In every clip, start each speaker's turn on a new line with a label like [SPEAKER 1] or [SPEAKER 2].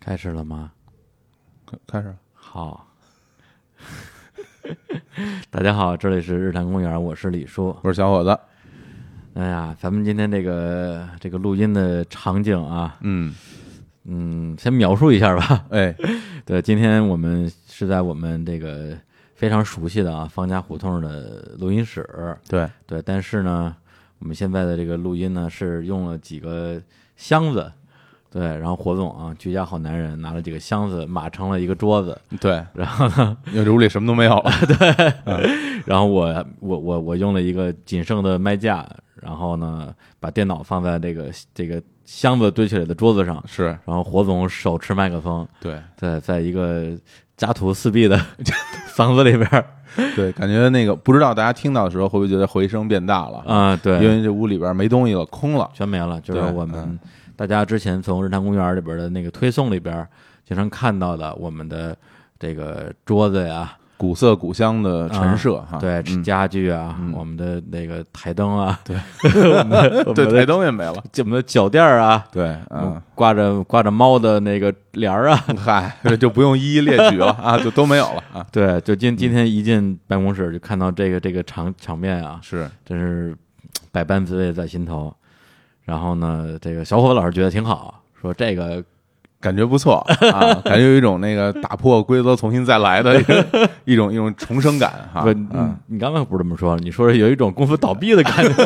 [SPEAKER 1] 开始了吗？
[SPEAKER 2] 开开始，
[SPEAKER 1] 好， 大家好，这里是日坛公园，我是李叔。
[SPEAKER 2] 我是小伙子。
[SPEAKER 1] 哎呀，咱们今天这个这个录音的场景啊，
[SPEAKER 2] 嗯，
[SPEAKER 1] 嗯，先描述一下吧。
[SPEAKER 2] 哎，
[SPEAKER 1] 对，今天我们是在我们这个非常熟悉的啊方家胡同的录音室。
[SPEAKER 2] 对，
[SPEAKER 1] 对，但是呢，我们现在的这个录音呢是用了几个箱子。对，然后火总啊，居家好男人拿了几个箱子码成了一个桌子，
[SPEAKER 2] 对，
[SPEAKER 1] 然后呢，
[SPEAKER 2] 因为这屋里什么都没有 了。
[SPEAKER 1] 然后我我我我用了一个仅剩的麦架，然后呢，把电脑放在这个这个箱子堆起来的桌子上，
[SPEAKER 2] 是，
[SPEAKER 1] 然后火总手持麦克风，
[SPEAKER 2] 对，
[SPEAKER 1] 在在一个家徒四壁的 房子里边儿
[SPEAKER 2] 对，感觉那个不知道大家听到的时候会不会觉得回声变大了？
[SPEAKER 1] 啊、对，
[SPEAKER 2] 因为这屋里边没东西了，空了。
[SPEAKER 1] 全没了，就是
[SPEAKER 2] 对
[SPEAKER 1] 我们
[SPEAKER 2] 嗯
[SPEAKER 1] 大家之前从日坛公园里边的那个推送里边经常看到的我们的这个桌子呀，
[SPEAKER 2] 古色古香的陈设哈。
[SPEAKER 1] 对，
[SPEAKER 2] 嗯
[SPEAKER 1] 家具啊，
[SPEAKER 2] 嗯
[SPEAKER 1] 我们的那个台灯啊，对，
[SPEAKER 2] 对，
[SPEAKER 1] 对
[SPEAKER 2] 台灯也没了。
[SPEAKER 1] 我们的脚垫儿啊，
[SPEAKER 2] 对，嗯，
[SPEAKER 1] 挂着挂着猫的那个帘儿啊，
[SPEAKER 2] 嗨，就不用一一列举了啊，就都没有了啊。
[SPEAKER 1] 对，就今今天一进办公室就看到这个这个场场面啊，
[SPEAKER 2] 是，
[SPEAKER 1] 真是百般滋味在心头。然后呢，这个小伙子老师觉得挺好，说这个
[SPEAKER 2] 感觉不错啊，感觉有一种那个打破规则重新再来的一 个一种一种重生感哈。
[SPEAKER 1] 不，
[SPEAKER 2] 嗯
[SPEAKER 1] 你，你刚才不是这么说，你说是有一种公司倒闭的感觉。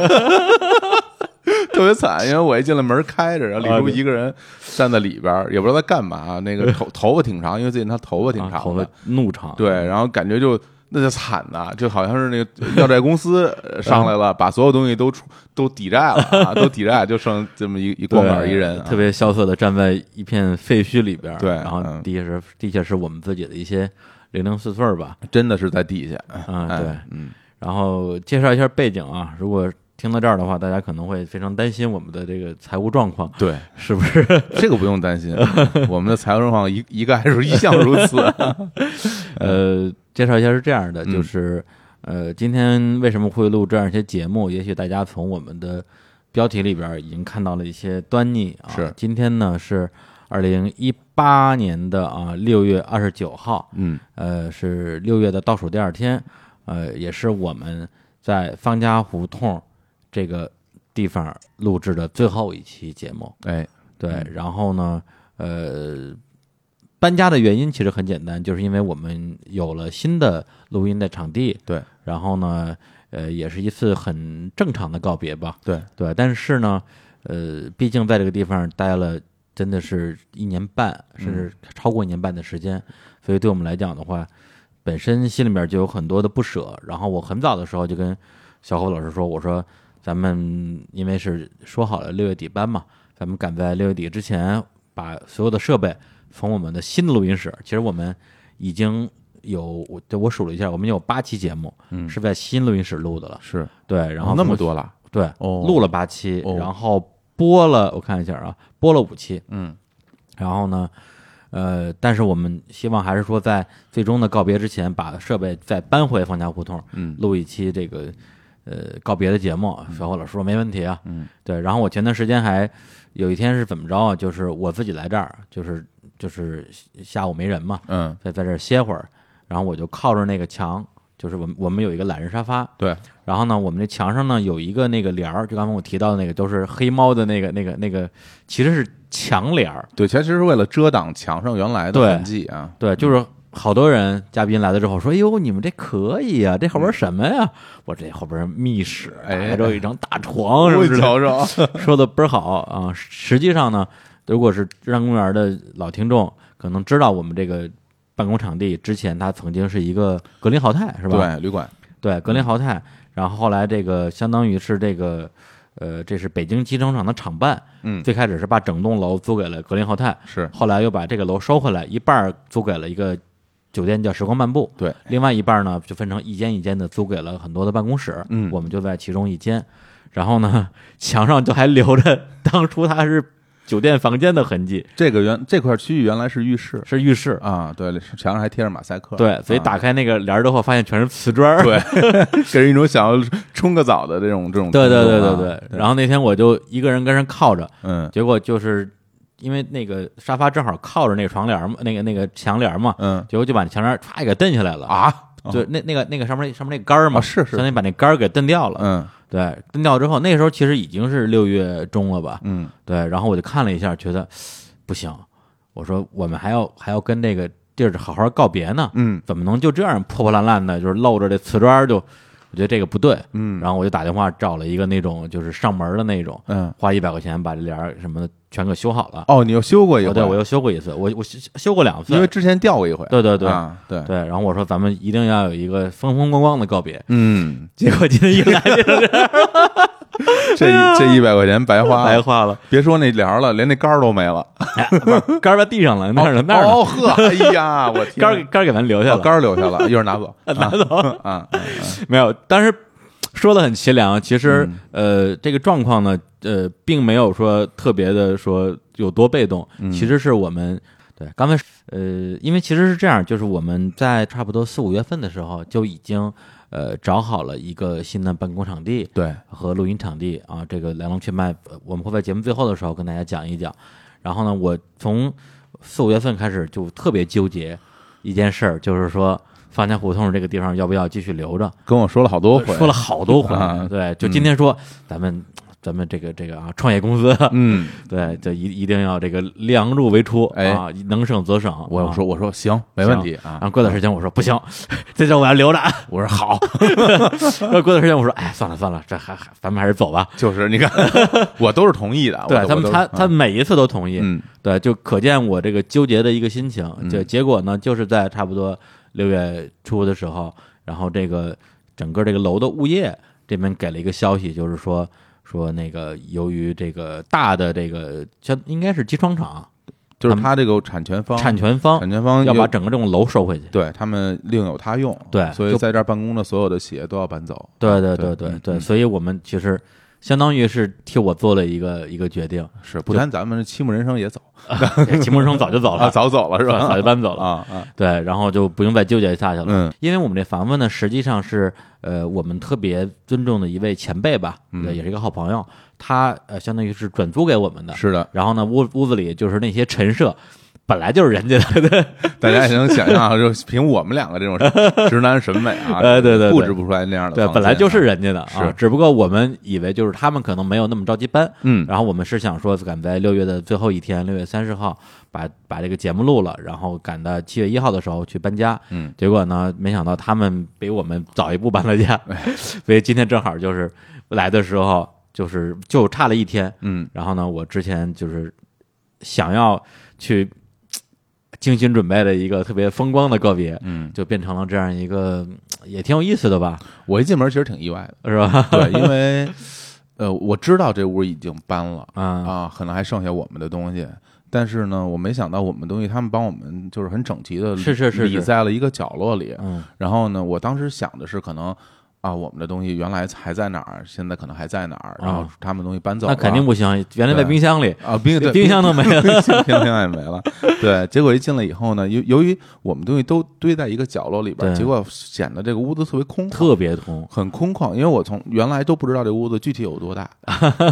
[SPEAKER 2] 特别惨，因为我一进来门开着，然后
[SPEAKER 1] 啊
[SPEAKER 2] 李叔
[SPEAKER 1] 对
[SPEAKER 2] 一个人站在里边儿，也不知道在干嘛。那个头头发挺长，因为最近他头发挺
[SPEAKER 1] 啊
[SPEAKER 2] 长
[SPEAKER 1] 头
[SPEAKER 2] 的
[SPEAKER 1] 发，怒长，
[SPEAKER 2] 对，然后感觉就那就惨呐，就好像是那个要债公 司呃上来了，把所有东西都出都抵债了啊，都抵债，就剩这么一
[SPEAKER 1] 对，
[SPEAKER 2] 一光板一人啊，
[SPEAKER 1] 特别萧瑟的站在一片废墟里边儿。
[SPEAKER 2] 对
[SPEAKER 1] 然后
[SPEAKER 2] 嗯
[SPEAKER 1] 地下是地下是我们自己的一些零零碎碎儿吧。
[SPEAKER 2] 真的是在地下。
[SPEAKER 1] 嗯，
[SPEAKER 2] 哎
[SPEAKER 1] 对。
[SPEAKER 2] 嗯，
[SPEAKER 1] 然后介绍一下背景啊，如果听到这儿的话，大家可能会非常担心我们的这个财务状况
[SPEAKER 2] 对，
[SPEAKER 1] 是不是？
[SPEAKER 2] 这个不用担心， 我们的财务状况一一概是一向如此。
[SPEAKER 1] 呃，介绍一下是这样的，
[SPEAKER 2] 嗯
[SPEAKER 1] 就是呃，今天为什么会录这样一些节目？也许大家从我们的标题里边儿已经看到了一些端倪啊。
[SPEAKER 2] 是
[SPEAKER 1] 今天呢是二零一八年的啊六月二十九号，
[SPEAKER 2] 嗯，
[SPEAKER 1] 呃，是六月的倒数第二天，呃，也是我们在方家胡同这个地方录制的最后一期节目。
[SPEAKER 2] 哎，
[SPEAKER 1] 对，
[SPEAKER 2] 嗯
[SPEAKER 1] 然后呢，呃，搬家的原因其实很简单，就是因为我们有了新的录音的场地，
[SPEAKER 2] 对，
[SPEAKER 1] 然后呢，呃，也是一次很正常的告别吧，
[SPEAKER 2] 对，
[SPEAKER 1] 对，但是呢，呃，毕竟在这个地方待了真的是一年半，甚至
[SPEAKER 2] 嗯
[SPEAKER 1] 超过一年半的时间，所以对我们来讲的话，本身心里面就有很多的不舍。然后我很早的时候就跟小侯老师说，我说咱们因为是说好了六月底搬嘛，咱们赶在六月底之前把所有的设备从我们的新的录音室，其实我们已经有我对我数了一下，我们有八期节目
[SPEAKER 2] 嗯，
[SPEAKER 1] 是在新录音室录的了，
[SPEAKER 2] 是，
[SPEAKER 1] 对，然后
[SPEAKER 2] 那么
[SPEAKER 1] 从
[SPEAKER 2] 多了，
[SPEAKER 1] 对，
[SPEAKER 2] 哦
[SPEAKER 1] 录了八期，
[SPEAKER 2] 哦
[SPEAKER 1] 然后播了，我看一下啊，播了五期，
[SPEAKER 2] 嗯，
[SPEAKER 1] 然后呢，呃，但是我们希望还是说在最终的告别之前，把设备再搬回方家胡同，
[SPEAKER 2] 嗯，
[SPEAKER 1] 录一期这个呃告别的节目。小伙老师说没问题啊，嗯，对。然后我前段时间还有一天是怎么着啊？就是我自己来这儿，就是就是下午没人嘛，
[SPEAKER 2] 嗯，
[SPEAKER 1] 在在这儿歇会儿，然后我就靠着那个墙，就是我们我们有一个懒人沙发，
[SPEAKER 2] 对，
[SPEAKER 1] 然后呢，我们这墙上呢有一个那个帘儿，就刚才我提到的那个，都是黑猫的那个、那个、那个，其实是墙帘儿。
[SPEAKER 2] 对，其实是为了遮挡墙上原来的
[SPEAKER 1] 对
[SPEAKER 2] 痕迹啊。
[SPEAKER 1] 对，就是好多人嘉宾来了之后说：“哎呦，你们这可以啊，这后边什么呀？”我这后边密室，
[SPEAKER 2] 哎
[SPEAKER 1] 还有一张大床什
[SPEAKER 2] 我
[SPEAKER 1] 么之类
[SPEAKER 2] 瞧瞧，
[SPEAKER 1] 的，说的倍儿好啊。实际上呢，如果是日坛公园的老听众，可能知道我们这个办公场地之前它曾经是一个格林豪泰，是吧？
[SPEAKER 2] 对，旅馆，
[SPEAKER 1] 对，格林豪泰。然后后来这个相当于是这个，呃，这是北京机场厂的厂办，
[SPEAKER 2] 嗯，
[SPEAKER 1] 最开始是把整栋楼租给了格林豪泰，
[SPEAKER 2] 是
[SPEAKER 1] 后来又把这个楼收回来，一半儿租给了一个酒店叫时光漫步，
[SPEAKER 2] 对，
[SPEAKER 1] 另外一半儿呢就分成一间一间的租给了很多的办公室，
[SPEAKER 2] 嗯
[SPEAKER 1] 我们就在其中一间，然后呢墙上就还留着当初它是酒店房间的痕迹，
[SPEAKER 2] 这个原这块区域原来是浴室
[SPEAKER 1] 是浴室，
[SPEAKER 2] 啊，对，墙上还贴着马赛克，
[SPEAKER 1] 对，所以
[SPEAKER 2] 啊
[SPEAKER 1] 打开那个帘儿之后发现全是瓷砖儿，
[SPEAKER 2] 对，给人一种想要冲个澡的这种这种
[SPEAKER 1] 对对对
[SPEAKER 2] 冲动啊
[SPEAKER 1] 对对。然后那天我就一个人跟人靠着，
[SPEAKER 2] 嗯
[SPEAKER 1] 结果就是因为那个沙发正好靠着那个床帘儿嘛，那个那个墙帘儿嘛，
[SPEAKER 2] 嗯
[SPEAKER 1] 结果就把那墙帘儿歘给蹬下来了。
[SPEAKER 2] 啊，
[SPEAKER 1] 对，那那个那个上面那上面那杆儿嘛，
[SPEAKER 2] 啊是是
[SPEAKER 1] 相当于把那杆儿给蹬掉了。
[SPEAKER 2] 嗯
[SPEAKER 1] 对，蹬掉之后，那时候其实已经是六月中了吧？
[SPEAKER 2] 嗯
[SPEAKER 1] 对，然后我就看了一下，觉得不行，我说我们还要还要跟这个地儿好好告别呢，
[SPEAKER 2] 嗯
[SPEAKER 1] 怎么能就这样破破烂烂的，就是露着这瓷砖儿就，我觉得这个不对。
[SPEAKER 2] 嗯
[SPEAKER 1] 然后我就打电话找了一个那种就是上门的那种，
[SPEAKER 2] 嗯，
[SPEAKER 1] 花一百块钱把这帘儿什么的全给修好了。
[SPEAKER 2] 哦，你又修过一
[SPEAKER 1] 哦，
[SPEAKER 2] 回，
[SPEAKER 1] 对，我又修过一次，我我修修过两次，
[SPEAKER 2] 因为之前掉过一回，
[SPEAKER 1] 对对对、
[SPEAKER 2] 啊对，
[SPEAKER 1] 对。然后我说咱们一定要有一个风风光光的告别。
[SPEAKER 2] 嗯，
[SPEAKER 1] 结果今天一 来就是
[SPEAKER 2] 这一这一百块钱白花
[SPEAKER 1] 哎白
[SPEAKER 2] 了，
[SPEAKER 1] 花了，
[SPEAKER 2] 别说那帘儿了，连那杆儿都没了，
[SPEAKER 1] 哎、不是杆儿在地上了，那儿呢那儿呢，
[SPEAKER 2] 啊哦呵，哎呀，我 天
[SPEAKER 1] 杆儿杆儿给咱留下
[SPEAKER 2] 哦
[SPEAKER 1] 了，
[SPEAKER 2] 杆儿留下了，一会儿拿走
[SPEAKER 1] 拿走
[SPEAKER 2] 啊，
[SPEAKER 1] 没有。但是说的很凄凉，其实、呃，这个状况呢，呃，并没有说特别的说有多被动，其实是我们。对，刚才呃，因为其实是这样，就是我们在差不多四五月份的时候就已经呃找好了一个新的办公场地，
[SPEAKER 2] 对，
[SPEAKER 1] 和录音场地啊，这个来龙去脉，呃我们会在节目最后的时候跟大家讲一讲。然后呢，我从四五月份开始就特别纠结一件事儿，就是说方家胡同这个地方要不要继续留着？
[SPEAKER 2] 跟我说了好多回，
[SPEAKER 1] 说了，好多回，
[SPEAKER 2] 啊
[SPEAKER 1] 对，就今天说、咱们咱们这个这个啊，创业公司，
[SPEAKER 2] 嗯，
[SPEAKER 1] 对，就一一定要这个量入为出、
[SPEAKER 2] 哎
[SPEAKER 1] 啊，能省则省。
[SPEAKER 2] 我
[SPEAKER 1] 啊
[SPEAKER 2] 说我说行，没问题
[SPEAKER 1] 然，
[SPEAKER 2] 啊
[SPEAKER 1] 后过段时间我说不行， 这事我要留着。啊
[SPEAKER 2] 我说好，
[SPEAKER 1] 然后过段时间我说，哎，算了算了，这还还咱们还是走吧。
[SPEAKER 2] 就是你看， 我都是同意的，
[SPEAKER 1] 对
[SPEAKER 2] 我
[SPEAKER 1] 他
[SPEAKER 2] 我
[SPEAKER 1] 们，
[SPEAKER 2] 都
[SPEAKER 1] 他他每一次都同意，
[SPEAKER 2] 嗯
[SPEAKER 1] 对，就可见我这个纠结的一个心情。就结果呢，就是在差不多六月初的时候，然后这个整个这个楼的物业这边给了一个消息，就是说说那个由于这个大的这个像应该是机床厂
[SPEAKER 2] 就
[SPEAKER 1] 他
[SPEAKER 2] 是
[SPEAKER 1] 们
[SPEAKER 2] 他这个产权方，
[SPEAKER 1] 产权方
[SPEAKER 2] 产权方
[SPEAKER 1] 要把
[SPEAKER 2] 有啊
[SPEAKER 1] 整个这种楼收回去。
[SPEAKER 2] 对他们另有他用，
[SPEAKER 1] 对
[SPEAKER 2] 所以
[SPEAKER 1] 就
[SPEAKER 2] 在这儿办公的所有的企业都要搬走，
[SPEAKER 1] 对对对
[SPEAKER 2] 对
[SPEAKER 1] 对
[SPEAKER 2] 嗯
[SPEAKER 1] 对，
[SPEAKER 2] 嗯
[SPEAKER 1] 所以我们其实相当于是替我做了一 个一个决定。
[SPEAKER 2] 是不谈咱们这七木人生也走
[SPEAKER 1] 秦梦哎生早就走
[SPEAKER 2] 啊，
[SPEAKER 1] 了，
[SPEAKER 2] 早走了是吧？
[SPEAKER 1] 早就搬走了
[SPEAKER 2] 啊。啊，
[SPEAKER 1] 对，然后就不用再纠结下去了。
[SPEAKER 2] 嗯，
[SPEAKER 1] 因为我们这房子呢，实际上是呃，我们特别尊重的一位前辈吧，
[SPEAKER 2] 嗯
[SPEAKER 1] 对，也是一个好朋友，他呃，相当于是转租给我们的。
[SPEAKER 2] 是的，
[SPEAKER 1] 然后呢，屋屋子里就是那些陈设，本来就是人家的， 对
[SPEAKER 2] 大家也能想象啊，就凭我们两个这种直男审美啊，
[SPEAKER 1] 哎对对对
[SPEAKER 2] 布置不出来那样的
[SPEAKER 1] 对，
[SPEAKER 2] 房间啊
[SPEAKER 1] 本来就是人家的啊
[SPEAKER 2] 是。
[SPEAKER 1] 只不过我们以为就是他们可能没有那么着急搬，
[SPEAKER 2] 嗯
[SPEAKER 1] 然后我们是想说赶在六月的最后一天，六月三十号把把这个节目录了，然后赶到七月一号的时候去搬家。
[SPEAKER 2] 嗯，
[SPEAKER 1] 结果呢，没想到他们比我们早一步搬了家，
[SPEAKER 2] 哎
[SPEAKER 1] 所以今天正好就是来的时候就是就差了一天。
[SPEAKER 2] 嗯
[SPEAKER 1] 然后呢，我之前就是想要去精心准备的一个特别风光的告别，
[SPEAKER 2] 嗯，
[SPEAKER 1] 就变成了这样一个也挺有意思的吧，
[SPEAKER 2] 我一进门其实挺意 外的，
[SPEAKER 1] 是吧？
[SPEAKER 2] 对，因为呃，我知道这屋已经搬了。
[SPEAKER 1] 啊，
[SPEAKER 2] 啊，可能还剩下我们的东西。但是呢，我没想到我们东西，他们帮我们就是很整齐的
[SPEAKER 1] 是是是
[SPEAKER 2] 理
[SPEAKER 1] 是
[SPEAKER 2] 在了一个角落里。
[SPEAKER 1] 嗯，
[SPEAKER 2] 然后呢，我当时想的是，可能啊，我们的东西原来还在哪儿，现在可能还在哪儿，然后
[SPEAKER 1] 啊
[SPEAKER 2] 他们东西搬走了，
[SPEAKER 1] 那肯定不行，原来在
[SPEAKER 2] 对
[SPEAKER 1] 冰箱里，
[SPEAKER 2] 啊，冰对
[SPEAKER 1] 冰箱都没了
[SPEAKER 2] 冰箱冰箱也没了。对，结果一进来以后呢，由由于我们东西都堆在一个角落里边儿，
[SPEAKER 1] 对
[SPEAKER 2] 结果显得这个屋子特别空旷。
[SPEAKER 1] 特别通。
[SPEAKER 2] 很空旷，因为我从原来都不知道这屋子具体有多大，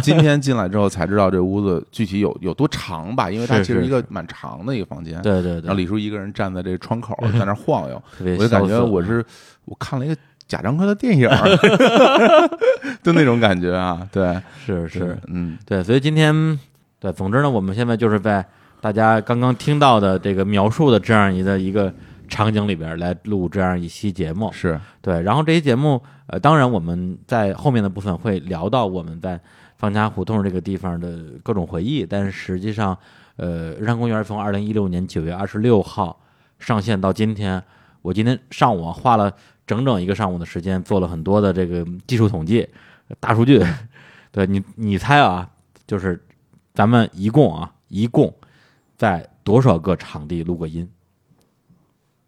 [SPEAKER 2] 今天进来之后才知道这屋子具体有有多长吧，因为它
[SPEAKER 1] 是
[SPEAKER 2] 其实
[SPEAKER 1] 是
[SPEAKER 2] 一个蛮长的一个房间。
[SPEAKER 1] 对嗯对
[SPEAKER 2] 啊然后
[SPEAKER 1] 对，
[SPEAKER 2] 李叔一个人站在这个窗口，在那儿 晃悠，
[SPEAKER 1] 特别
[SPEAKER 2] 我就感
[SPEAKER 1] 萧
[SPEAKER 2] 觉
[SPEAKER 1] 瑟
[SPEAKER 2] 我是我看了一个贾樟柯的电影儿， 就那种感觉啊。对，
[SPEAKER 1] 是是，
[SPEAKER 2] 嗯，
[SPEAKER 1] 对，所以今天对，总之呢，我们现在就是在大家刚刚听到的这个描述的这样一个一个场景里边来录这样一期节目。
[SPEAKER 2] 是
[SPEAKER 1] 对，然后这期节目，呃，当然我们在后面的部分会聊到我们在方家胡同这个地方的各种回忆，但是实际上，呃，日坛公园从二零一六年九月二十六号上线到今天，我今天上午啊花了整整一个上午的时间，做了很多的这个技术统计、大数据。 对你，你猜啊，就是咱们一共啊，一共在多少个场地录过音？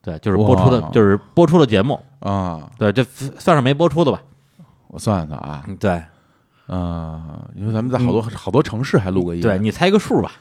[SPEAKER 1] 对，就是播出的
[SPEAKER 2] 哇，
[SPEAKER 1] 就是播出的节目，
[SPEAKER 2] 啊，
[SPEAKER 1] 对，这算是没播出的吧？
[SPEAKER 2] 我算算啊，
[SPEAKER 1] 对，
[SPEAKER 2] 啊，因为咱们在好多好多城市还录过
[SPEAKER 1] 嗯
[SPEAKER 2] 一
[SPEAKER 1] 对，你猜个数吧。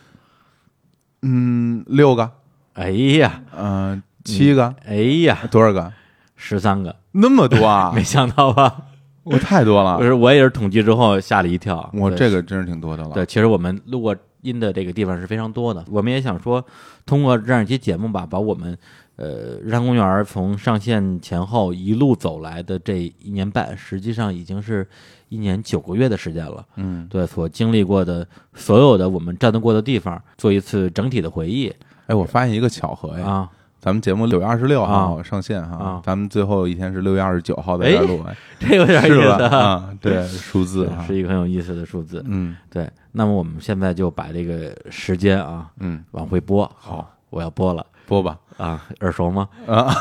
[SPEAKER 2] 嗯，六个，
[SPEAKER 1] 哎呀，
[SPEAKER 2] 嗯，七个，
[SPEAKER 1] 哎呀，
[SPEAKER 2] 多少个？
[SPEAKER 1] 十三个，
[SPEAKER 2] 那么多啊
[SPEAKER 1] 没！想到吧？
[SPEAKER 2] 我太多了
[SPEAKER 1] 啊 不。是，我也是统计之后吓了一跳。
[SPEAKER 2] 我
[SPEAKER 1] 对
[SPEAKER 2] 这个真是挺多的了。
[SPEAKER 1] 对，其实我们录过音的这个地方是非常多的。我们也想说，通过这样一期节目吧，把我们呃日坛公园从上线前后一路走来的这一年半，实际上已经是一年九个月的时间了。
[SPEAKER 2] 嗯，
[SPEAKER 1] 对，所经历过的所有的我们站得过的地方，做一次整体的回忆
[SPEAKER 2] 哎，我发现一个巧合呀，
[SPEAKER 1] 啊。
[SPEAKER 2] 咱们节目六月二十六号
[SPEAKER 1] 啊
[SPEAKER 2] 上线
[SPEAKER 1] 啊
[SPEAKER 2] 哈，咱们最后一天是六月二十九号在这儿录，哎
[SPEAKER 1] 这有点意
[SPEAKER 2] 是
[SPEAKER 1] 思
[SPEAKER 2] 吧？
[SPEAKER 1] 啊，
[SPEAKER 2] 啊，对，数字啊，
[SPEAKER 1] 是一个很有意思的数字。
[SPEAKER 2] 嗯
[SPEAKER 1] 对，那么我们现在就把这个时间啊
[SPEAKER 2] 嗯，
[SPEAKER 1] 往回拨。
[SPEAKER 2] 好，
[SPEAKER 1] 我要拨了
[SPEAKER 2] 播吧。
[SPEAKER 1] 啊，耳熟吗？
[SPEAKER 2] 啊，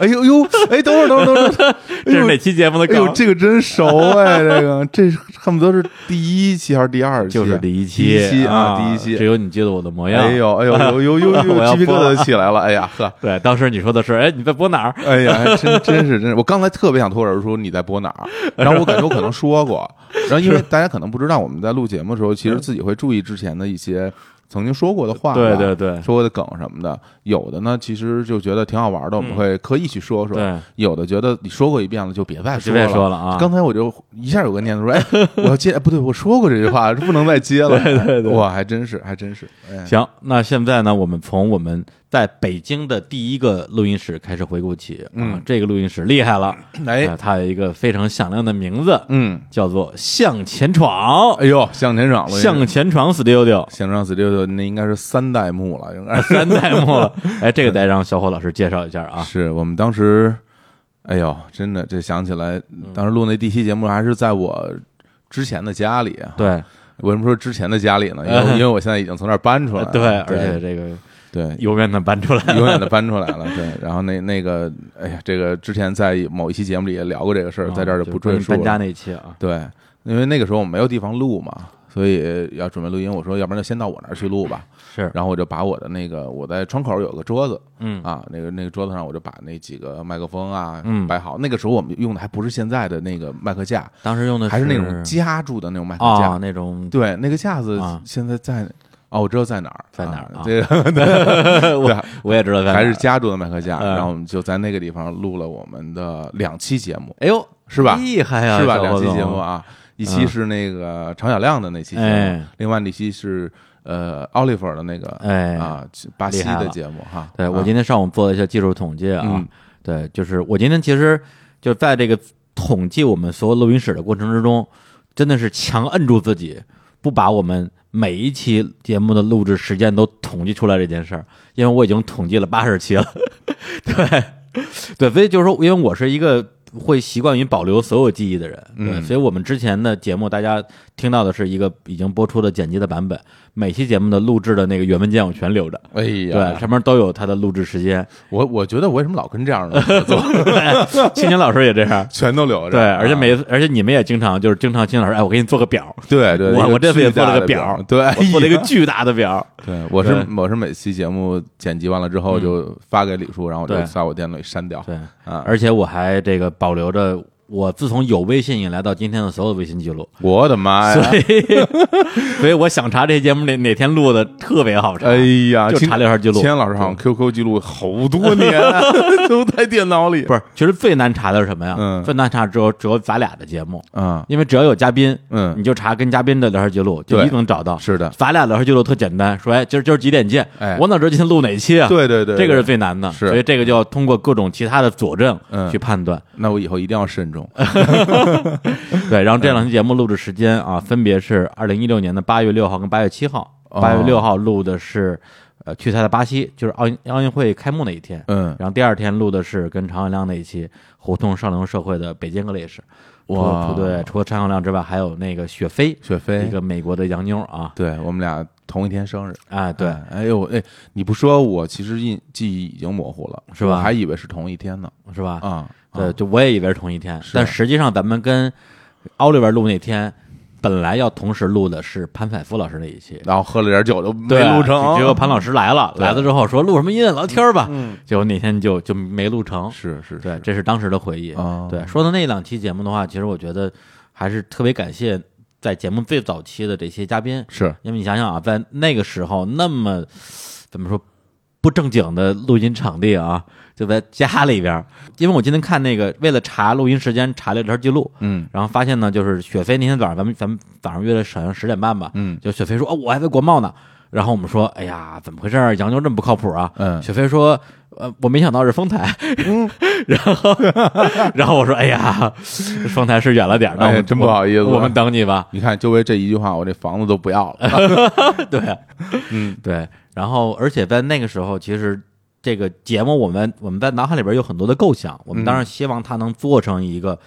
[SPEAKER 2] 哎呦呦，哎，等会儿，等会儿，等会儿，
[SPEAKER 1] 这是哪期节目的
[SPEAKER 2] 哎
[SPEAKER 1] 梗？
[SPEAKER 2] 呦，这个 真熟哎，这个这恨不得是第一期还是第二期？
[SPEAKER 1] 就是第一
[SPEAKER 2] 第一期
[SPEAKER 1] 啊，
[SPEAKER 2] 啊，第一期。
[SPEAKER 1] 只有你记得我的模样。
[SPEAKER 2] 哎呦，哎呦，呦呦呦
[SPEAKER 1] 我要
[SPEAKER 2] 呦，鸡皮疙
[SPEAKER 1] 疯了
[SPEAKER 2] 瘩都起来了！哎呀呵，
[SPEAKER 1] 对，当时你说的是，哎，你在播哪儿？
[SPEAKER 2] 哎呀，还真真是真是，我刚才特别想脱口而出你在播哪儿，然后我感觉我可能说 过，然后因为大家可能不知道，我们在录节目的时候，其实自己会注意之前的一些曾经说过的话吧，
[SPEAKER 1] 嗯对对对
[SPEAKER 2] 说过的梗什么的，有的呢其实就觉得挺好玩的，我们会刻意去说说，
[SPEAKER 1] 嗯对，
[SPEAKER 2] 有的觉得你说过一遍了就别再
[SPEAKER 1] 就
[SPEAKER 2] 说
[SPEAKER 1] 别
[SPEAKER 2] 了。
[SPEAKER 1] 说了啊。
[SPEAKER 2] 刚才我就一下有个念头说，哎，我要接，哎不对，我说过这句话，不能再接了。
[SPEAKER 1] 对对对
[SPEAKER 2] 哇，还真是，还真是，哎，
[SPEAKER 1] 行，那现在呢，我们从我们在北京的第一个录音室开始回顾起。啊
[SPEAKER 2] 嗯，
[SPEAKER 1] 这个录音室厉害了，
[SPEAKER 2] 哎
[SPEAKER 1] 啊，它有一个非常响亮的名字，
[SPEAKER 2] 嗯，
[SPEAKER 1] 叫做“向前闯
[SPEAKER 2] 哎呦，向前闯”，了，
[SPEAKER 1] 向前闯 Studio
[SPEAKER 2] 向上 studio 那应该是三代目了，应该是
[SPEAKER 1] 三代目了。 哎，这个得让小伙老师介绍一下啊。
[SPEAKER 2] 是我们当时，哎呦，真的，这想起来，
[SPEAKER 1] 嗯
[SPEAKER 2] 当时录那第一期节目还是在我之前的家里。啊
[SPEAKER 1] 对
[SPEAKER 2] 为什么说之前的家里 呢？因为因为我现在已经从那儿搬出来了，
[SPEAKER 1] 对，而且这个
[SPEAKER 2] 对，
[SPEAKER 1] 永远的搬出来 了。
[SPEAKER 2] 永远的搬出来了。对，然后那那个，哎呀，这个之前在某一期节目里也聊过这个事儿，在这儿
[SPEAKER 1] 啊
[SPEAKER 2] 就
[SPEAKER 1] 就
[SPEAKER 2] 不
[SPEAKER 1] 关于
[SPEAKER 2] 赘述
[SPEAKER 1] 搬家
[SPEAKER 2] 了。
[SPEAKER 1] 那一期啊。
[SPEAKER 2] 对，因为那个时候我们没有地方录嘛，所以呃要准备录音。我说，要不然就先到我那儿去录吧。
[SPEAKER 1] 是，
[SPEAKER 2] 然后我就把我的那个，我在窗口有个桌子
[SPEAKER 1] 嗯
[SPEAKER 2] 啊，那个那个桌子上我就把那几个麦克风啊
[SPEAKER 1] 嗯
[SPEAKER 2] 摆好。那个时候我们用的还不是现在的那个麦克架，
[SPEAKER 1] 当时用的
[SPEAKER 2] 还
[SPEAKER 1] 是
[SPEAKER 2] 那种夹住的那种麦克
[SPEAKER 1] 啊，
[SPEAKER 2] 架。
[SPEAKER 1] 那种
[SPEAKER 2] 对，那个架子
[SPEAKER 1] 啊
[SPEAKER 2] 现在在。哦，我知道在哪儿，
[SPEAKER 1] 在哪儿啊
[SPEAKER 2] 啊 这个对
[SPEAKER 1] 我我也知道在哪儿，
[SPEAKER 2] 还是夹住的麦克架，
[SPEAKER 1] 嗯
[SPEAKER 2] 然后我们就在那个地方录了我们的两期节目，
[SPEAKER 1] 哎呦，
[SPEAKER 2] 是吧？
[SPEAKER 1] 厉害哎呀，
[SPEAKER 2] 是吧？
[SPEAKER 1] 小
[SPEAKER 2] 两
[SPEAKER 1] 伙哦
[SPEAKER 2] 期
[SPEAKER 1] 总
[SPEAKER 2] 节目啊，一期是那个常小亮的那期节目
[SPEAKER 1] 哎，
[SPEAKER 2] 另外那期是呃 Oliver 的那个
[SPEAKER 1] 哎
[SPEAKER 2] 啊巴西
[SPEAKER 1] 厉害
[SPEAKER 2] 的
[SPEAKER 1] 了
[SPEAKER 2] 节目哈。
[SPEAKER 1] 对我
[SPEAKER 2] 啊
[SPEAKER 1] 今天上午做了一下技术统计啊，
[SPEAKER 2] 嗯
[SPEAKER 1] 对，就是我今天其实就在这个统计我们所有录音室的过程之中，真的是强摁住自己，不把我们每一期节目的录制时间都统计出来这件事儿，因为我已经统计了八十期了， 对，对，所以就是说，因为我是一个。会习惯于保留所有记忆的人，对，
[SPEAKER 2] 嗯
[SPEAKER 1] 所以我们之前的节目，大家听到的是一个已经播出的剪辑的版本，每期节目的录制的那个原文件我全留着，
[SPEAKER 2] 哎
[SPEAKER 1] 对，
[SPEAKER 2] 呀，
[SPEAKER 1] 上面都有它的录制时间。
[SPEAKER 2] 我我觉得我为什么老跟这样的人合作，，
[SPEAKER 1] 青年老师也这样
[SPEAKER 2] 全都留着。
[SPEAKER 1] 对，而且
[SPEAKER 2] 啊
[SPEAKER 1] 每次，而且你们也经常就是经常青年老师，哎，我给你做个表，
[SPEAKER 2] 对对，
[SPEAKER 1] 我
[SPEAKER 2] 一个
[SPEAKER 1] 我这次也做了个
[SPEAKER 2] 巨大的表
[SPEAKER 1] 表，
[SPEAKER 2] 对，
[SPEAKER 1] 我做了一个
[SPEAKER 2] 哎呀
[SPEAKER 1] 巨大的表，
[SPEAKER 2] 对，我是
[SPEAKER 1] 对嗯
[SPEAKER 2] 我是每期节目剪辑完了之后就发给李叔，然后我就
[SPEAKER 1] 对
[SPEAKER 2] 在我电脑里删掉。
[SPEAKER 1] 对，
[SPEAKER 2] 啊，
[SPEAKER 1] 而且我还这个保留着我自从有微信以来到今天的所有微信记录，
[SPEAKER 2] 我的妈哎呀！
[SPEAKER 1] 所以所以我想查这些节目哪哪天录的特别好查，
[SPEAKER 2] 哎呀，
[SPEAKER 1] 就查
[SPEAKER 2] 秦
[SPEAKER 1] 聊天记录
[SPEAKER 2] 秦岩老师好像 QQ 记录好多年啊 都在电脑里，
[SPEAKER 1] 不是，其实最难查的是什么呀？
[SPEAKER 2] 嗯
[SPEAKER 1] 最难查只有只有咱俩的节目，
[SPEAKER 2] 啊，
[SPEAKER 1] 因为只要有嘉宾，
[SPEAKER 2] 嗯
[SPEAKER 1] 你啊就查跟嘉宾的聊天记录，就一
[SPEAKER 2] 对
[SPEAKER 1] 定能找到。
[SPEAKER 2] 是的，
[SPEAKER 1] 咱俩聊天记录特简单，说哎，今儿今儿几点见？
[SPEAKER 2] 哎
[SPEAKER 1] 我哪知道今天录哪期啊？
[SPEAKER 2] 对对对，
[SPEAKER 1] 这个是
[SPEAKER 2] 对
[SPEAKER 1] 最难的，
[SPEAKER 2] 是
[SPEAKER 1] 所以这个就要通过各种其他的佐证
[SPEAKER 2] 嗯
[SPEAKER 1] 去判断。
[SPEAKER 2] 那我以后一定要慎重。
[SPEAKER 1] 呃对，然后这两期节目录制时间啊，分别是二零一六年的八月六号跟八月七号。
[SPEAKER 2] 哦
[SPEAKER 1] 八月六号录的是呃去他的巴西，就是奥运奥运会开幕那一天。
[SPEAKER 2] 嗯，
[SPEAKER 1] 然后第二天录的是跟常小亮那一期《胡同上流社会》的北京格烈士。
[SPEAKER 2] 哇
[SPEAKER 1] 除对，除了常小亮之外，还有那个雪飞，
[SPEAKER 2] 雪
[SPEAKER 1] 一
[SPEAKER 2] 飞，
[SPEAKER 1] 个美国的洋妞啊，
[SPEAKER 2] 对我们俩同一天生日。
[SPEAKER 1] 哎，对，
[SPEAKER 2] 哎，哎呦，哎，你不说我其实印记忆已经模糊了，
[SPEAKER 1] 是吧
[SPEAKER 2] 我还以为是同一天呢。
[SPEAKER 1] 是吧？
[SPEAKER 2] 啊，
[SPEAKER 1] 对，
[SPEAKER 2] 啊，
[SPEAKER 1] 就我也以为是同一天，
[SPEAKER 2] 是
[SPEAKER 1] 但实际上咱们跟奥利维录那天，本来要同时录的是潘采夫老师那一期，
[SPEAKER 2] 然后喝了点酒就没
[SPEAKER 1] 对
[SPEAKER 2] 录成，
[SPEAKER 1] 结果潘老师来了，
[SPEAKER 2] 对
[SPEAKER 1] 来了之后说录什么音乐聊天儿吧，
[SPEAKER 2] 嗯，
[SPEAKER 1] 结果那天就就没录成。
[SPEAKER 2] 是是，
[SPEAKER 1] 对，
[SPEAKER 2] 是，
[SPEAKER 1] 这是当时的回忆。
[SPEAKER 2] 哦
[SPEAKER 1] 对，说到那两期节目的话，其实我觉得还是特别感谢在节目最早期的这些嘉宾，
[SPEAKER 2] 是
[SPEAKER 1] 因为你想想啊，在那个时候那么怎么说不正经的录音场地啊，就在家里边儿。因为我今天看那个，为了查录音时间，查了一条记录，
[SPEAKER 2] 嗯
[SPEAKER 1] 然后发现呢，就是雪飞那天早上，咱们咱们早上约了好像十点半吧，
[SPEAKER 2] 嗯
[SPEAKER 1] 就雪飞说哦，我还在国贸呢。然后我们说，哎呀，怎么回事儿？洋妞这么不靠谱啊！
[SPEAKER 2] 嗯
[SPEAKER 1] 雪飞说，呃，我没想到是丰台，然后 然后我说，哎呀，丰台是远了点儿，那我
[SPEAKER 2] 哎
[SPEAKER 1] 们、
[SPEAKER 2] 呀真不好意思
[SPEAKER 1] 我们等你吧。
[SPEAKER 2] 你看，就为这一句话，我这房子都不要 了。
[SPEAKER 1] 对，
[SPEAKER 2] 嗯
[SPEAKER 1] 对，然后而且在那个时候，其实这个节目我们我们在脑海里边有很多的构想，我们当然
[SPEAKER 2] 嗯
[SPEAKER 1] 希望它能做成一个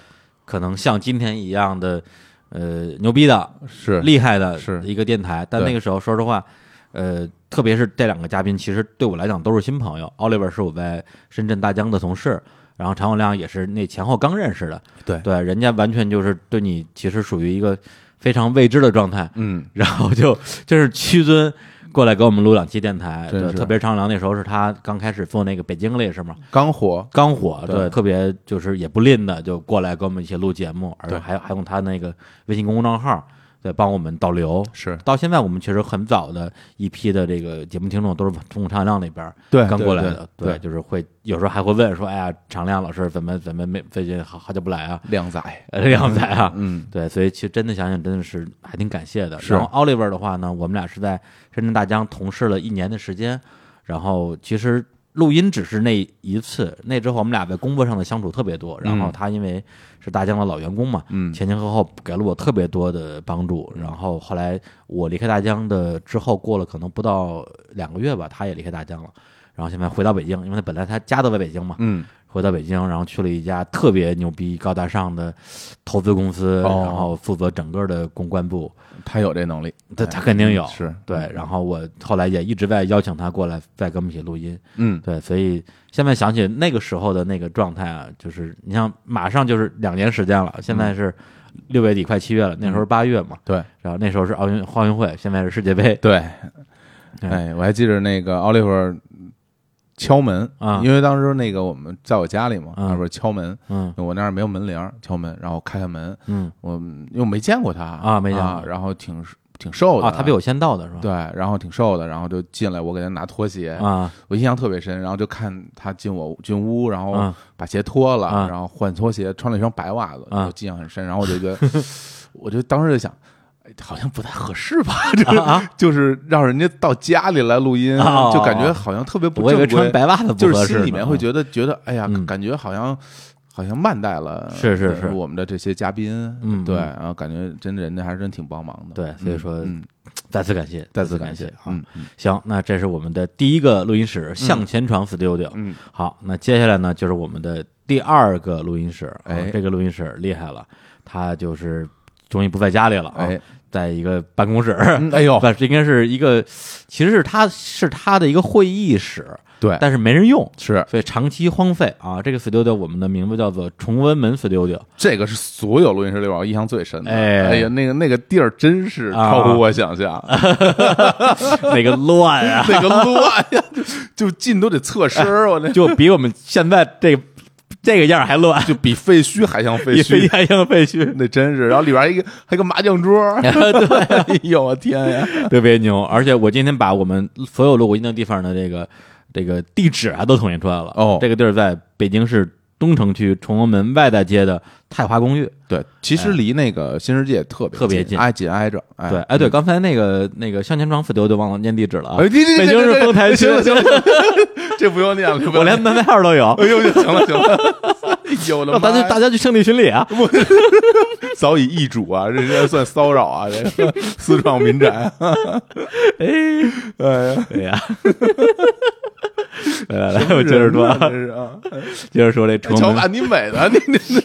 [SPEAKER 1] 可能像今天一样的呃牛逼的、
[SPEAKER 2] 是
[SPEAKER 1] 厉害的
[SPEAKER 2] 是
[SPEAKER 1] 一个电台。但
[SPEAKER 2] 对
[SPEAKER 1] 那个时候，说实话，呃，特别是这两个嘉宾，其实对我来讲都是新朋友。奥利 r 是我在深圳大疆的同事。然后常永亮也是那前后刚认识的，
[SPEAKER 2] 对
[SPEAKER 1] 对，人家完全就是对你其实属于一个非常未知的状态，
[SPEAKER 2] 嗯，
[SPEAKER 1] 然后就就是屈尊过来给我们录两期电台，
[SPEAKER 2] 真
[SPEAKER 1] 对，
[SPEAKER 2] 是
[SPEAKER 1] 特别张良那时候是他刚开始做那个北京卫视嘛，
[SPEAKER 2] 刚火，
[SPEAKER 1] 刚火，
[SPEAKER 2] 对
[SPEAKER 1] 特别就是也不吝的就过来跟我们一起录节目，而且
[SPEAKER 2] 对
[SPEAKER 1] 还还用他那个微信公众号对帮我们导流。
[SPEAKER 2] 是
[SPEAKER 1] 到现在，我们其实很早的一批的这个节目听众都是从常亮那边儿
[SPEAKER 2] 对
[SPEAKER 1] 刚
[SPEAKER 2] 哎对
[SPEAKER 1] 过来
[SPEAKER 2] 对
[SPEAKER 1] 的，
[SPEAKER 2] 对
[SPEAKER 1] 就是会有时候还会问说，哎呀，常亮老师怎么怎么没最近好好久不来 啊，
[SPEAKER 2] 靓仔，
[SPEAKER 1] 呃这样子啊，
[SPEAKER 2] 嗯
[SPEAKER 1] 对，所以其实真的想想，真的是还挺感谢的。
[SPEAKER 2] 是
[SPEAKER 1] 然后 Oliver 的话呢，我们俩是在深圳大疆同事了一年的时间，然后其实录音只是那一次，那之后我们俩在工作上的相处特别多。然后他因为是大疆的老员工嘛，
[SPEAKER 2] 嗯
[SPEAKER 1] 前前后后给了我特别多的帮助。然后后来我离开大疆的之后，过了可能不到两个月吧，他也离开大疆了。然后现在回到北京，因为他本来他家都在北京嘛，
[SPEAKER 2] 嗯
[SPEAKER 1] 回到北京，然后去了一家特别牛逼、高大上的投资公司，
[SPEAKER 2] 哦
[SPEAKER 1] 然后负责整个的公关部，
[SPEAKER 2] 他有这能力，哎
[SPEAKER 1] 他他肯定有，
[SPEAKER 2] 嗯是
[SPEAKER 1] 对。然后我后来也一直在邀请他过来，再跟我们一起录音，
[SPEAKER 2] 嗯
[SPEAKER 1] 对。所以现在想起那个时候的那个状态啊，就是你像马上就是两年时间了，现在是六月底快七月了，那时候八月嘛，
[SPEAKER 2] 嗯对
[SPEAKER 1] 然后那时候是奥运奥运会，现在是世界 杯，
[SPEAKER 2] 对，
[SPEAKER 1] 对
[SPEAKER 2] 哎，我还记着那个奥利弗敲门
[SPEAKER 1] 啊
[SPEAKER 2] 因为当时那个我们在我家里嘛，
[SPEAKER 1] 嗯
[SPEAKER 2] 那边敲门，
[SPEAKER 1] 嗯
[SPEAKER 2] 我那儿没有门铃，敲门，然后开开门，
[SPEAKER 1] 嗯，
[SPEAKER 2] 我因为我没见过他
[SPEAKER 1] 啊没见过
[SPEAKER 2] 然后挺挺瘦的，
[SPEAKER 1] 啊，他比我先到的是吧？
[SPEAKER 2] 哦对，然后挺瘦的，然后就进来，我给他拿拖鞋，
[SPEAKER 1] 啊
[SPEAKER 2] 我印象特别深，然后就看他进我进屋，然后
[SPEAKER 1] 啊
[SPEAKER 2] 把鞋脱了，
[SPEAKER 1] 啊
[SPEAKER 2] 然后换拖鞋，穿了一双白袜子，
[SPEAKER 1] 啊
[SPEAKER 2] 我印象很深。然后我就 觉得，我就当时就想，哎好像不太合适吧，就是、
[SPEAKER 1] 啊！
[SPEAKER 2] 就是让人家到家里来录音，
[SPEAKER 1] 哦
[SPEAKER 2] 就感觉好像特别不
[SPEAKER 1] 我以为
[SPEAKER 2] 正
[SPEAKER 1] 穿
[SPEAKER 2] 规，
[SPEAKER 1] 白袜子不
[SPEAKER 2] 就
[SPEAKER 1] 合适
[SPEAKER 2] 是
[SPEAKER 1] 呢，
[SPEAKER 2] 心里面会觉得觉得，哎呀，
[SPEAKER 1] 嗯
[SPEAKER 2] 感觉好像。好像慢待了，
[SPEAKER 1] 是是
[SPEAKER 2] 呃
[SPEAKER 1] 是
[SPEAKER 2] 我们的这些嘉宾，
[SPEAKER 1] 嗯
[SPEAKER 2] 对，
[SPEAKER 1] 嗯
[SPEAKER 2] 然后感觉真的人家还是真挺帮忙的，
[SPEAKER 1] 对所以说
[SPEAKER 2] 嗯，嗯
[SPEAKER 1] 再次感谢，
[SPEAKER 2] 再
[SPEAKER 1] 次
[SPEAKER 2] 次
[SPEAKER 1] 感
[SPEAKER 2] 感谢
[SPEAKER 1] 啊！
[SPEAKER 2] 嗯嗯
[SPEAKER 1] 行，那这是我们的第一个录音室，向前闯 Studio。
[SPEAKER 2] 嗯，
[SPEAKER 1] 好，那接下来呢，就是我们的第二个录音室。啊
[SPEAKER 2] 哎
[SPEAKER 1] 这个录音室厉害了，它就是终于不在家里了啊，
[SPEAKER 2] 哎，
[SPEAKER 1] 在一个办公室，
[SPEAKER 2] 嗯哎呦，
[SPEAKER 1] 不是应该是一个，其实是它是它的一个会议室，
[SPEAKER 2] 对，
[SPEAKER 1] 但是没人用。
[SPEAKER 2] 是
[SPEAKER 1] 所以长期荒废啊！这个 studio 我们的名字叫做崇文门 studio，
[SPEAKER 2] 这个是所有录音室里边我印象最深的。
[SPEAKER 1] 哎
[SPEAKER 2] 呀，那个那个地儿真是
[SPEAKER 1] 啊
[SPEAKER 2] 超乎我想象，
[SPEAKER 1] 那个乱啊，
[SPEAKER 2] 那个乱 呀，就就进都得侧身儿，啊我那
[SPEAKER 1] 就比我们现在这个这个样儿还乱，
[SPEAKER 2] 就比废墟还像废
[SPEAKER 1] 比 飞
[SPEAKER 2] 墟，
[SPEAKER 1] 还像废墟。
[SPEAKER 2] 那真是。然后里边还一个还有个麻将桌，
[SPEAKER 1] 对，
[SPEAKER 2] 哎呦我天呀！
[SPEAKER 1] 特别牛。而且我今天把我们所有录过音的地方的这个这个地址啊都统计出来了。
[SPEAKER 2] 哦
[SPEAKER 1] 这个地儿在北京市东城区崇文门外大街的泰华公寓。
[SPEAKER 2] 对，其实离那个新世界特别
[SPEAKER 1] 哎特别近
[SPEAKER 2] 近，挨紧挨着。哎
[SPEAKER 1] 对，哎，对，，刚才那个那个向前闯 studio 就忘了念地址了啊。
[SPEAKER 2] 哎，对对
[SPEAKER 1] 北
[SPEAKER 2] 对
[SPEAKER 1] 京
[SPEAKER 2] 对
[SPEAKER 1] 市
[SPEAKER 2] 对
[SPEAKER 1] 丰台区
[SPEAKER 2] 行，了行了，行了这不用念了，
[SPEAKER 1] 我连门牌号都有
[SPEAKER 2] 哎。呦行了行 了，哎呦我的
[SPEAKER 1] 让
[SPEAKER 2] 妈
[SPEAKER 1] 大家
[SPEAKER 2] 呀！
[SPEAKER 1] 大家去圣地巡礼啊！
[SPEAKER 2] 早已易主啊，这这算骚扰啊，这算私闯民宅。啊
[SPEAKER 1] 哎，
[SPEAKER 2] 哎呀，
[SPEAKER 1] 对呀。 来来来，我接着说，
[SPEAKER 2] 真是啊！ 哎
[SPEAKER 1] 接着说这崇
[SPEAKER 2] 瞧
[SPEAKER 1] 文门
[SPEAKER 2] 把你美的，你你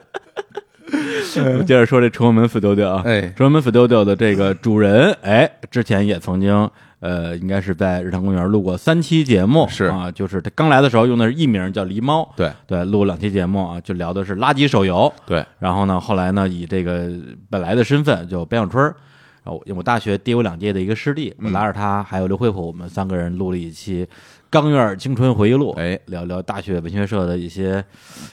[SPEAKER 1] 我接着说这崇文门 studio 啊，
[SPEAKER 2] 哎
[SPEAKER 1] 崇文门 studio 的这个主人，哎，之前也曾经，呃，应该是在日坛公园录过三期节目，
[SPEAKER 2] 是
[SPEAKER 1] 啊，就是他刚来的时候用的是艺名叫狸猫，
[SPEAKER 2] 对
[SPEAKER 1] 对，录了两期节目啊，就聊的是垃圾手游，
[SPEAKER 2] 对，
[SPEAKER 1] 然后呢，后来呢，以这个本来的身份就边小春儿，然后我大学跌我两届的一个师弟，
[SPEAKER 2] 嗯
[SPEAKER 1] 我拉着他还有刘惠普，我们三个人录了一期《钢院青春回忆录》，
[SPEAKER 2] 哎
[SPEAKER 1] 聊聊大学文学社的一些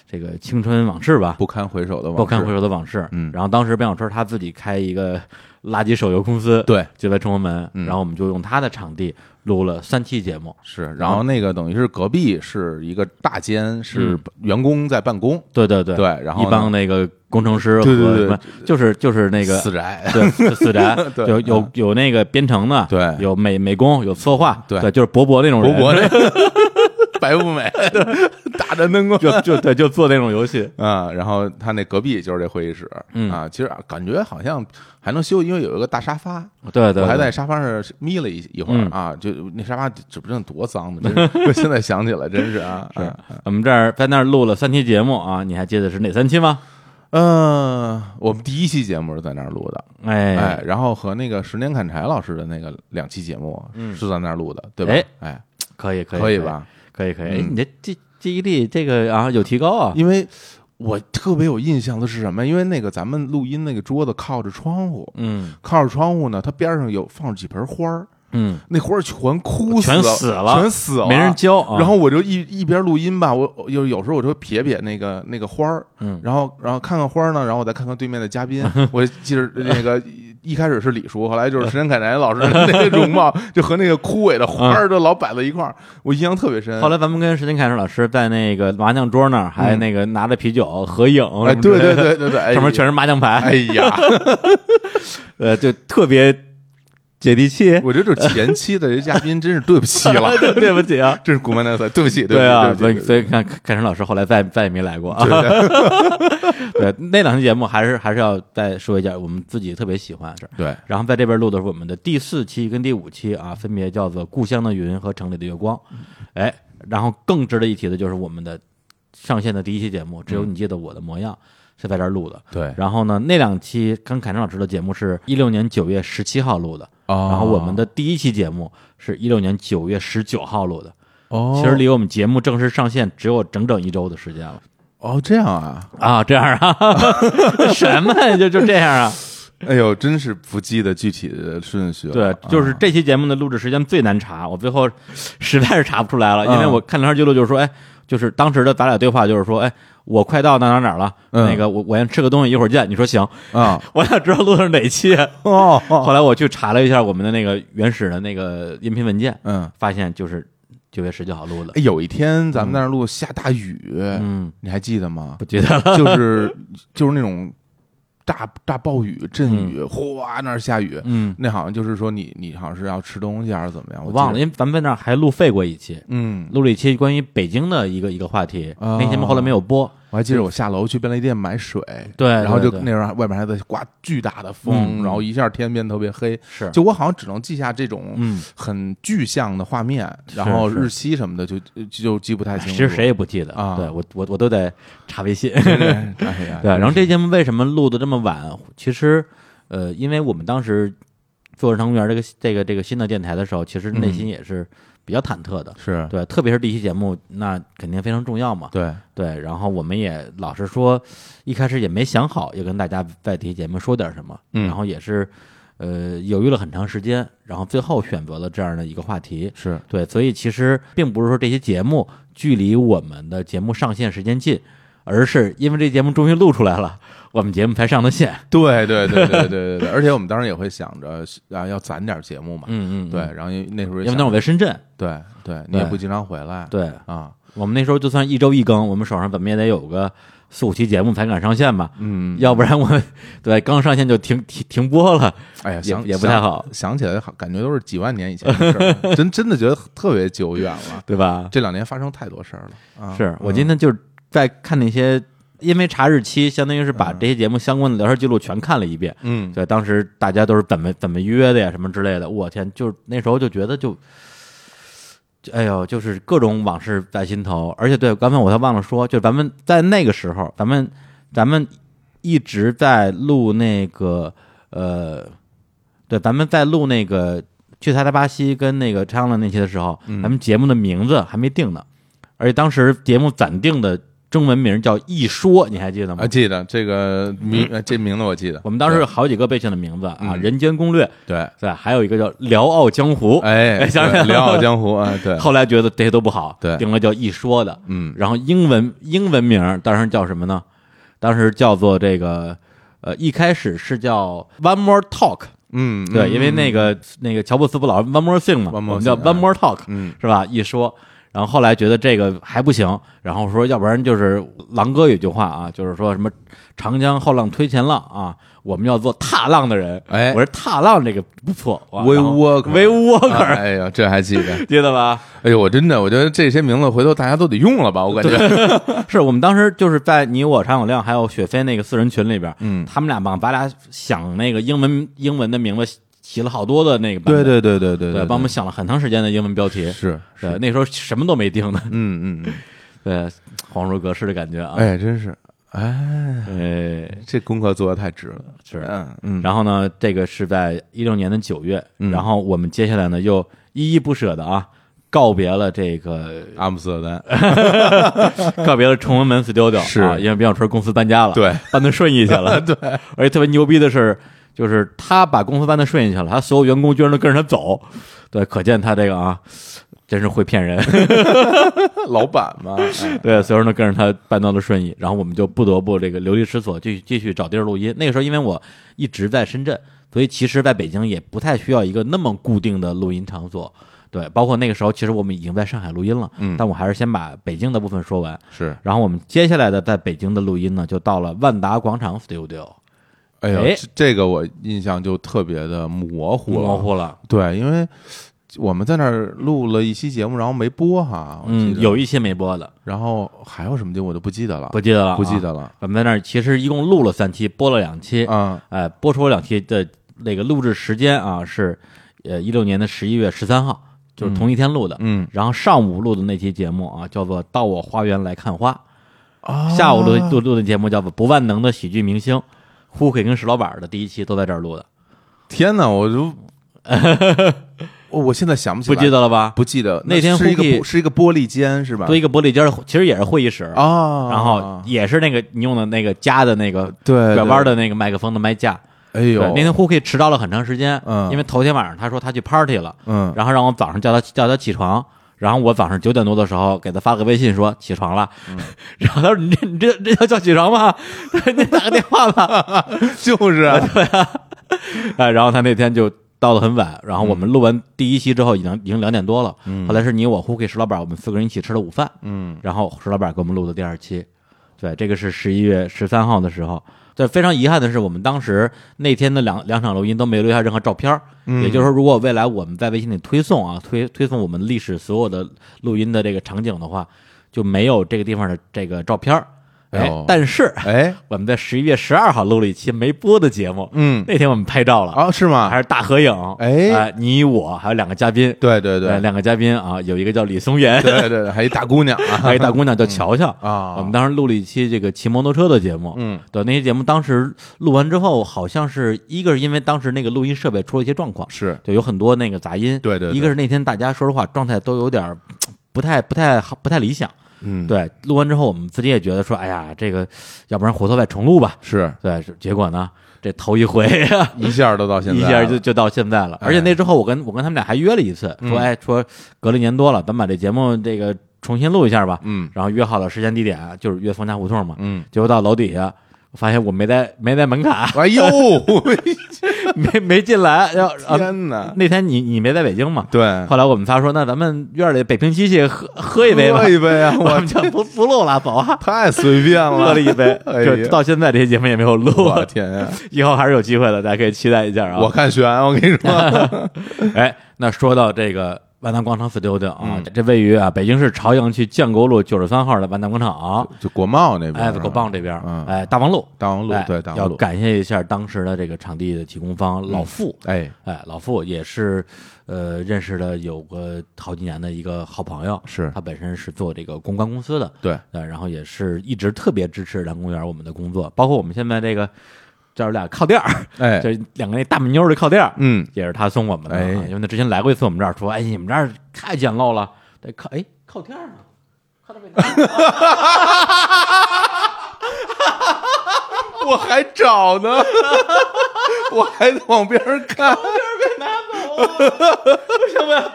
[SPEAKER 1] 这个青春往事吧，
[SPEAKER 2] 不堪回首的往事
[SPEAKER 1] 不堪回首的往事。
[SPEAKER 2] 嗯
[SPEAKER 1] 然后当时边小春他自己开一个垃圾手游公司，，
[SPEAKER 2] 对，
[SPEAKER 1] 就在崇文门，
[SPEAKER 2] 嗯
[SPEAKER 1] 然后我们就用他的场地录了三期节目，
[SPEAKER 2] 是，然后那个等于是隔壁是一个大间，是
[SPEAKER 1] 嗯
[SPEAKER 2] 员工在办公，
[SPEAKER 1] 对对对
[SPEAKER 2] 对，然后
[SPEAKER 1] 一帮
[SPEAKER 2] 呢
[SPEAKER 1] 那个工程师和
[SPEAKER 2] 对对对
[SPEAKER 1] 什么，就是就是那个
[SPEAKER 2] 死宅，，
[SPEAKER 1] 对死死宅
[SPEAKER 2] 对
[SPEAKER 1] 有有
[SPEAKER 2] 嗯
[SPEAKER 1] 有那个编程的，
[SPEAKER 2] 对
[SPEAKER 1] 有美美工，有策划，
[SPEAKER 2] 对
[SPEAKER 1] 就是博博那种
[SPEAKER 2] 博
[SPEAKER 1] 人，
[SPEAKER 2] 博那 白富美， 打着灯光，
[SPEAKER 1] 就就对，就做那种游 戏，
[SPEAKER 2] 啊、然后他那隔壁就是这会议室，
[SPEAKER 1] 嗯
[SPEAKER 2] 啊，其实啊感觉好像还能修，因为有一个大沙发，
[SPEAKER 1] 对对，
[SPEAKER 2] 我还
[SPEAKER 1] 对
[SPEAKER 2] 在沙发上眯了一一会儿
[SPEAKER 1] 嗯
[SPEAKER 2] 啊，就那沙发指不定多脏的，真是 我现在想起来真是啊，
[SPEAKER 1] 是
[SPEAKER 2] 啊
[SPEAKER 1] 我们这儿在那儿录了三期节目啊，你还记得是哪三期吗？
[SPEAKER 2] 呃，我们第一期节目是在那儿录的，
[SPEAKER 1] 哎
[SPEAKER 2] 哎，然后和那个十年砍柴老师的那个两期节目是在那儿录的，对吧？哎，
[SPEAKER 1] 可嗯以可以
[SPEAKER 2] 可以？吧？
[SPEAKER 1] 可以可以，哎，
[SPEAKER 2] 嗯
[SPEAKER 1] 你这记记忆力这个啊有提高啊，
[SPEAKER 2] 因为我特别有印象的是什么？因为那个咱们录音那个桌子靠着窗户，
[SPEAKER 1] 嗯
[SPEAKER 2] 靠着窗户呢，它边上有放着几盆花儿。
[SPEAKER 1] 嗯，
[SPEAKER 2] 那花儿全枯死
[SPEAKER 1] 全死了
[SPEAKER 2] 全死了，
[SPEAKER 1] 没人教啊，
[SPEAKER 2] 嗯然后我就一一边录音吧，我有有时候我就会撇撇那个那个花儿，
[SPEAKER 1] 嗯
[SPEAKER 2] 然后然后看看花儿呢，然后我再看看对面 的嘉宾，我记着那个一一开始是李叔，后来就是沈凯南老师的那个容貌，就和那个枯萎的花儿都老摆在一块儿，我印象特别深。
[SPEAKER 1] 嗯后来咱们跟石金凯石老师在那个麻将桌那儿还
[SPEAKER 2] 呃嗯
[SPEAKER 1] 那个拿着啤酒合影，
[SPEAKER 2] 哎，
[SPEAKER 1] 什么之
[SPEAKER 2] 对
[SPEAKER 1] 类的，
[SPEAKER 2] 对对对对，哎
[SPEAKER 1] 上面全是麻将
[SPEAKER 2] 哎
[SPEAKER 1] 牌，
[SPEAKER 2] 呀，
[SPEAKER 1] 呃，就特别接地气，
[SPEAKER 2] 我觉得就是前期的这嘉宾真是对不起了，
[SPEAKER 1] 对对不起啊。
[SPEAKER 2] 真是古曼大赛，对不起，
[SPEAKER 1] 对啊，
[SPEAKER 2] 不
[SPEAKER 1] 所以
[SPEAKER 2] 起，对不起
[SPEAKER 1] 所以看凯神老师后来再再也没来过啊。 对，那两期节目还是还是要再说一下我们自己特别喜欢的事儿。
[SPEAKER 2] 对，
[SPEAKER 1] 然后在这边录的是我们的第四期跟第五期啊，分别叫做《故乡的云》和《城里的月光》。哎，然后更值得一提的就是我们的上线的第一期节目《只有你记得我的模样》是在这儿录的。
[SPEAKER 2] 对，
[SPEAKER 1] 然后呢，那两期跟凯成老师的节目是一六年九月十七号录的，然
[SPEAKER 2] 然
[SPEAKER 1] 后我们的第一期节目是一六年九月十九号录的。
[SPEAKER 2] 哦，
[SPEAKER 1] 其实离我们节目正式上线只有整整一周的时间了
[SPEAKER 2] 哦这样啊，
[SPEAKER 1] 啊！这样啊， 什么呀就就这样啊？
[SPEAKER 2] 哎呦，真是不记得具体的顺序了。
[SPEAKER 1] 对，就是这期节目的录制时间最难查，我最后实在是查不出来了，因为
[SPEAKER 2] 嗯
[SPEAKER 1] 我看聊天记录就是说，哎，就是当时的咱俩对话就是说，哎，我快到哪哪哪了，
[SPEAKER 2] 嗯
[SPEAKER 1] 那个我我先吃个东西，一会儿见。你说行，
[SPEAKER 2] 啊，
[SPEAKER 1] 我想知道录的是哪期。
[SPEAKER 2] 哦，
[SPEAKER 1] 后来我去查了一下我们的那个原始的那个音频文件，
[SPEAKER 2] 嗯，
[SPEAKER 1] 发现就是九月十九号录的
[SPEAKER 2] 哎。有一天咱们在那儿录下大雨，
[SPEAKER 1] 嗯，
[SPEAKER 2] 你还记 得吗
[SPEAKER 1] 不？记得了。
[SPEAKER 2] 就是就是那种大大暴雨、阵雨，哗那儿下雨，
[SPEAKER 1] 嗯，
[SPEAKER 2] 那好像就是说你你好像是要吃东西还是怎么样？
[SPEAKER 1] 我
[SPEAKER 2] 我
[SPEAKER 1] 忘了，
[SPEAKER 2] 记得，
[SPEAKER 1] 因为咱们在那儿还录废过一期，
[SPEAKER 2] 嗯，
[SPEAKER 1] 录了一期关于北京的一个一个话题，
[SPEAKER 2] 哦
[SPEAKER 1] 那节目后来没有播。
[SPEAKER 2] 我还记得我下楼去便利店买水，
[SPEAKER 1] 对，
[SPEAKER 2] 然后就
[SPEAKER 1] 对对
[SPEAKER 2] 那时候还外面还在刮巨大的
[SPEAKER 1] 嗯
[SPEAKER 2] 风，然后一下天变得特别黑，
[SPEAKER 1] 是
[SPEAKER 2] 就我好像只能记下这种
[SPEAKER 1] 嗯，
[SPEAKER 2] 很具象的画面，然
[SPEAKER 1] 是
[SPEAKER 2] 后
[SPEAKER 1] 是
[SPEAKER 2] 日期什么的就就就记不太清
[SPEAKER 1] 其
[SPEAKER 2] 楚。
[SPEAKER 1] 实 谁也不记得
[SPEAKER 2] 啊
[SPEAKER 1] 对我我我都得查微信。
[SPEAKER 2] 哎？哎呀，
[SPEAKER 1] 对，然后这节目为什么录的这么晚？其实，呃，因为我们当时做日常公园这个这个这个新的电台的时候，其实内心也是比较忐忑的。
[SPEAKER 2] 是
[SPEAKER 1] 对，特别是第一期节目，那肯定非常重要嘛。
[SPEAKER 2] 对，
[SPEAKER 1] 对，然后我们也老实说，一开始也没想好要跟大家在第一节目说点什么，
[SPEAKER 2] 嗯
[SPEAKER 1] 然后也是呃犹豫了很长时间，然后最后选择了这样的一个话题。
[SPEAKER 2] 是
[SPEAKER 1] 对，所以其实并不是说这些节目距离我们的节目上线时间近，而是因为这节目终于录出来了，我们节目才上的线。
[SPEAKER 2] 对对对对对对 对，而且我们当时也会想着啊要攒点节目嘛，
[SPEAKER 1] 嗯嗯，
[SPEAKER 2] 对，，然后因为那时候
[SPEAKER 1] 因
[SPEAKER 2] 也
[SPEAKER 1] 为
[SPEAKER 2] 想
[SPEAKER 1] 那我在深圳，
[SPEAKER 2] 对对，你也
[SPEAKER 1] 对
[SPEAKER 2] 不经常回来，
[SPEAKER 1] 对
[SPEAKER 2] 啊，
[SPEAKER 1] 我们那时候就算一周一更，我们手上怎么也得有个四五期节目才敢上线吧。
[SPEAKER 2] 嗯，
[SPEAKER 1] 要不然我们对刚上线就停停停播了，
[SPEAKER 2] 哎呀，
[SPEAKER 1] 也
[SPEAKER 2] 想
[SPEAKER 1] 也不太，好，
[SPEAKER 2] 想想起来好，感觉都是几万年以前的事 儿，真真的觉得特别久远了。
[SPEAKER 1] 对吧？
[SPEAKER 2] 这两年发生太多事儿了，啊
[SPEAKER 1] 是我
[SPEAKER 2] 嗯
[SPEAKER 1] 今天就是在看那些，因为查日期，相当于是把这些节目相关的聊天记录全看了一遍。
[SPEAKER 2] 嗯，
[SPEAKER 1] 对，当时大家都是怎么怎么约的呀，什么之类的。我天，就是那时候就觉得就，就哎呦，就是各种往事在心头。而且对，刚才我还忘了说，就咱们在那个时候，咱们咱们一直在录那个呃，对，咱们在录那个去他的巴西跟那个昌了那期的时候，
[SPEAKER 2] 嗯
[SPEAKER 1] 咱们节目的名字还没定呢，而且当时节目暂定的中文名叫一说，你还记得吗
[SPEAKER 2] 啊，？记得这个名，呃这名字我记得，
[SPEAKER 1] 嗯我们当时有好几个备选的名字啊，
[SPEAKER 2] 嗯
[SPEAKER 1] 人间攻略》
[SPEAKER 2] 对，
[SPEAKER 1] 对，还有一个叫《聊傲江湖》，
[SPEAKER 2] 哎，
[SPEAKER 1] 想起来
[SPEAKER 2] 对
[SPEAKER 1] 了
[SPEAKER 2] 聊好江湖啊，对，
[SPEAKER 1] 后来觉得这些都不好，
[SPEAKER 2] 对
[SPEAKER 1] 定了叫一说的，
[SPEAKER 2] 嗯，
[SPEAKER 1] 然后英文英文名儿当时叫什么呢？当时叫做这个，呃，一开始是叫 One More Talk，
[SPEAKER 2] 嗯，
[SPEAKER 1] 对，因为那
[SPEAKER 2] 个，
[SPEAKER 1] 个那个乔布斯不老 One More Thing 嘛，
[SPEAKER 2] One
[SPEAKER 1] 我
[SPEAKER 2] more
[SPEAKER 1] 们叫
[SPEAKER 2] thing，
[SPEAKER 1] One More Talk，
[SPEAKER 2] 嗯
[SPEAKER 1] 是吧？一说，然后后来觉得这个还不行，然后说要不然就是狼哥有句话啊，就是说什么长江后浪推前浪啊，我们要做踏浪的人。
[SPEAKER 2] 哎
[SPEAKER 1] 我说踏浪这个不错
[SPEAKER 2] ，We
[SPEAKER 1] 维
[SPEAKER 2] work，
[SPEAKER 1] 维 Walker，
[SPEAKER 2] 哎呀，这还记得，
[SPEAKER 1] 记得吧？
[SPEAKER 2] 哎呦，我真的，我觉得这些名字回头大家都得用了吧，我感觉，
[SPEAKER 1] 是我们当时就是在你我常有亮还有雪飞那个四人群里边，
[SPEAKER 2] 嗯，
[SPEAKER 1] 他们俩帮把俩想那个英文英文的名字起了好多的那个版本，
[SPEAKER 2] 对对对对
[SPEAKER 1] 对，帮我们想了很长时间的英文标题。
[SPEAKER 2] 是，
[SPEAKER 1] 对，呃那时候什么都没定的，
[SPEAKER 2] 嗯嗯，嗯，
[SPEAKER 1] 对，恍如隔世的感觉啊。
[SPEAKER 2] 哎，真是，哎，
[SPEAKER 1] 哎，
[SPEAKER 2] 这功课做的太值了，
[SPEAKER 1] 是。
[SPEAKER 2] 嗯嗯，
[SPEAKER 1] 然后呢，这个是在一六年的九月，
[SPEAKER 2] 嗯
[SPEAKER 1] 然后我们接下来呢又依依不舍的啊，告别了这个，
[SPEAKER 2] 阿姆斯特丹，
[SPEAKER 1] 啊告别了崇文门 studio，
[SPEAKER 2] 是
[SPEAKER 1] 啊，因为边小春公司搬家了，，
[SPEAKER 2] 对，
[SPEAKER 1] 搬到顺义去 了，对，而且特别牛逼的是，就是他把公司搬到顺义去了，他所有员工居然都跟着他走，对，可见他这个啊，真是会骗人，
[SPEAKER 2] 老板嘛，哎
[SPEAKER 1] 对，所有人都跟着他搬到了顺义，然后我们就不得不这个流离失所，继续继续找地儿录音。那个时候，因为我一直在深圳，所以其实在北京也不太需要一个那么固定的录音场所。对，包括那个时候，其实我们已经在上海录音了，
[SPEAKER 2] 嗯
[SPEAKER 1] 但我还是先把北京的部分说完。
[SPEAKER 2] 是，
[SPEAKER 1] 然后我们接下来的在北京的录音呢，就到了万达广场 studio，
[SPEAKER 2] 哎呦，
[SPEAKER 1] 哎
[SPEAKER 2] 这这个我印象就特别的模糊了，
[SPEAKER 1] 模糊了。
[SPEAKER 2] 对，因为我们在那儿录了一期节目，然后没播哈，我记
[SPEAKER 1] 嗯，
[SPEAKER 2] 得
[SPEAKER 1] 有，一些没播的，
[SPEAKER 2] 然后还有什么节目我就不记得了，
[SPEAKER 1] 不记得了，啊
[SPEAKER 2] 不记。得了，
[SPEAKER 1] 我们在那儿其实一共录了三期，播了两期，
[SPEAKER 2] 啊，
[SPEAKER 1] 呃，播出了两期的那个录制时间啊是，呃，一六年的十一月十三号，就是同一天录的。
[SPEAKER 2] 嗯，
[SPEAKER 1] 然后上午录的那期节目啊，叫做《到我花园来看花》，
[SPEAKER 2] 啊
[SPEAKER 1] 下午录录录的节目叫做《不万能的喜剧明星》，胡可跟石老板的第一期都在这儿录的，
[SPEAKER 2] 天哪，我就，我我现在想不起
[SPEAKER 1] 不
[SPEAKER 2] 来，
[SPEAKER 1] 记得了吧？
[SPEAKER 2] 不记得
[SPEAKER 1] 那天
[SPEAKER 2] 是一
[SPEAKER 1] Huki-
[SPEAKER 2] 个不是一个玻璃间是吧？
[SPEAKER 1] 多一个玻璃间儿，其实也是会议室，
[SPEAKER 2] 啊，
[SPEAKER 1] 然后也是那个你用的那个夹的那个
[SPEAKER 2] 对
[SPEAKER 1] 拐弯，的那个麦克风的麦架。
[SPEAKER 2] 对哎呦，
[SPEAKER 1] 对，那天胡可迟到了很长时间，
[SPEAKER 2] 嗯
[SPEAKER 1] 因为头天晚上他说他去 party 了。
[SPEAKER 2] 嗯，
[SPEAKER 1] 然后让我早上叫他叫他起床，然后我早上九点多的时候给他发个微信说起床了， 然后他说你这你这这叫叫起床吗？ 你打个电话吧。
[SPEAKER 2] 就是啊
[SPEAKER 1] 哎，然后他那天就到了很晚，然后我们录完第一期之后已经已经两点多了，后来是你我胡给石老板我们四个人一起吃了午饭，
[SPEAKER 2] 嗯，
[SPEAKER 1] 然后石老板给我们录的第二期，对，这个是十一月十三号的时候。对，非常遗憾的是，我们当时那天的两两场录音都没留下任何照片儿。
[SPEAKER 2] 嗯
[SPEAKER 1] 也就是说，如果未来我们在微信里推送啊，推推送我们历史所有的录音的这个场景的话，就没有这个地方的这个照片儿。
[SPEAKER 2] 哎
[SPEAKER 1] 哎
[SPEAKER 2] 呦，
[SPEAKER 1] 但是
[SPEAKER 2] 哎，
[SPEAKER 1] 我们在十一月十二号录了一期没播的节目，
[SPEAKER 2] 嗯，
[SPEAKER 1] 那天我们拍照了，
[SPEAKER 2] 啊，是吗
[SPEAKER 1] 还？是大合影。
[SPEAKER 2] 哎
[SPEAKER 1] 哎你我还有两个嘉宾，
[SPEAKER 2] 对对
[SPEAKER 1] 呃
[SPEAKER 2] 对
[SPEAKER 1] 两个嘉宾啊，有一个叫李松岩，
[SPEAKER 2] 对对对，还一大姑娘啊
[SPEAKER 1] 还有一大姑娘叫乔乔。
[SPEAKER 2] 啊，
[SPEAKER 1] 我们当时录了一期这个骑摩托车的节目，
[SPEAKER 2] 嗯，
[SPEAKER 1] 对，那期节目当时录完之后，好像是一个是因为当时那个录音设备出了一些状况，
[SPEAKER 2] 是
[SPEAKER 1] 就有很多那个杂音。
[SPEAKER 2] 对对对
[SPEAKER 1] 一个是那天大家说实话状态都有点儿不太不太好，不太理想。
[SPEAKER 2] 嗯
[SPEAKER 1] 对，录完之后我们自己也觉得说，哎呀，这个要不然回头再重录吧。
[SPEAKER 2] 是
[SPEAKER 1] 对，是结果呢，这头一回
[SPEAKER 2] 一下都到现在
[SPEAKER 1] 一
[SPEAKER 2] 了，哎
[SPEAKER 1] 下就就到现在了。而且那之后，我跟我跟他们俩还约了一次，
[SPEAKER 2] 嗯
[SPEAKER 1] 说，哎，说隔了一年多了，咱们把这节目这个重新录一下吧。
[SPEAKER 2] 嗯
[SPEAKER 1] 然后约好了时间地点，啊就是约冯家胡同嘛。
[SPEAKER 2] 嗯，
[SPEAKER 1] 结果到楼底下，我发现我没带没带门卡，
[SPEAKER 2] 哎呦，
[SPEAKER 1] 没没进来。然后啊，
[SPEAKER 2] 天哪，
[SPEAKER 1] 那天你你没在北京嘛？
[SPEAKER 2] 对，
[SPEAKER 1] 后来我们仨说，那咱们院里北平西去喝喝一杯吧
[SPEAKER 2] 喝，一杯啊，
[SPEAKER 1] 我
[SPEAKER 2] 我
[SPEAKER 1] 们就不不录了，走啊，
[SPEAKER 2] 太随便
[SPEAKER 1] 喝
[SPEAKER 2] 了
[SPEAKER 1] 了，一杯，
[SPEAKER 2] 哎呀
[SPEAKER 1] 就到现在这些节目也没有录，
[SPEAKER 2] 我的天呀，
[SPEAKER 1] 以后还是有机会的，大家可以期待一下啊。
[SPEAKER 2] 我看悬，我跟 你说，
[SPEAKER 1] 哎，那说到这个万达广场 studio 啊，
[SPEAKER 2] 嗯
[SPEAKER 1] 这位于啊北京市朝阳区建国路九十三号的万达广场啊，
[SPEAKER 2] 就国贸那边，
[SPEAKER 1] 哎，狗棒这边，
[SPEAKER 2] 嗯
[SPEAKER 1] 哎，大望路，
[SPEAKER 2] 大王路
[SPEAKER 1] 哎
[SPEAKER 2] 对大
[SPEAKER 1] 要
[SPEAKER 2] 王路，
[SPEAKER 1] 感谢一下当时的这个场地的提供方老傅，
[SPEAKER 2] 哎，
[SPEAKER 1] 哎，老傅也是，呃，认识了有个好几年的一个好朋友，
[SPEAKER 2] 是
[SPEAKER 1] 他本身是做这个公关公司的，
[SPEAKER 2] 对，
[SPEAKER 1] 呃，然后也是一直特别支持蓝公园我们的工作，包括我们现在这个这儿有俩靠垫儿，
[SPEAKER 2] 哎，
[SPEAKER 1] 这两个那大米妞儿的靠垫儿，
[SPEAKER 2] 嗯，
[SPEAKER 1] 也是他送我们的啊，
[SPEAKER 2] 哎
[SPEAKER 1] 因为他之前来过一次我们这儿，说，哎，你们这儿太简陋了，这靠，哎，靠垫儿呢？靠垫儿没拿
[SPEAKER 2] 我还找呢， 我还往边上看，
[SPEAKER 1] 为什么？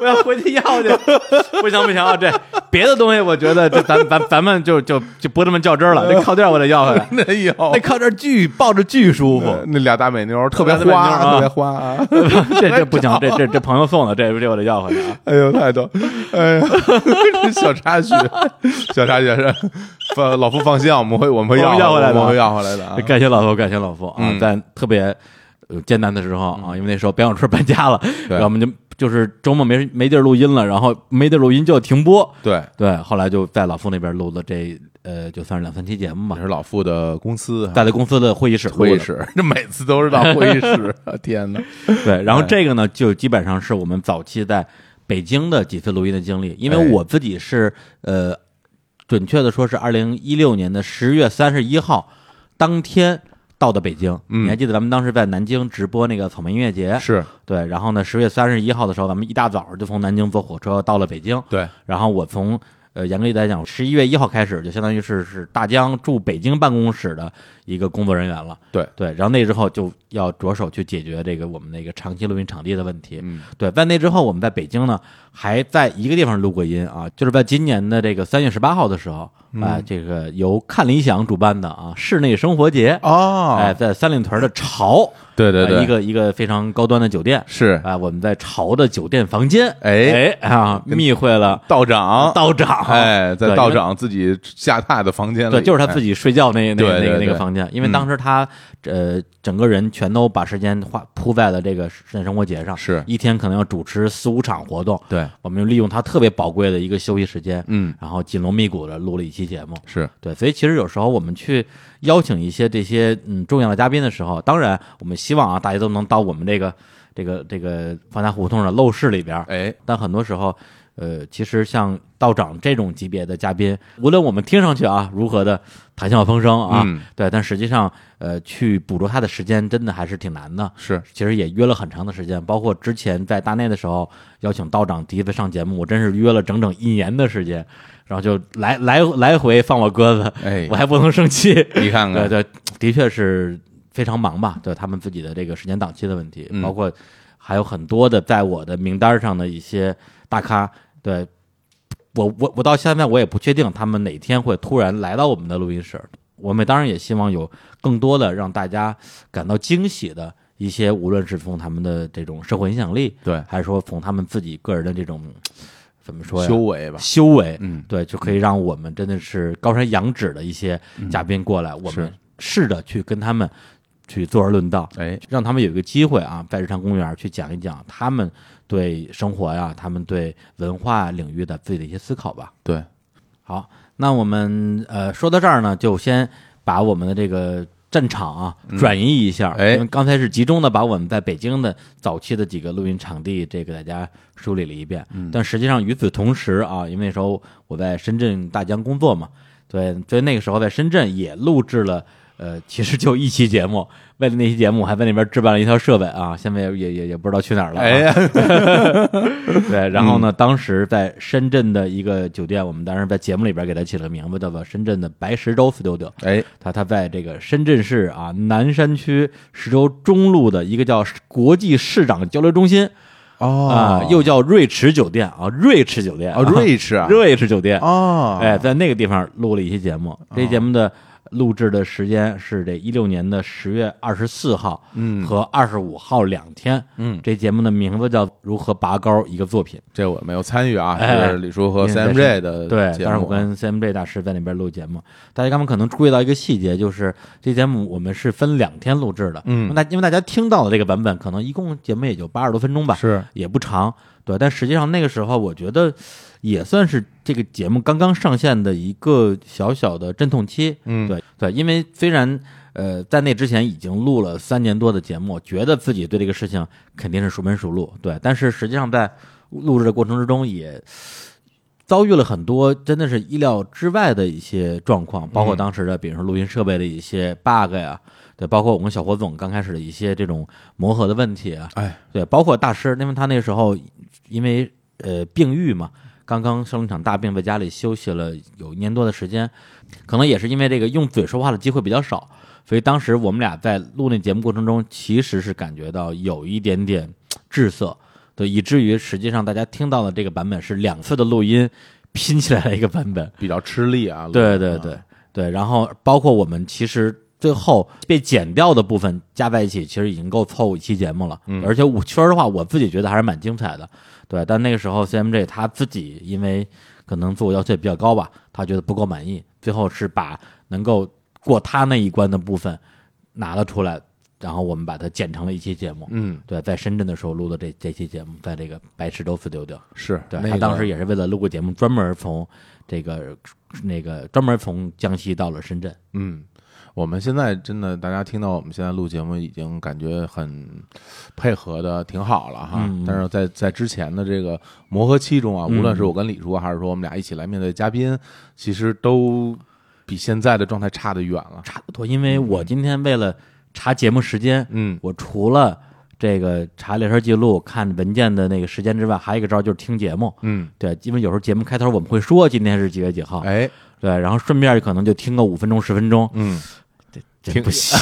[SPEAKER 1] 我要回去要去。 不行不行啊，这别的东西我觉得这咱咱咱们就就就不这么较真儿了，这靠垫儿我得要回来。
[SPEAKER 2] 哎呦，
[SPEAKER 1] 那靠垫儿巨抱着巨舒服，
[SPEAKER 2] 那俩大美妞特别
[SPEAKER 1] 俩大美妞
[SPEAKER 2] 花，
[SPEAKER 1] 啊
[SPEAKER 2] 特别花啊！
[SPEAKER 1] 这这不行，这这这朋友送的，这这我得要回来啊。
[SPEAKER 2] 哎呦，太逗！哎呀， 这小插曲，小插曲是，放老夫放心啊，我们会我们会
[SPEAKER 1] 我
[SPEAKER 2] 要
[SPEAKER 1] 们要回来的
[SPEAKER 2] 我们会要回来的啊！
[SPEAKER 1] 感谢老夫，感谢老夫啊
[SPEAKER 2] 嗯！
[SPEAKER 1] 在特别呃艰难的时候啊，因为那时候北小春搬家了，然后我们就就是周末没没地儿录音了，然后没地儿录音就要停播。
[SPEAKER 2] 对，
[SPEAKER 1] 对，后来就在老夫那边录了这呃，就算是两三期节目
[SPEAKER 2] 也
[SPEAKER 1] 吧，
[SPEAKER 2] 是老傅的公司啊
[SPEAKER 1] 在在公司的会议室录的
[SPEAKER 2] 会议。室，这每次都是到会议室， 天哪！
[SPEAKER 1] 对，然后
[SPEAKER 2] 哎
[SPEAKER 1] 这个呢，就基本上是我们早期在北京的几次录音的经历，因
[SPEAKER 2] 哎
[SPEAKER 1] 为我自己是呃，准确的说是二零一六年的十月三十一号当天到的北京。
[SPEAKER 2] 嗯
[SPEAKER 1] 你还记得咱们当时在南京直播那个草莓音乐节？
[SPEAKER 2] 是
[SPEAKER 1] 对，然后呢，十月三十一号的时候，咱们一大早就从南京坐火车到了北京。
[SPEAKER 2] 对，
[SPEAKER 1] 然后我从呃严格意义来讲，十一月一号开始就相当于是是大疆驻北京办公室的一个工作人员了。
[SPEAKER 2] 对
[SPEAKER 1] 对，然后那之后就要着手去解决这个我们那个长期录音场地的问题。
[SPEAKER 2] 嗯，
[SPEAKER 1] 对，在那之后，我们在北京呢，还在一个地方录过音啊，就是在今年的这个三月十八号的时候，啊、
[SPEAKER 2] 嗯
[SPEAKER 1] 这个由看理想主办的啊室内生活节，
[SPEAKER 2] 哦，
[SPEAKER 1] 哎，在三里屯的潮，
[SPEAKER 2] 对对
[SPEAKER 1] 呃
[SPEAKER 2] 对，
[SPEAKER 1] 一个一个非常高端的酒店，
[SPEAKER 2] 是
[SPEAKER 1] 啊，我们在潮的酒店房间，
[SPEAKER 2] 哎
[SPEAKER 1] 哎啊，密会了
[SPEAKER 2] 道长，
[SPEAKER 1] 道长，
[SPEAKER 2] 啊哎，在
[SPEAKER 1] 对
[SPEAKER 2] 道。
[SPEAKER 1] 因为
[SPEAKER 2] 长自己下榻的房间里，
[SPEAKER 1] 对，就是他
[SPEAKER 2] 哎
[SPEAKER 1] 自己睡觉那那
[SPEAKER 2] 对
[SPEAKER 1] 那
[SPEAKER 2] 对
[SPEAKER 1] 个那
[SPEAKER 2] 对嗯
[SPEAKER 1] 个房间，因为当时他呃整个人全都把时间花扑在了这个室内生活节上，
[SPEAKER 2] 是
[SPEAKER 1] 一天可能要主持四五场活动，
[SPEAKER 2] 对，
[SPEAKER 1] 我们就利用他特别宝贵的一个休息时间，
[SPEAKER 2] 哎嗯，
[SPEAKER 1] 然后紧锣密鼓的录了一期节目，
[SPEAKER 2] 是
[SPEAKER 1] 对，所以其实有时候我们去邀请一些这些嗯重要的嘉宾的时候，当然我们希望啊大家都能到我们这个这个这个方家胡同的陋室里边儿，
[SPEAKER 2] 哎，
[SPEAKER 1] 但很多时候，呃，其实像道长这种级别的嘉宾，无论我们听上去啊如何的谈笑风生啊，
[SPEAKER 2] 嗯
[SPEAKER 1] 对，但实际上呃去捕捉他的时间真的还是挺难的。
[SPEAKER 2] 是
[SPEAKER 1] 其实也约了很长的时间，包括之前在大内的时候邀请道长第一次上节目，我真是约了整整一年的时间，然后就来来来回放我鸽子，
[SPEAKER 2] 哎
[SPEAKER 1] 我还不能生气。
[SPEAKER 2] 你看
[SPEAKER 1] 对
[SPEAKER 2] 看，
[SPEAKER 1] 对，的确是非常忙吧？对他们自己的这个时间档期的问题，
[SPEAKER 2] 嗯
[SPEAKER 1] 包括还有很多的在我的名单上的一些大咖，对我我我到现在我也不确定他们哪天会突然来到我们的录音室。我们当然也希望有更多的让大家感到惊喜的一些，无论是从他们的这种社会影响力，
[SPEAKER 2] 对
[SPEAKER 1] 还是说从他们自己个人的这种怎么说呀
[SPEAKER 2] 修为吧，
[SPEAKER 1] 修为，
[SPEAKER 2] 嗯，
[SPEAKER 1] 对，就可以让我们真的是高山仰止的一些
[SPEAKER 2] 嗯
[SPEAKER 1] 嘉宾过来，我们试着去跟他们去坐而论道，
[SPEAKER 2] 哎，
[SPEAKER 1] 让他们有一个机会啊，在日常公园去讲一讲他们对生活呀、他们对文化领域的自己的一些思考吧。
[SPEAKER 2] 对，
[SPEAKER 1] 好，那我们呃说到这儿呢，就先把我们的这个战场啊转移一下，
[SPEAKER 2] 哎
[SPEAKER 1] 因为刚才是集中的把我们在北京的早期的几个录音场地这个大家梳理了一遍，
[SPEAKER 2] 嗯
[SPEAKER 1] 但实际上与此同时啊，因为那时候我在深圳大疆工作嘛，对，所以那个时候在深圳也录制了。呃，其实就一期节目，为了那期节目，我还在那边置办了一套设备啊，现在也也也也不知道去哪儿了、啊。
[SPEAKER 2] 哎呀，
[SPEAKER 1] 对，然后呢，
[SPEAKER 2] 嗯
[SPEAKER 1] 当时在深圳的一个酒店，我们当时在节目里边给它起了个名字，叫做深圳的白石洲 Studio。
[SPEAKER 2] 哎，
[SPEAKER 1] 它它在这个深圳市啊南山区石洲中路的一个叫国际市长交流中心
[SPEAKER 2] 哦
[SPEAKER 1] 啊、又叫瑞驰酒店啊，瑞驰酒店
[SPEAKER 2] 哦，Rich 啊，
[SPEAKER 1] 瑞驰酒店
[SPEAKER 2] 哦，
[SPEAKER 1] 哎，，在那个地方录了一期节目。这期节目的录制的时间是这一六年的十月二十四号，嗯，和二十五号两天。
[SPEAKER 2] 嗯，
[SPEAKER 1] 这节目的名字叫《如何拔高一个作品》。
[SPEAKER 2] 这我没有参与啊，
[SPEAKER 1] 哎
[SPEAKER 2] 是李叔和
[SPEAKER 1] 因为在
[SPEAKER 2] CMJ 的
[SPEAKER 1] 对，
[SPEAKER 2] 节
[SPEAKER 1] 当时
[SPEAKER 2] 目啊
[SPEAKER 1] 我跟 CMJ 大师在那边录节目，大家刚刚可能注意到一个细节，就是这节目我们是分两天录制的，
[SPEAKER 2] 嗯
[SPEAKER 1] 那因为大家听到的这个版本，可能一共节目也就八十多分钟吧，
[SPEAKER 2] 是
[SPEAKER 1] 也不长，对，但实际上那个时候我觉得也算是这个节目刚刚上线的一个小小的阵痛期，
[SPEAKER 2] 嗯
[SPEAKER 1] 对对，因为虽然。呃，在那之前已经录了三年多的节目，觉得自己对这个事情肯定是熟门熟路，对。但是实际上在录制的过程之中，也遭遇了很多真的是意料之外的一些状况，包括当时的，比如说录音设备的一些 bug 呀，对，包括我跟小火总刚开始的一些这种磨合的问题啊，
[SPEAKER 2] 哎，
[SPEAKER 1] 对，包括大师，因为他那时候因为呃病愈嘛，刚刚生了一场大病，在家里休息了有一年多的时间，可能也是因为这个用嘴说话的机会比较少，所以当时我们俩在录那节目过程中，其实是感觉到有一点点滞涩。对，以至于实际上大家听到的这个版本是两次的录音拼起来的一个版本。
[SPEAKER 2] 比较吃力啊。
[SPEAKER 1] 对
[SPEAKER 2] 录的
[SPEAKER 1] 对对对，然后包括我们其实最后被剪掉的部分加在一起，其实已经够凑一期节目了。
[SPEAKER 2] 嗯
[SPEAKER 1] 而且我说实话，我自己觉得还是蛮精彩的。对，但那个时候 CMJ 他自己因为可能自我要求也比较高吧，他觉得不够满意，最后是把能够过他那一关的部分拿了出来，然后我们把它剪成了一期节目。
[SPEAKER 2] 嗯，
[SPEAKER 1] 对，在深圳的时候录的这这期节目，在这个白石洲 studio，
[SPEAKER 2] 是
[SPEAKER 1] 对、
[SPEAKER 2] 那
[SPEAKER 1] 他
[SPEAKER 2] 个
[SPEAKER 1] 当时也是为了录个节目，专门从这个那个专门从江西到了深圳。
[SPEAKER 2] 嗯，我们现在真的，大家听到我们现在录节目，已经感觉很配合的挺好了哈。
[SPEAKER 1] 嗯
[SPEAKER 2] 但是在在之前的这个磨合期中啊，
[SPEAKER 1] 嗯
[SPEAKER 2] 无论是我跟李叔啊，还是说我们俩一起来面对嘉宾，其实都比现在的状态差得远了。
[SPEAKER 1] 差不多，因为我今天为了查节目时间，
[SPEAKER 2] 嗯，
[SPEAKER 1] 我除了这个查聊天记录、看文件的那个时间之外，还有一个招儿就是听节目。
[SPEAKER 2] 嗯，
[SPEAKER 1] 对，因为有时候节目开头我们会说今天是几月几号，
[SPEAKER 2] 哎，
[SPEAKER 1] 对，然后顺便可能就听个五分钟、十分钟，
[SPEAKER 2] 嗯，
[SPEAKER 1] 真
[SPEAKER 2] 听
[SPEAKER 1] 不 行，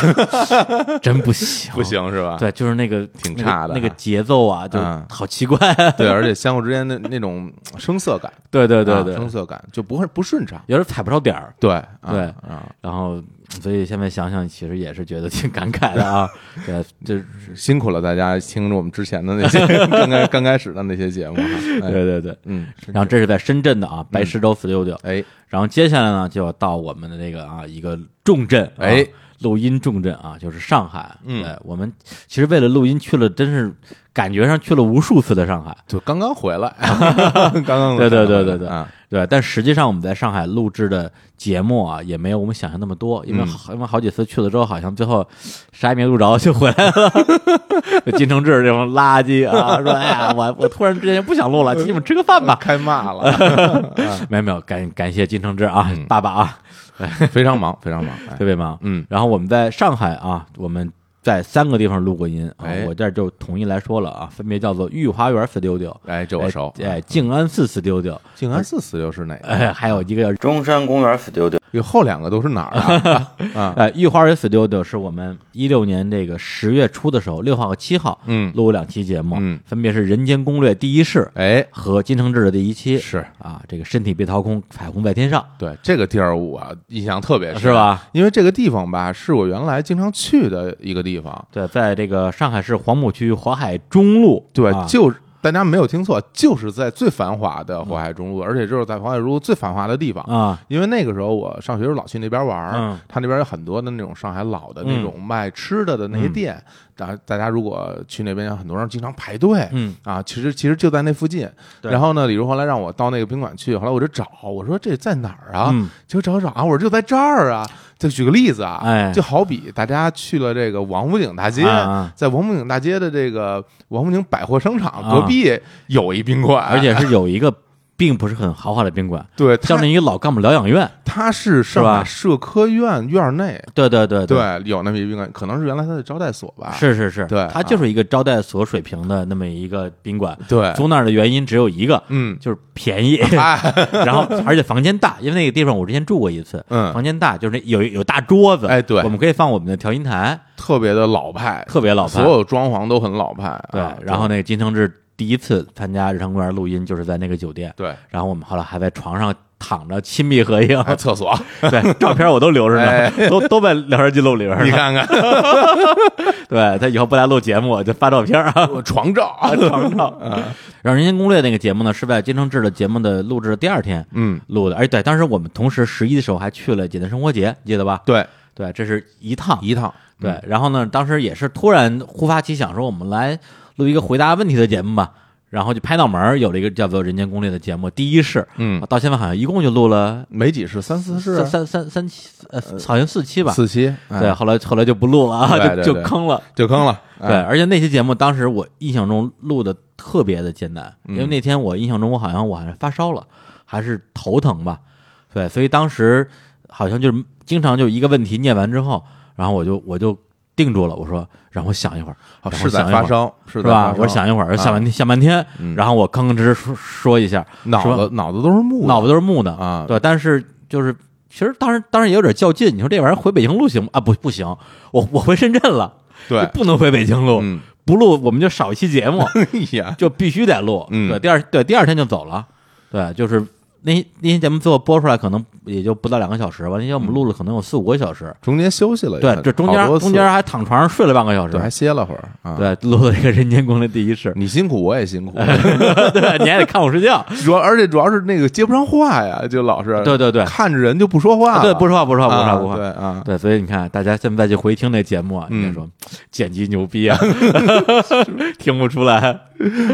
[SPEAKER 1] 真不行，
[SPEAKER 2] 不。行是吧？
[SPEAKER 1] 对，就是那个
[SPEAKER 2] 挺
[SPEAKER 1] 那个
[SPEAKER 2] 差的
[SPEAKER 1] 那个
[SPEAKER 2] 啊
[SPEAKER 1] 节奏啊，就
[SPEAKER 2] 嗯
[SPEAKER 1] 好奇怪。
[SPEAKER 2] 对而且相互之间的那种生涩感，
[SPEAKER 1] 对对
[SPEAKER 2] 啊
[SPEAKER 1] 对对，
[SPEAKER 2] 生涩感就不会不顺畅。
[SPEAKER 1] 有点踩不着点儿。
[SPEAKER 2] 对啊
[SPEAKER 1] 对
[SPEAKER 2] 啊，
[SPEAKER 1] 然后，所以现在想想，其实也是觉得挺感慨的 啊。对，就是
[SPEAKER 2] 辛苦了大家听着我们之前的那些 刚开刚开始的那些节目哈。哎
[SPEAKER 1] 对对对。
[SPEAKER 2] 嗯，
[SPEAKER 1] 然后这是在深圳的啊，白石洲 studio。
[SPEAKER 2] 哎，
[SPEAKER 1] 然后接下来呢，就要到我们的这个啊一个重镇，啊
[SPEAKER 2] 哎，
[SPEAKER 1] 录音重镇啊，就是上海。
[SPEAKER 2] 嗯
[SPEAKER 1] 对，我们其实为了录音去了，真是感觉上去了无数次的上海。
[SPEAKER 2] 就刚刚回来， 刚刚回
[SPEAKER 1] 对
[SPEAKER 2] 来
[SPEAKER 1] 对对对对
[SPEAKER 2] 啊，
[SPEAKER 1] 对，但实际上我们在上海录制的节目啊，也没有我们想象那么多，因为
[SPEAKER 2] 嗯
[SPEAKER 1] 好、因为好几次去了之后，好像最后啥也没录着就回来了。 就金承志这种垃圾啊，说哎呀，我我突然之间不想录了，请你们吃个饭吧。
[SPEAKER 2] 开骂了，
[SPEAKER 1] 没有没有，感感谢金承志啊，
[SPEAKER 2] 嗯
[SPEAKER 1] 爸爸啊，
[SPEAKER 2] 非常忙，非常忙，哎
[SPEAKER 1] 特别忙。
[SPEAKER 2] 嗯
[SPEAKER 1] 然后我们在上海啊，我们在三个地方录过音啊，
[SPEAKER 2] 哎
[SPEAKER 1] 我这儿就统一来说了啊，分别叫做御花园 studio，
[SPEAKER 2] 哎，这我熟，嗯
[SPEAKER 1] 哎，静安寺 studio，
[SPEAKER 2] 静安寺四六是哪个？
[SPEAKER 1] 哎，还有一个叫
[SPEAKER 3] 中山公园 studio
[SPEAKER 2] 哟后两个都是哪儿 啊？啊，
[SPEAKER 1] 呃，御花园 Studio 是我们一六年这个十月初的时候，六号和七号，
[SPEAKER 2] 嗯
[SPEAKER 1] 录了两期节目，
[SPEAKER 2] 嗯
[SPEAKER 1] 分别是《人间攻略》第一世
[SPEAKER 2] 哎，
[SPEAKER 1] 和《金承志》的第一期，
[SPEAKER 2] 是
[SPEAKER 1] 啊，这个身体被掏空，彩虹在天上，
[SPEAKER 2] 对这个地儿我印象特别深，
[SPEAKER 1] 是吧？
[SPEAKER 2] 因为这个地方吧，是我原来经常去的一个地方，
[SPEAKER 1] 对，在这个上海市黄浦区华海中路，
[SPEAKER 2] 对
[SPEAKER 1] 啊，
[SPEAKER 2] 就。大家没有听错，就是在最繁华的淮海中路，而且就是在淮海中路最繁华的地方
[SPEAKER 1] 啊
[SPEAKER 2] 因为那个时候我上学时候老去那边玩儿，
[SPEAKER 1] 嗯
[SPEAKER 2] 他那边有很多的那种上海老的那种卖吃的的那
[SPEAKER 1] 嗯
[SPEAKER 2] 些店，大、大家如果去那边，很多人经常排队。
[SPEAKER 1] 嗯
[SPEAKER 2] 啊，其实其实就在那附近。
[SPEAKER 1] 对
[SPEAKER 2] 然后呢，李如后来让我到那个宾馆去，后来我就找，我说这在哪儿啊？
[SPEAKER 1] 嗯
[SPEAKER 2] 结果找找啊，我说就在这儿啊。就举个例子啊，
[SPEAKER 1] 哎
[SPEAKER 2] 就好比大家去了这个王府井大街，
[SPEAKER 1] 啊啊
[SPEAKER 2] 在王府井大街的这个王府井百货商场
[SPEAKER 1] 啊
[SPEAKER 2] 隔壁有一宾馆，
[SPEAKER 1] 而且是有一个并不是很豪华的宾馆，
[SPEAKER 2] 对，
[SPEAKER 1] 叫
[SPEAKER 2] 它
[SPEAKER 1] 那一个老干部疗养院，
[SPEAKER 2] 它是上
[SPEAKER 1] 吧
[SPEAKER 2] 海社科院院内，
[SPEAKER 1] 对对对对。
[SPEAKER 2] 对，有那么一宾馆，可能是原来他的招待所吧。
[SPEAKER 1] 是是是，
[SPEAKER 2] 对啊
[SPEAKER 1] 它就是一个招待所水平的那么一个宾馆。
[SPEAKER 2] 对
[SPEAKER 1] 租那儿的原因只有一个，
[SPEAKER 2] 嗯，哎
[SPEAKER 1] 就是便 宜， 然后而且房间大，因为那个地方我之前住过一次，
[SPEAKER 2] 嗯
[SPEAKER 1] 房间大，就是那有有大桌子，
[SPEAKER 2] 哎对
[SPEAKER 1] 我们可以放我们的调音台，
[SPEAKER 2] 特别的老派，
[SPEAKER 1] 特别老派
[SPEAKER 2] 所，有装潢都很老派啊。
[SPEAKER 1] 对。然后那个金承志第一次参加日常公园录音就是在那个酒店，
[SPEAKER 2] 对，
[SPEAKER 1] 然后我们后来还在床上躺着亲密合 影，
[SPEAKER 2] 还 厕所，
[SPEAKER 1] 对，照片我都留着
[SPEAKER 2] 哎
[SPEAKER 1] 呢，都都在聊天记录里边
[SPEAKER 2] 你
[SPEAKER 1] 呢。
[SPEAKER 2] 看看
[SPEAKER 1] 对他以后不来录节目，我就发照片 啊。
[SPEAKER 2] 我床照，
[SPEAKER 1] 床照，
[SPEAKER 2] 嗯
[SPEAKER 1] 然后《人间攻略》那个节目呢，是在金承志的节目的录制的第二天，
[SPEAKER 2] 嗯，
[SPEAKER 1] 录的。哎，对，当时我们同时十一的时候还去了简单生活节，记得吧？
[SPEAKER 2] 对，
[SPEAKER 1] 对，这是 一趟。
[SPEAKER 2] 一嗯趟，
[SPEAKER 1] 对，然后呢，当时也是突然突发奇想，说我们来录一个回答问题的节目吧。然后就拍脑门儿有了一个叫做《人间攻略》的节目，第一世，
[SPEAKER 2] 嗯，
[SPEAKER 1] 到现在好像一共就录了
[SPEAKER 2] 没几是三四
[SPEAKER 1] 三
[SPEAKER 2] 啊是
[SPEAKER 1] 三三三期，呃，好像四期吧。
[SPEAKER 2] 四期，哎
[SPEAKER 1] 对，，后来后来就不录了啊，
[SPEAKER 2] 对对
[SPEAKER 1] 就就
[SPEAKER 2] 对
[SPEAKER 1] 坑了。
[SPEAKER 2] 就坑了，
[SPEAKER 1] 对，
[SPEAKER 2] 哎，
[SPEAKER 1] 而且那期节目当时我印象中录的特别的艰难，因
[SPEAKER 2] 嗯
[SPEAKER 1] 为那天我印象中我好像我还发烧了，还是头疼吧，对，所以当时好像就是经常就一个问题念完之后，然后我就我就定住了，我说让我想一会儿，
[SPEAKER 2] 好
[SPEAKER 1] 让
[SPEAKER 2] 是
[SPEAKER 1] 我
[SPEAKER 2] 在
[SPEAKER 1] 想一
[SPEAKER 2] 发
[SPEAKER 1] 会儿，
[SPEAKER 2] 烧，是
[SPEAKER 1] 是
[SPEAKER 2] 在
[SPEAKER 1] 吧
[SPEAKER 2] 发？烧
[SPEAKER 1] 我想一会儿，
[SPEAKER 2] 啊
[SPEAKER 1] 想半天想半天，
[SPEAKER 2] 嗯
[SPEAKER 1] 然后我吭哧哧说说一下，
[SPEAKER 2] 脑子脑子都是木的，
[SPEAKER 1] 脑子都是木的
[SPEAKER 2] 啊
[SPEAKER 1] 对，但是就是。其实当时当时也有点较劲，你说这玩意儿回北京路行吗？啊，不不行，我我回深圳了，
[SPEAKER 2] 对
[SPEAKER 1] 就不能回北京路，
[SPEAKER 2] 嗯
[SPEAKER 1] 不录我们就少一期节 目，
[SPEAKER 2] 哎呀，
[SPEAKER 1] 就必须得录。
[SPEAKER 2] 嗯
[SPEAKER 1] 对，第二对第二天就走了，对，就是那那期节目最后播出来可能也就不到两个小时吧，那天我们录了可能有四五个小时，
[SPEAKER 2] 中间休息了一下，
[SPEAKER 1] 对，这中间
[SPEAKER 2] 嗯好多次
[SPEAKER 1] 中间还躺床上睡了半个小
[SPEAKER 2] 对还
[SPEAKER 1] 时，
[SPEAKER 2] 歇了会儿啊。，，
[SPEAKER 1] 对，录了这个人间光临第一世
[SPEAKER 2] 你辛苦我也辛 苦，
[SPEAKER 1] 对，你还得看我睡 觉，
[SPEAKER 2] 主要而且主要是那个接不上话呀，就老是
[SPEAKER 1] 对对对，
[SPEAKER 2] 看着人就不说话了，
[SPEAKER 1] 对，不说话不说话不说话
[SPEAKER 2] 啊
[SPEAKER 1] 不说话，
[SPEAKER 2] 对嗯啊，
[SPEAKER 1] 对，所以你看，大家现在去回听那节目啊，你看说 剪辑牛逼啊，听不出来
[SPEAKER 2] 啊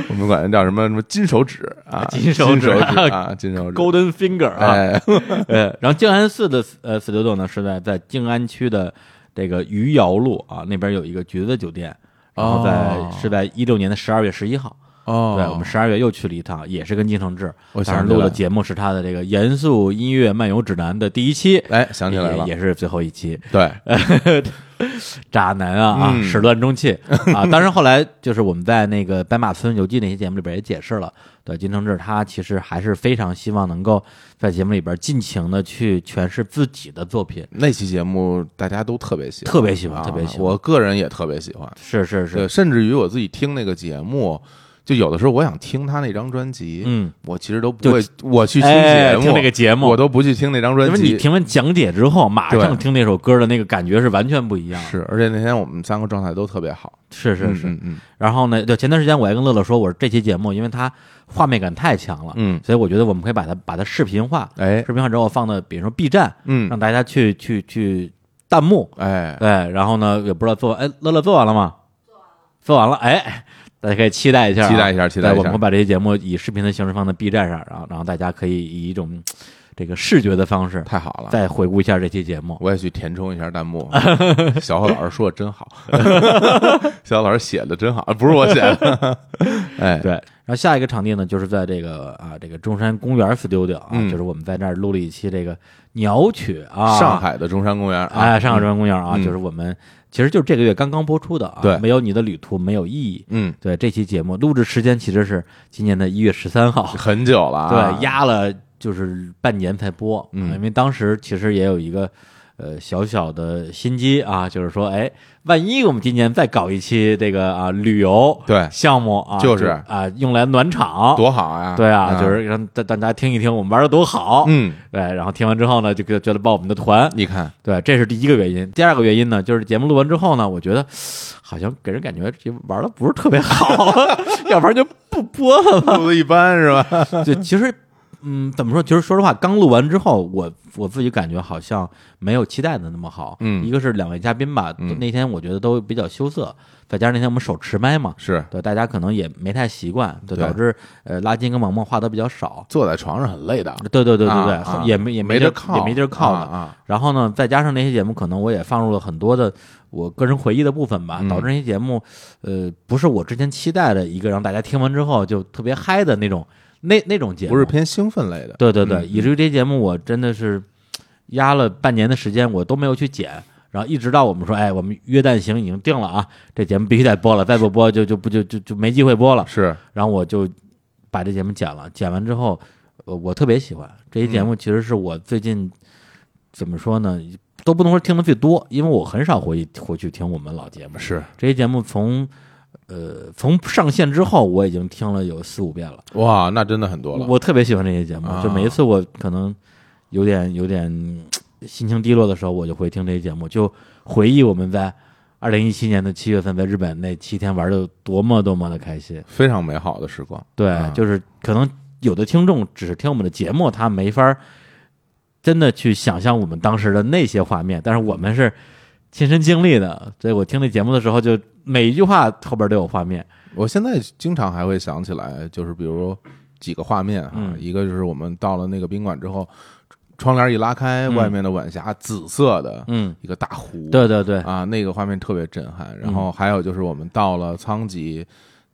[SPEAKER 2] 我们管它叫什么什么金手指啊，
[SPEAKER 1] 金
[SPEAKER 2] 金
[SPEAKER 1] 手指
[SPEAKER 2] 指啊，金手指，
[SPEAKER 1] ，Golden Finger 啊。
[SPEAKER 2] 哎，
[SPEAKER 1] 呃，然后静安寺的呃死流洞呢是在在静安区的这个余姚路啊那边有一个橘子酒店，然后在、
[SPEAKER 2] 哦
[SPEAKER 1] 是在一六年的十二月十一号，
[SPEAKER 2] 哦
[SPEAKER 1] 对我们十二月又去了一趟，也是跟金承志，
[SPEAKER 2] 我
[SPEAKER 1] 当
[SPEAKER 2] 想
[SPEAKER 1] 时录
[SPEAKER 2] 起
[SPEAKER 1] 的
[SPEAKER 2] 来了
[SPEAKER 1] 节目是他的这个严肃音乐漫游指南的第一期，
[SPEAKER 2] 哎，想起来了
[SPEAKER 1] 也，也是最后一期，
[SPEAKER 2] 对，
[SPEAKER 1] 渣男啊啊，
[SPEAKER 2] 嗯
[SPEAKER 1] 始乱终弃啊！当然，后来就是我们在那个《白马村游记》那期节目里边也解释了，对金承志他其实还是非常希望能够在节目里边尽情的去诠释自己的作品，
[SPEAKER 2] 那期节目大家都特别喜欢，
[SPEAKER 1] 特别喜欢，
[SPEAKER 2] 啊
[SPEAKER 1] 特别喜欢。
[SPEAKER 2] 我个人也特别喜欢，
[SPEAKER 1] 是是是
[SPEAKER 2] 对，，甚至于我自己听那个节目，就有的时候我想听他那张专辑，
[SPEAKER 1] 嗯，
[SPEAKER 2] 我其实都不
[SPEAKER 1] 就
[SPEAKER 2] 会，我去听
[SPEAKER 1] 哎
[SPEAKER 2] 节目，
[SPEAKER 1] 听那个节目
[SPEAKER 2] 我都不去听那张
[SPEAKER 1] 因
[SPEAKER 2] 专
[SPEAKER 1] 为
[SPEAKER 2] 辑，
[SPEAKER 1] 你听完讲解之后，马上
[SPEAKER 2] 对
[SPEAKER 1] 听那首歌的那个感觉是完全不一样的。
[SPEAKER 2] 是，而且那天我们三个状态都特别好，
[SPEAKER 1] 是是是。
[SPEAKER 2] 嗯嗯
[SPEAKER 1] 然后呢，就前段时间我还跟乐乐说，我说这期节目因为它画面感太强了，
[SPEAKER 2] 嗯
[SPEAKER 1] 所以我觉得我们可以把它把它视频化，
[SPEAKER 2] 嗯，哎
[SPEAKER 1] 视频化之后放到比如说 B 站，让
[SPEAKER 2] 嗯
[SPEAKER 1] 大家去去去弹幕，
[SPEAKER 2] 哎，
[SPEAKER 1] 对，然后呢也不知道做完，哎，乐乐做完了吗？做完了，哎，大家可以期待一下啊、
[SPEAKER 2] 期待一下期待一下
[SPEAKER 1] 对我们会把这些节目以视频的形式放在 B 站上，然后然后大家可以以一种这个视觉的方式
[SPEAKER 2] 太好了。
[SPEAKER 1] 再回顾一下这期节目。
[SPEAKER 2] 我也去填充一下 弹幕。小何老师说的真好， 小何老师写的真好，不是我写 的。哎，
[SPEAKER 1] 对，然后下一个场地呢，就是在这个啊，这个中山公园 studio 啊，
[SPEAKER 2] 嗯
[SPEAKER 1] 就是我们在那儿录了一期这个鸟曲啊，
[SPEAKER 2] 上海的中山公园啊，
[SPEAKER 1] 哎，上海中山公园啊，
[SPEAKER 2] 嗯
[SPEAKER 1] 就是我们其实就是这个月刚刚播出的啊，
[SPEAKER 2] 对
[SPEAKER 1] 没有你的旅途没有意义，
[SPEAKER 2] 嗯，
[SPEAKER 1] 对，这期节目录制时间其实是今年的一月十三号，
[SPEAKER 2] 嗯很久了 啊。
[SPEAKER 1] 对，压了就是半年才播，
[SPEAKER 2] 嗯
[SPEAKER 1] 因为当时其实也有一个呃小小的心机啊，就是说，哎，万一我们今年再搞一期这个啊旅游
[SPEAKER 2] 对
[SPEAKER 1] 项目啊，
[SPEAKER 2] 就是
[SPEAKER 1] 啊用来暖场，
[SPEAKER 2] 多好啊！
[SPEAKER 1] 对啊，就是让大大家听一听我们玩的多好，
[SPEAKER 2] 嗯，
[SPEAKER 1] 对，然后听完之后呢，就觉觉得报我们的团，
[SPEAKER 2] 你看，
[SPEAKER 1] 对，这是第一个原因。第二个原因呢，就是节目录完之后呢，我觉得好像给人感觉这玩的不是特别好， 要不然就不播了吧。
[SPEAKER 2] 录的一般 是吧？
[SPEAKER 1] 就其实，嗯，怎么说？其实说实话，刚录完之后，我我自己感觉好像没有期待的那么好。
[SPEAKER 2] 嗯
[SPEAKER 1] 一个是两位嘉宾吧，
[SPEAKER 2] 嗯
[SPEAKER 1] 那天我觉得都比较羞涩，再加上那天我们手持麦嘛，
[SPEAKER 2] 是
[SPEAKER 1] 对，大家可能也没太习惯，对，
[SPEAKER 2] 对
[SPEAKER 1] 导致呃拉筋跟萌萌话都比较少。
[SPEAKER 2] 坐在床上很累的，
[SPEAKER 1] 对对对对对，
[SPEAKER 2] 啊啊
[SPEAKER 1] 也没也
[SPEAKER 2] 没
[SPEAKER 1] 地
[SPEAKER 2] 地
[SPEAKER 1] 儿
[SPEAKER 2] 儿靠，
[SPEAKER 1] 也没地儿靠的。
[SPEAKER 2] 啊啊。
[SPEAKER 1] 然后呢，再加上那些节目，可能我也放入了很多的我个人回忆的部分吧，
[SPEAKER 2] 嗯
[SPEAKER 1] 导致那些节目，呃，不是我之前期待的一个让大家听完之后就特别嗨的那种那那种节目，
[SPEAKER 2] 不是偏兴奋类的，
[SPEAKER 1] 对对对，
[SPEAKER 2] 嗯
[SPEAKER 1] 以至于这些节目我真的是压了半年的时间，我都没有去剪。然后一直到我们说，哎，我们约旦行已经定了啊，这节目必须得播了，再不播就就不就就就没机会播了。
[SPEAKER 2] 是
[SPEAKER 1] 然后我就把这节目剪了，剪完之后，呃，我特别喜欢这期节
[SPEAKER 2] 嗯
[SPEAKER 1] 目，其实是我最近、怎么说呢，都不能说听的最多，因为我很少回去回去听我们老节目。
[SPEAKER 2] 是
[SPEAKER 1] 这期节目从呃从上线之后，我已经听了有四五遍了，
[SPEAKER 2] 哇，那真的很多了。
[SPEAKER 1] 我特别喜欢这些节目，
[SPEAKER 2] 啊
[SPEAKER 1] 就每一次我可能有点有点嘖心情低落的时候，我就会听这些节目，就回忆我们在。二零一七年的七月份，在日本那七天玩的多么多么的开心，
[SPEAKER 2] 非常美好的时光，
[SPEAKER 1] 对
[SPEAKER 2] 啊，
[SPEAKER 1] 就是可能有的听众只是听我们的节目，他没法儿真的去想象我们当时的那些画面，但是我们是亲身经历的，所以我听那节目的时候，就每一句话后边都有画面。
[SPEAKER 2] 我现在经常还会想起来，就是比如几个画面啊，
[SPEAKER 1] 嗯
[SPEAKER 2] 一个就是我们到了那个宾馆之后，窗帘一拉开，
[SPEAKER 1] 嗯
[SPEAKER 2] 外面的晚霞紫色的
[SPEAKER 1] 嗯，
[SPEAKER 2] 一个大湖，
[SPEAKER 1] 对嗯对对，
[SPEAKER 2] 啊，那个画面特别震撼。然后还有就是我们到了仓吉，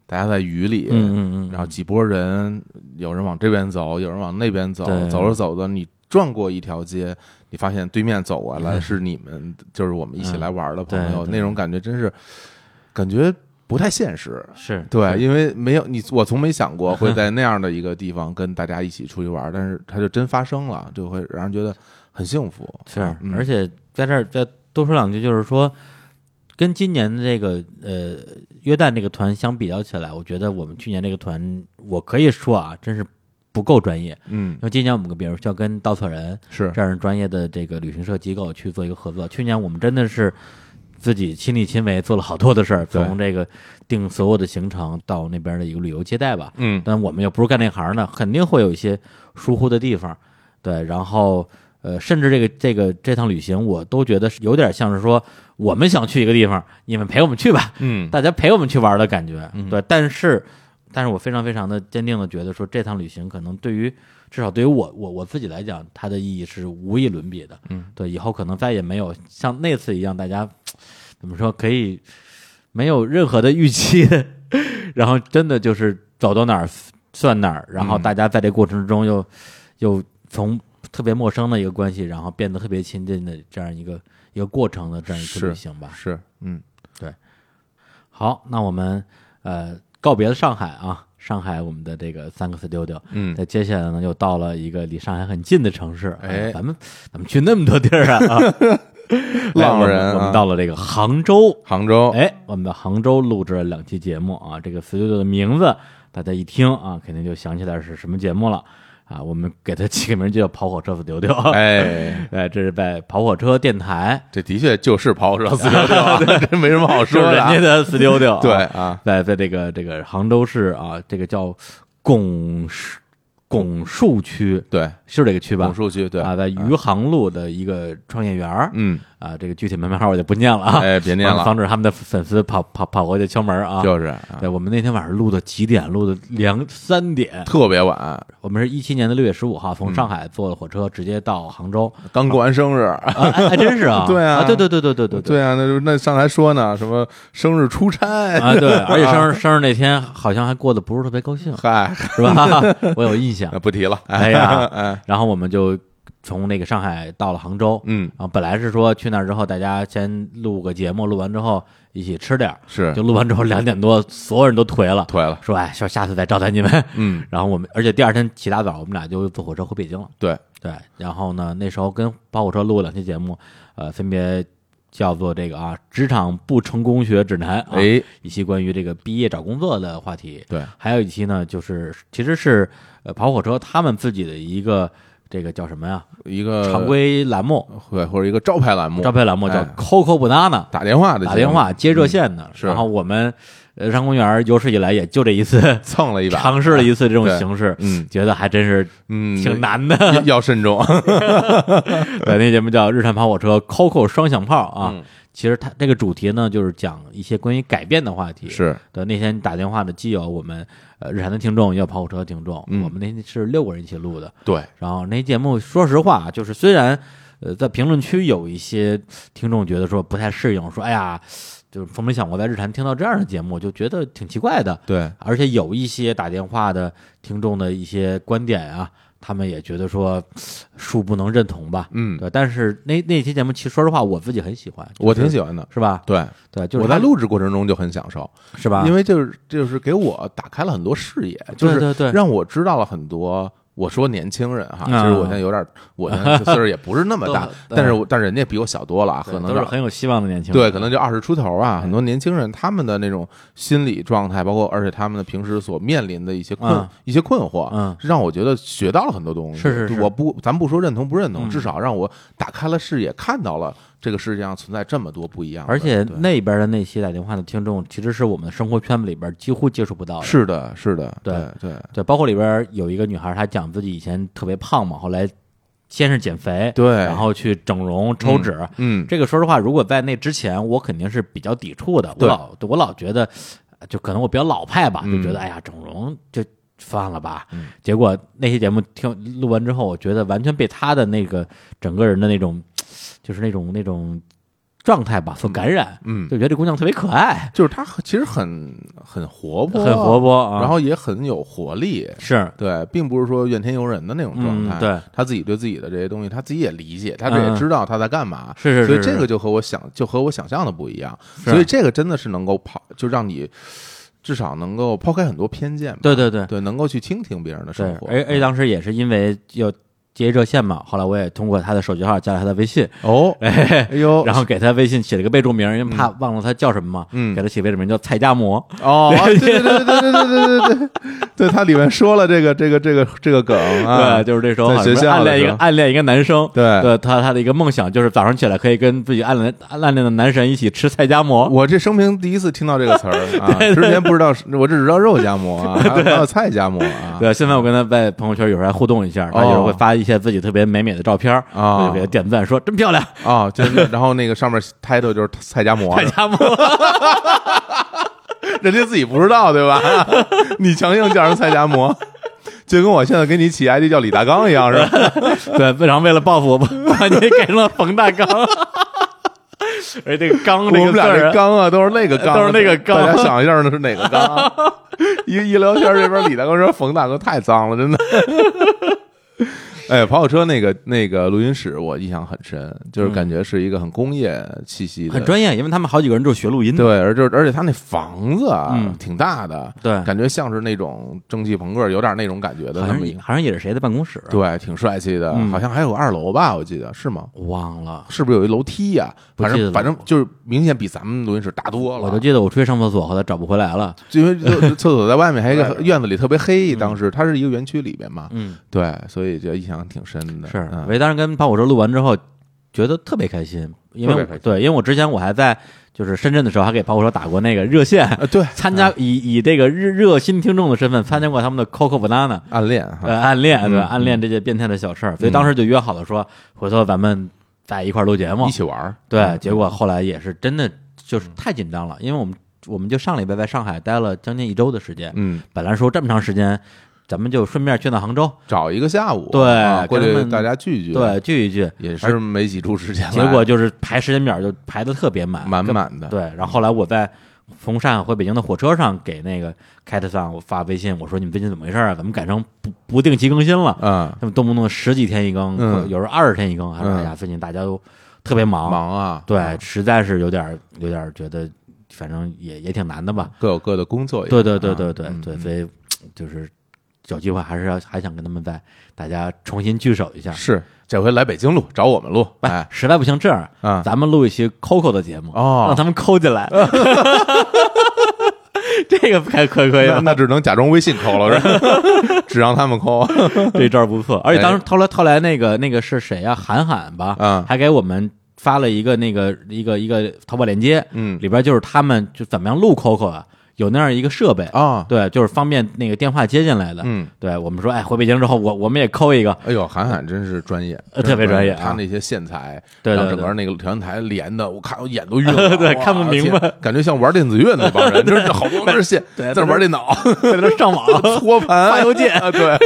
[SPEAKER 2] 大家在雨里，
[SPEAKER 1] 嗯嗯嗯，
[SPEAKER 2] 然后几拨人，有人往这边走，有人往那边走，
[SPEAKER 1] 对
[SPEAKER 2] 走着走着，你转过一条街，你发现对面走 过来是你们，就是我们一起来玩的朋友，
[SPEAKER 1] 嗯对对
[SPEAKER 2] 那种感觉真是感觉不太现实。
[SPEAKER 1] 是
[SPEAKER 2] 对，，因为没有你，我从没想过会在那样的一个地方跟大家一起出去玩，但是它就真发生了，就会让人觉得很幸福。
[SPEAKER 1] 是，
[SPEAKER 2] 嗯
[SPEAKER 1] 而且在这儿再多说两句，就是说，跟今年的这个呃约旦这个团相比较起来，我觉得我们去年这个团，我可以说啊，真是不够专业。
[SPEAKER 2] 嗯
[SPEAKER 1] 因，为今年我们比如要跟稻草人
[SPEAKER 2] 是
[SPEAKER 1] 这样专业的这个旅行社机构去做一个合作，去年我们真的是自己亲力亲为做了好多的事儿，
[SPEAKER 2] 对
[SPEAKER 1] 从这个定所有的行程到那边的一个旅游接待吧。
[SPEAKER 2] 嗯
[SPEAKER 1] 但我们又不是干这行的，肯定会有一些疏忽的地方。对，然后呃，甚至这个这个这趟旅行，我都觉得是有点像是说，我们想去一个地方，你们陪我们去吧，
[SPEAKER 2] 嗯
[SPEAKER 1] 大家陪我们去玩的感觉。对，但是但是我非常非常的坚定的觉得说，这趟旅行可能对于至少对于我我我自己来讲，它的意义是无与伦比的。
[SPEAKER 2] 嗯，
[SPEAKER 1] 对，以后可能再也没有像那次一样，大家怎么说可以没有任何的预期， 然后真的就是走到哪儿算哪儿，然后
[SPEAKER 2] 嗯
[SPEAKER 1] 大家在这过程中又、又从特别陌生的一个关系，然后变得特别亲近的这样一个一个过程的这样一次
[SPEAKER 2] 是
[SPEAKER 1] 旅行吧。
[SPEAKER 2] 是嗯
[SPEAKER 1] 好，那我们呃告别了上海啊，上海我们的这个三个 studio，
[SPEAKER 2] 嗯
[SPEAKER 1] 那接下来呢又到了一个离上海很近的城市，
[SPEAKER 2] 哎
[SPEAKER 1] 咱们咱们去那么多地儿啊， 啊
[SPEAKER 2] 浪
[SPEAKER 1] 哎我们
[SPEAKER 2] 人
[SPEAKER 1] 我
[SPEAKER 2] 啊
[SPEAKER 1] 们到了这个杭州，
[SPEAKER 2] 杭州
[SPEAKER 1] 哎，我们在杭州录制了两期节目啊，这个 studio 的名字大家一听啊，肯定就想起来是什么节目了啊，我们给它起个名就叫跑火车 studio，哎，
[SPEAKER 2] 哎，
[SPEAKER 1] 这是在跑火车电台。
[SPEAKER 2] 这的确就是跑火车四六 六啊，这没什么好
[SPEAKER 1] 是
[SPEAKER 2] 说的
[SPEAKER 1] 人
[SPEAKER 2] 啊
[SPEAKER 1] 家，的 studio，啊
[SPEAKER 2] 对啊，
[SPEAKER 1] 在在这个这个杭州市啊，这个叫拱墅拱墅区，
[SPEAKER 2] 对，
[SPEAKER 1] 是这个区吧
[SPEAKER 2] 拱？墅区对
[SPEAKER 1] 啊，在余杭路的一个创业园儿
[SPEAKER 2] 嗯，
[SPEAKER 1] 啊，这个具体门牌号我就不念了啊，
[SPEAKER 2] 哎，别念
[SPEAKER 1] 防
[SPEAKER 2] 了，
[SPEAKER 1] 防止他们的粉丝跑跑跑过去敲门啊。
[SPEAKER 2] 就是啊
[SPEAKER 1] 对，我们那天晚上录的几点？录的两三点。
[SPEAKER 2] 特别晚，
[SPEAKER 1] 我们是一七年的六月十五号
[SPEAKER 2] 嗯
[SPEAKER 1] 从上海坐火车直接到杭 州，
[SPEAKER 2] 刚过完生日，。
[SPEAKER 1] 啊，哎还真是啊
[SPEAKER 2] 对啊
[SPEAKER 1] 啊，对对对对对对
[SPEAKER 2] 对啊，那就那上台说呢，什么生日出差
[SPEAKER 1] 啊，对，而且生日生日那天好像还过得不是特别高兴，
[SPEAKER 2] 嗨，
[SPEAKER 1] 是吧？ 我有印象
[SPEAKER 2] 那。不提了，
[SPEAKER 1] 哎 呀
[SPEAKER 2] 哎，
[SPEAKER 1] 然后我们就从那个上海到了杭州，
[SPEAKER 2] 嗯，
[SPEAKER 1] 然后本来是说去那儿之后，大家先录个节目，录完之后一起吃点儿，
[SPEAKER 2] 是
[SPEAKER 1] 就录完之后两点多，所有人都颓了，
[SPEAKER 2] 颓了，
[SPEAKER 1] 说哎，说下次再招待你们。
[SPEAKER 2] 嗯，
[SPEAKER 1] 然后我们，而且第二天起大早，我们俩就坐火车回北京了。
[SPEAKER 2] 对，
[SPEAKER 1] 对，然后呢，那时候跟跑火车录了两期节目，呃，分别叫做这个啊《职场不成功学指南》啊，
[SPEAKER 2] 哎，
[SPEAKER 1] 一期关于这个毕业找工作的话题。
[SPEAKER 2] 对，
[SPEAKER 1] 还有一期呢，就是其实是呃跑火车他们自己的一个这个叫什么呀？
[SPEAKER 2] 一个
[SPEAKER 1] 常规栏目，
[SPEAKER 2] 或或者一个招牌栏目，
[SPEAKER 1] 招牌栏目叫
[SPEAKER 2] 哎
[SPEAKER 1] Coco Banana，
[SPEAKER 2] 打电话的
[SPEAKER 1] 打
[SPEAKER 2] 节
[SPEAKER 1] 电
[SPEAKER 2] 目
[SPEAKER 1] 话接热线的。
[SPEAKER 2] 是
[SPEAKER 1] 然后我们呃上公园有史以来也就这一次
[SPEAKER 2] 蹭 了一把，
[SPEAKER 1] 尝试了一次这种
[SPEAKER 2] 对
[SPEAKER 1] 形式，
[SPEAKER 2] 嗯
[SPEAKER 1] 觉得还真是
[SPEAKER 2] 嗯，
[SPEAKER 1] 挺难的。
[SPEAKER 2] 要要慎 重，
[SPEAKER 1] 对，那节目叫《日产跑火车 Coco 双响炮》啊。
[SPEAKER 2] 嗯
[SPEAKER 1] 其实它这个主题呢，就是讲一些关于改变的话题。
[SPEAKER 2] 是
[SPEAKER 1] 对，那天打电话的基友，我们呃日产的听众，也有跑火车的听众，
[SPEAKER 2] 嗯
[SPEAKER 1] 我们那天是六个人一起录的。
[SPEAKER 2] 对，
[SPEAKER 1] 然后那节目，说实话，就是虽然呃在评论区有一些听众觉得说不太适应，说哎呀，就是从没想过在日坛听到这样的节目，就觉得挺奇怪的。
[SPEAKER 2] 对，
[SPEAKER 1] 而且有一些打电话的听众的一些观点啊，他们也觉得说恕不能认同吧。
[SPEAKER 2] 嗯，
[SPEAKER 1] 对，但是那那期节目，其实说实话，我自己很喜欢，
[SPEAKER 2] 我挺喜欢的，
[SPEAKER 1] 是吧？
[SPEAKER 2] 对，
[SPEAKER 1] 对，就是
[SPEAKER 2] 我在
[SPEAKER 1] 它
[SPEAKER 2] 录制过程中就很享受，
[SPEAKER 1] 是吧？
[SPEAKER 2] 因
[SPEAKER 1] 为
[SPEAKER 2] 为就是就是给我打开了很多视野，就是
[SPEAKER 1] 对对对
[SPEAKER 2] 让我知道了很多。我说年轻人哈，
[SPEAKER 1] 啊，
[SPEAKER 2] 其实我现在有点，我现在岁数也不是那么大
[SPEAKER 1] 对
[SPEAKER 2] 但是我但是人家比我小多了啊，可能
[SPEAKER 1] 都
[SPEAKER 2] 就是
[SPEAKER 1] 很有希望的年轻人，
[SPEAKER 2] 对，可能就二十出头啊，很多年轻人他们的那种心理状态，包括而且他们的平时所面临的一些困、
[SPEAKER 1] 嗯
[SPEAKER 2] 一些困惑，
[SPEAKER 1] 嗯
[SPEAKER 2] 是让我觉得学到了很多东西。
[SPEAKER 1] 是是是
[SPEAKER 2] 我不，咱不说认同不认同，
[SPEAKER 1] 嗯
[SPEAKER 2] 至少让我打开了视野，看到了这个世界上存在这么多不一样的。
[SPEAKER 1] 而且
[SPEAKER 2] 啊对
[SPEAKER 1] 那边的那些打电话的听众，其实是我们生活圈子里边几乎接触不到的。
[SPEAKER 2] 是的，是的，
[SPEAKER 1] 对
[SPEAKER 2] 对，
[SPEAKER 1] 对，包括里边有一个女孩，她讲自己以前特别胖嘛，后来先是减肥，
[SPEAKER 2] 对
[SPEAKER 1] 然后去整容、抽脂。
[SPEAKER 2] 嗯，
[SPEAKER 1] 这个说实话，如果在那之前，我肯定是比较抵触的。我
[SPEAKER 2] 对
[SPEAKER 1] 老我老觉得，呃就可能我比较老派吧，就
[SPEAKER 2] 嗯
[SPEAKER 1] 觉得哎呀，整容就算了吧。
[SPEAKER 2] 嗯
[SPEAKER 1] 结果那期节目听录完之后，我觉得完全被她的那个整个人的那种，就是那种那种状态吧所感染，
[SPEAKER 2] 嗯
[SPEAKER 1] 就觉得这姑娘特别可爱，
[SPEAKER 2] 就是他其实很很活泼，
[SPEAKER 1] 很活泼啊。
[SPEAKER 2] 然后也很有活力。
[SPEAKER 1] 是
[SPEAKER 2] 对，并不是说怨天尤人的那种状态。
[SPEAKER 1] 嗯对，
[SPEAKER 2] 他自己对自己的这些东西，他自己也理解，他这
[SPEAKER 1] 嗯
[SPEAKER 2] 也知道他在干嘛。
[SPEAKER 1] 是是是
[SPEAKER 2] 所以这
[SPEAKER 1] 是
[SPEAKER 2] 个就和我想就和我想象的不一样。
[SPEAKER 1] 是
[SPEAKER 2] 所以这个真的是能够抛，就让你至少能够抛开很多偏见吧。
[SPEAKER 1] 对对对
[SPEAKER 2] 对，能够去听听别人的
[SPEAKER 1] 对哎
[SPEAKER 2] 生，活。嗯
[SPEAKER 1] 而而且当时也是因为要接热线嘛，后来我也通过他的手机号加了他的微信，
[SPEAKER 2] 哦，
[SPEAKER 1] 哎，
[SPEAKER 2] 哎呦，
[SPEAKER 1] 然后给他微信写了个备注名，因为怕忘了他叫什么嘛，
[SPEAKER 2] 嗯
[SPEAKER 1] 给他起备注名叫菜夹馍。
[SPEAKER 2] 哦，啊对对对对对对对对对，对它里面说了这个这个这个这个梗啊，
[SPEAKER 1] 对，就是这时候
[SPEAKER 2] 在
[SPEAKER 1] 好像
[SPEAKER 2] 学
[SPEAKER 1] 是
[SPEAKER 2] 校
[SPEAKER 1] 暗
[SPEAKER 2] 的
[SPEAKER 1] 恋一
[SPEAKER 2] 时
[SPEAKER 1] 个
[SPEAKER 2] 候
[SPEAKER 1] 暗恋一个男生，
[SPEAKER 2] 对
[SPEAKER 1] 对他他的一个梦想就是早上起来可以跟自己暗恋暗恋的男神一起吃菜夹馍。
[SPEAKER 2] 我这生平第一次听到这个词儿啊，之前不知道，我只知道肉夹馍啊，还有还有菜夹馍啊，
[SPEAKER 1] 对，现在我跟他在朋友圈有时候还互动一下，他
[SPEAKER 2] 哦
[SPEAKER 1] 有时候会发一些自己特别美美的照片儿，
[SPEAKER 2] 哦
[SPEAKER 1] 我就给他点赞说真漂亮，
[SPEAKER 2] 哦，就是那然后那个上面 title 就是菜夹馍
[SPEAKER 1] 菜，夹馍。
[SPEAKER 2] 人家自己不知道对吧？你强行叫人菜夹馍，就跟我现在给你起 ID 叫李大刚一样是吧？
[SPEAKER 1] 对，然后为了报复我，把你改成了冯大刚。 而这个“刚”
[SPEAKER 2] 我
[SPEAKER 1] 这个
[SPEAKER 2] 们
[SPEAKER 1] 字
[SPEAKER 2] 俩这
[SPEAKER 1] 儿啊，
[SPEAKER 2] 刚啊都是那个刚，
[SPEAKER 1] 都是那个刚
[SPEAKER 2] 大家想一下那是哪个刚？ 一一聊天这边李大刚说冯大哥太脏了，真的。 哎，跑火车那个那个录音室我印象很深，就是感觉是一个很工业气息的，
[SPEAKER 1] 嗯很专业，因为他们好几个人就是学录音的。
[SPEAKER 2] 对，而就是而且他那房子啊、
[SPEAKER 1] 嗯
[SPEAKER 2] 挺大的，
[SPEAKER 1] 对
[SPEAKER 2] 感觉像是那种蒸汽朋克，有点那种感觉的
[SPEAKER 1] 好
[SPEAKER 2] 那
[SPEAKER 1] 像
[SPEAKER 2] 么一
[SPEAKER 1] 也
[SPEAKER 2] 个，
[SPEAKER 1] 好像也是谁的办公室，啊
[SPEAKER 2] 对，挺帅气的，
[SPEAKER 1] 嗯
[SPEAKER 2] 好像还有个二楼吧，我记得是吗？
[SPEAKER 1] 忘了。
[SPEAKER 2] 是不是有一楼梯呀、
[SPEAKER 1] 不
[SPEAKER 2] 反
[SPEAKER 1] 记得
[SPEAKER 2] 正
[SPEAKER 1] 了
[SPEAKER 2] 反正就是明显比咱们录音室大多了，
[SPEAKER 1] 我就记得我出去上厕所，后来找不回来了。
[SPEAKER 2] 因为就 就厕所在外面，还有一
[SPEAKER 1] 外
[SPEAKER 2] 个
[SPEAKER 1] 边
[SPEAKER 2] 院子里特别黑，当时它是一个园区里面嘛，
[SPEAKER 1] 嗯，
[SPEAKER 2] 对，所以就印象挺深的。
[SPEAKER 1] 是，
[SPEAKER 2] 嗯
[SPEAKER 1] 我当时跟跑火车录完之后，觉得特别开心，因为
[SPEAKER 2] 特别
[SPEAKER 1] 我
[SPEAKER 2] 开心
[SPEAKER 1] 对，因为我之前我还在就是深圳的时候，还给跑火车打过那个热线，
[SPEAKER 2] 啊，对，
[SPEAKER 1] 参加以以这个热热心听众的身份参加过他们的 Coco Banana。
[SPEAKER 2] 暗恋
[SPEAKER 1] 呃，
[SPEAKER 2] 哈，
[SPEAKER 1] 暗恋对吧，
[SPEAKER 2] 嗯
[SPEAKER 1] 暗恋这些变态的小事儿，所以当时就约好了说，回头咱们在一块儿录节目
[SPEAKER 2] 一。起嗯玩儿，
[SPEAKER 1] 呃
[SPEAKER 2] 嗯
[SPEAKER 1] 对，结果后来也是真的就是太紧张了，因为我们我们就上礼拜在上海待了将近一周的时间，
[SPEAKER 2] 嗯，
[SPEAKER 1] 本来说这么长时间，咱们就顺便去趟杭州，
[SPEAKER 2] 找一个下午，
[SPEAKER 1] 对
[SPEAKER 2] 啊过
[SPEAKER 1] 跟他
[SPEAKER 2] 去
[SPEAKER 1] 们
[SPEAKER 2] 大家聚聚，，
[SPEAKER 1] 对，聚一聚。
[SPEAKER 2] 也是没挤出时间来，
[SPEAKER 1] 结果就是排时间表就排的特别满，
[SPEAKER 2] 满
[SPEAKER 1] 根本
[SPEAKER 2] 满的，
[SPEAKER 1] 对，然后后来我在从上海回北京的火车上给那个 Cat 桑我发微信，我说你们最近怎么回事啊？怎么改成不不定期更新了？
[SPEAKER 2] 嗯，
[SPEAKER 1] 他们动不动十几天一更，
[SPEAKER 2] 嗯
[SPEAKER 1] 或者有时候二十天一更，还是
[SPEAKER 2] 嗯
[SPEAKER 1] 哎呀，最近大家都特别忙，
[SPEAKER 2] 忙啊，
[SPEAKER 1] 对，实在是有点儿有点儿觉得，反正也也挺难的吧。
[SPEAKER 2] 各有各的工作也是啊，
[SPEAKER 1] 对对对对对
[SPEAKER 2] 嗯
[SPEAKER 1] 对，所以就是有机会还是要还想跟他们再大家重新聚首一下。
[SPEAKER 2] 是这回来北京录，找我们 录，哎，
[SPEAKER 1] 实在不行这样，
[SPEAKER 2] 啊
[SPEAKER 1] 咱们录一期 Coco 的节目，
[SPEAKER 2] 哦
[SPEAKER 1] 让他们抠进 来。这个还可以可以
[SPEAKER 2] 那，那只能假装微信扣了，是吧 只让他们扣，
[SPEAKER 1] 这招儿不错。而且当时
[SPEAKER 2] 哎
[SPEAKER 1] 后来后来那个那个是谁呀、啊韩寒吧，
[SPEAKER 2] 嗯
[SPEAKER 1] 还给我们发了一个那个一个一个淘宝链接，
[SPEAKER 2] 嗯
[SPEAKER 1] 里边就是他们就怎么样录 COCO 啊，有那样一个设备，
[SPEAKER 2] 啊，
[SPEAKER 1] 对，就是方便那个电话接进来的。
[SPEAKER 2] 嗯，
[SPEAKER 1] 对我们说，哎，回北京之后，我我们也抠一个，
[SPEAKER 2] 哎呦，韩寒真是专业，
[SPEAKER 1] 呃
[SPEAKER 2] 真是
[SPEAKER 1] 特别专业啊
[SPEAKER 2] 他那些线材，
[SPEAKER 1] 对对
[SPEAKER 2] 让整
[SPEAKER 1] 对
[SPEAKER 2] 个那个调音台连的，我看我眼都晕 了，
[SPEAKER 1] 对
[SPEAKER 2] 哇
[SPEAKER 1] 看不明白
[SPEAKER 2] 天感觉像玩电子乐那 帮人，就是好多都是线，
[SPEAKER 1] 对
[SPEAKER 2] 在那玩电脑
[SPEAKER 1] 在那上 网
[SPEAKER 2] 搓盘、
[SPEAKER 1] 发邮件
[SPEAKER 2] 啊， 对，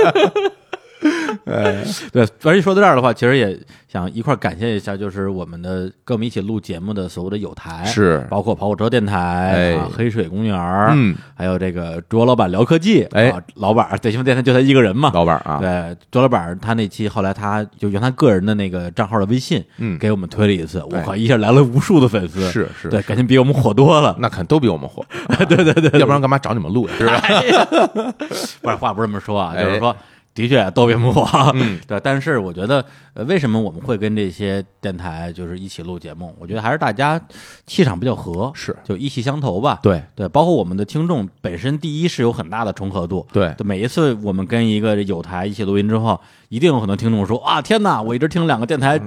[SPEAKER 1] 对，而且说到这儿的话，其实也想一块儿感谢一下，就是我们的跟我们一起录节目的所有的友台，
[SPEAKER 2] 是
[SPEAKER 1] 包括跑火车电台、
[SPEAKER 2] 哎
[SPEAKER 1] 啊、黑水公园儿，
[SPEAKER 2] 嗯，
[SPEAKER 1] 还有这个卓老板聊科技，
[SPEAKER 2] 哎
[SPEAKER 1] 啊，老板儿对，因为电台就他一个人嘛。
[SPEAKER 2] 老板啊，
[SPEAKER 1] 对，卓老板儿他那期后来他就用他个人的那个账号的微信，
[SPEAKER 2] 嗯
[SPEAKER 1] 给我们推了一次，我
[SPEAKER 2] 哎
[SPEAKER 1] 靠，一下来了无数的粉丝，
[SPEAKER 2] 是嗯是
[SPEAKER 1] 对，
[SPEAKER 2] 是
[SPEAKER 1] 感觉比我们火多了。
[SPEAKER 2] 那肯都比我们火，对对对，要不然干嘛找你们录呀？是吧？
[SPEAKER 1] 哎不是话不是这么说啊，
[SPEAKER 2] 哎嗯
[SPEAKER 1] 就是说。的确都比不火， 对，但是我觉得，呃，为什么我们会跟这些电台就是一起录节目？我觉得还是大家气场比较合，
[SPEAKER 2] 是
[SPEAKER 1] 就意气相投吧。
[SPEAKER 2] 对
[SPEAKER 1] 对，包括我们的听众本身，第一是有很大的重合度。
[SPEAKER 2] 对
[SPEAKER 1] 每一次我们跟一个有台一起录音之后，一定有很多听众说啊，天哪，我一直听两个电台，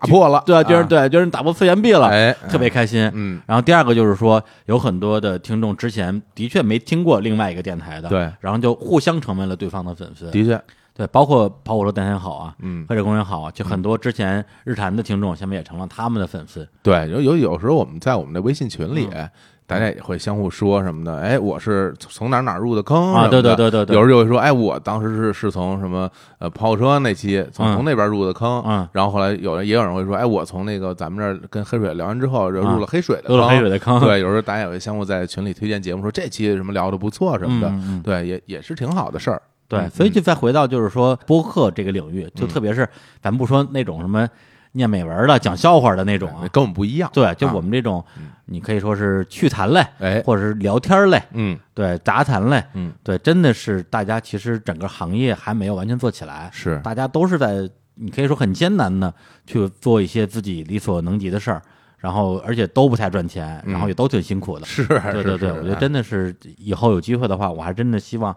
[SPEAKER 2] 打破了，
[SPEAKER 1] 对啊，居然对，居然打破次元壁了，
[SPEAKER 2] 嗯哎
[SPEAKER 1] 特别开心。
[SPEAKER 2] 嗯，
[SPEAKER 1] 然后第二个就是说，有很多的听众之前的确没听过另外一个电台的，
[SPEAKER 2] 对
[SPEAKER 1] 然后就互相成为了对方的粉丝，
[SPEAKER 2] 的确，
[SPEAKER 1] 对，包括跑火车电台好啊，
[SPEAKER 2] 嗯
[SPEAKER 1] 或者公园好啊，就很多之前日坛的听众，下面也成了他们的粉丝，
[SPEAKER 2] 对，有有有时候我们在我们的微信群里，
[SPEAKER 1] 嗯
[SPEAKER 2] 大家也会相互说什么的。哎，我是从哪儿哪儿入的坑
[SPEAKER 1] 啊
[SPEAKER 2] 什么的
[SPEAKER 1] 对对对对对
[SPEAKER 2] 有时候就会说，哎，我当时是是从什么呃跑火车那期从
[SPEAKER 1] 嗯
[SPEAKER 2] 从那边入的坑，
[SPEAKER 1] 嗯
[SPEAKER 2] 然后后来有人也有人会说，哎，我从那个咱们这儿跟黑水聊完之后，就入了黑水的
[SPEAKER 1] 嗯入
[SPEAKER 2] 坑，
[SPEAKER 1] 了黑水的坑
[SPEAKER 2] 对，有时候大家也会相互在群里推荐节目，说这期什么聊的不错什么的，
[SPEAKER 1] 嗯嗯
[SPEAKER 2] 对，也也是挺好的事儿。
[SPEAKER 1] 对，
[SPEAKER 2] 嗯
[SPEAKER 1] 所以就再回到就是说播客这个领域，就特别是咱不说那种什么念美文的、讲笑话的那种啊，
[SPEAKER 2] 哎跟我们不一样，
[SPEAKER 1] 对，就
[SPEAKER 2] 啊
[SPEAKER 1] 我们这种，你可以说是趣谈类，
[SPEAKER 2] 哎
[SPEAKER 1] 或者是聊天类，
[SPEAKER 2] 嗯，
[SPEAKER 1] 对，杂谈类，
[SPEAKER 2] 嗯，
[SPEAKER 1] 对，真的是大家其实整个行业还没有完全做起来，
[SPEAKER 2] 是
[SPEAKER 1] 大家都是在你可以说很艰难的去做一些自己力所能及的事儿，然后而且都不太赚钱，然后也都挺辛苦的。
[SPEAKER 2] 嗯是，啊
[SPEAKER 1] 对
[SPEAKER 2] 对
[SPEAKER 1] 对对，我觉得真的是以后有机会的话，我还真的希望，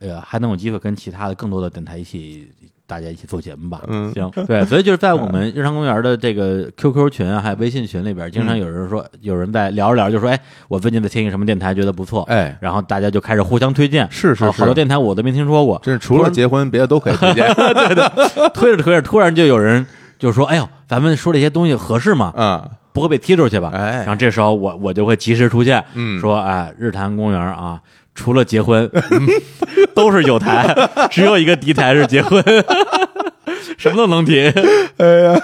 [SPEAKER 1] 呃，还能有机会跟其他的更多的电台一起，大家一起做节目吧。
[SPEAKER 2] 嗯
[SPEAKER 1] 行，对，所以就是在我们日常公园的这个 QQ 群啊，还有微信群里边，经
[SPEAKER 2] 嗯
[SPEAKER 1] 常有人说，有人在聊着聊着就说，哎，我最近在听一个什么电台，觉得不错，
[SPEAKER 2] 哎
[SPEAKER 1] 然后大家就开始互相推荐，啊
[SPEAKER 2] 是是
[SPEAKER 1] 好
[SPEAKER 2] 是
[SPEAKER 1] 好多电台我都没听说过，
[SPEAKER 2] 真是除了结婚，别的都可以推 荐。
[SPEAKER 1] 推着推着，突然就有人就说，哎呦，咱们说这些东西合适吗？
[SPEAKER 2] 嗯，
[SPEAKER 1] 不会被踢出去吧？
[SPEAKER 2] 哎
[SPEAKER 1] 然后这时候我我就会及时出现，
[SPEAKER 2] 嗯
[SPEAKER 1] 说哎，日坛公园啊，除了结婚， 嗯都是有 台，只有一个敌台是结婚， 什么都能提。
[SPEAKER 2] 哎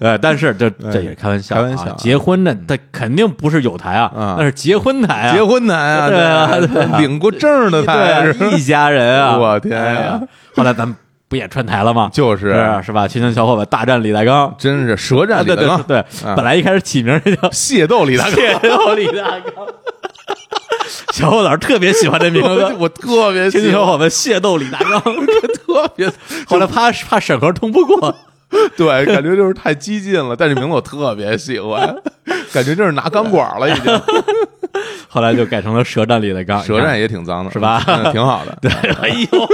[SPEAKER 1] 呃，但是这这也开玩笑、啊，
[SPEAKER 2] 开玩笑啊
[SPEAKER 1] 结婚的它肯定不是有台啊，
[SPEAKER 2] 嗯
[SPEAKER 1] 那是结婚台啊，
[SPEAKER 2] 结婚难
[SPEAKER 1] 对啊
[SPEAKER 2] 对啊领过证的他 是
[SPEAKER 1] 对啊一家人啊，
[SPEAKER 2] 我天呀
[SPEAKER 1] 哎呀！后来咱们不也串台了吗？
[SPEAKER 2] 就是
[SPEAKER 1] 是是吧？青年小伙伴大战李大刚。
[SPEAKER 2] 真是舌战
[SPEAKER 1] 啊，
[SPEAKER 2] 李
[SPEAKER 1] 对
[SPEAKER 2] 大
[SPEAKER 1] 对
[SPEAKER 2] 刚
[SPEAKER 1] 对，对，本来一开始起名儿就叫
[SPEAKER 2] 械斗 李大刚。
[SPEAKER 1] 谢到李大刚。 小欧老师特别喜欢这名 字，
[SPEAKER 2] 我特别
[SPEAKER 1] 听
[SPEAKER 2] 喜
[SPEAKER 1] 说
[SPEAKER 2] 欢，
[SPEAKER 1] 我们械斗李大 刚，
[SPEAKER 2] 特别
[SPEAKER 1] 后来怕怕审核通不过，
[SPEAKER 2] 对，感觉就是太激进了。但这名字我特别喜欢， 感觉就是拿钢管 了已经。
[SPEAKER 1] 后来就改成了舌战李大刚，
[SPEAKER 2] 舌战也挺脏的，
[SPEAKER 1] 是吧
[SPEAKER 2] 嗯挺好 的。
[SPEAKER 1] 你看。对，哎 呦，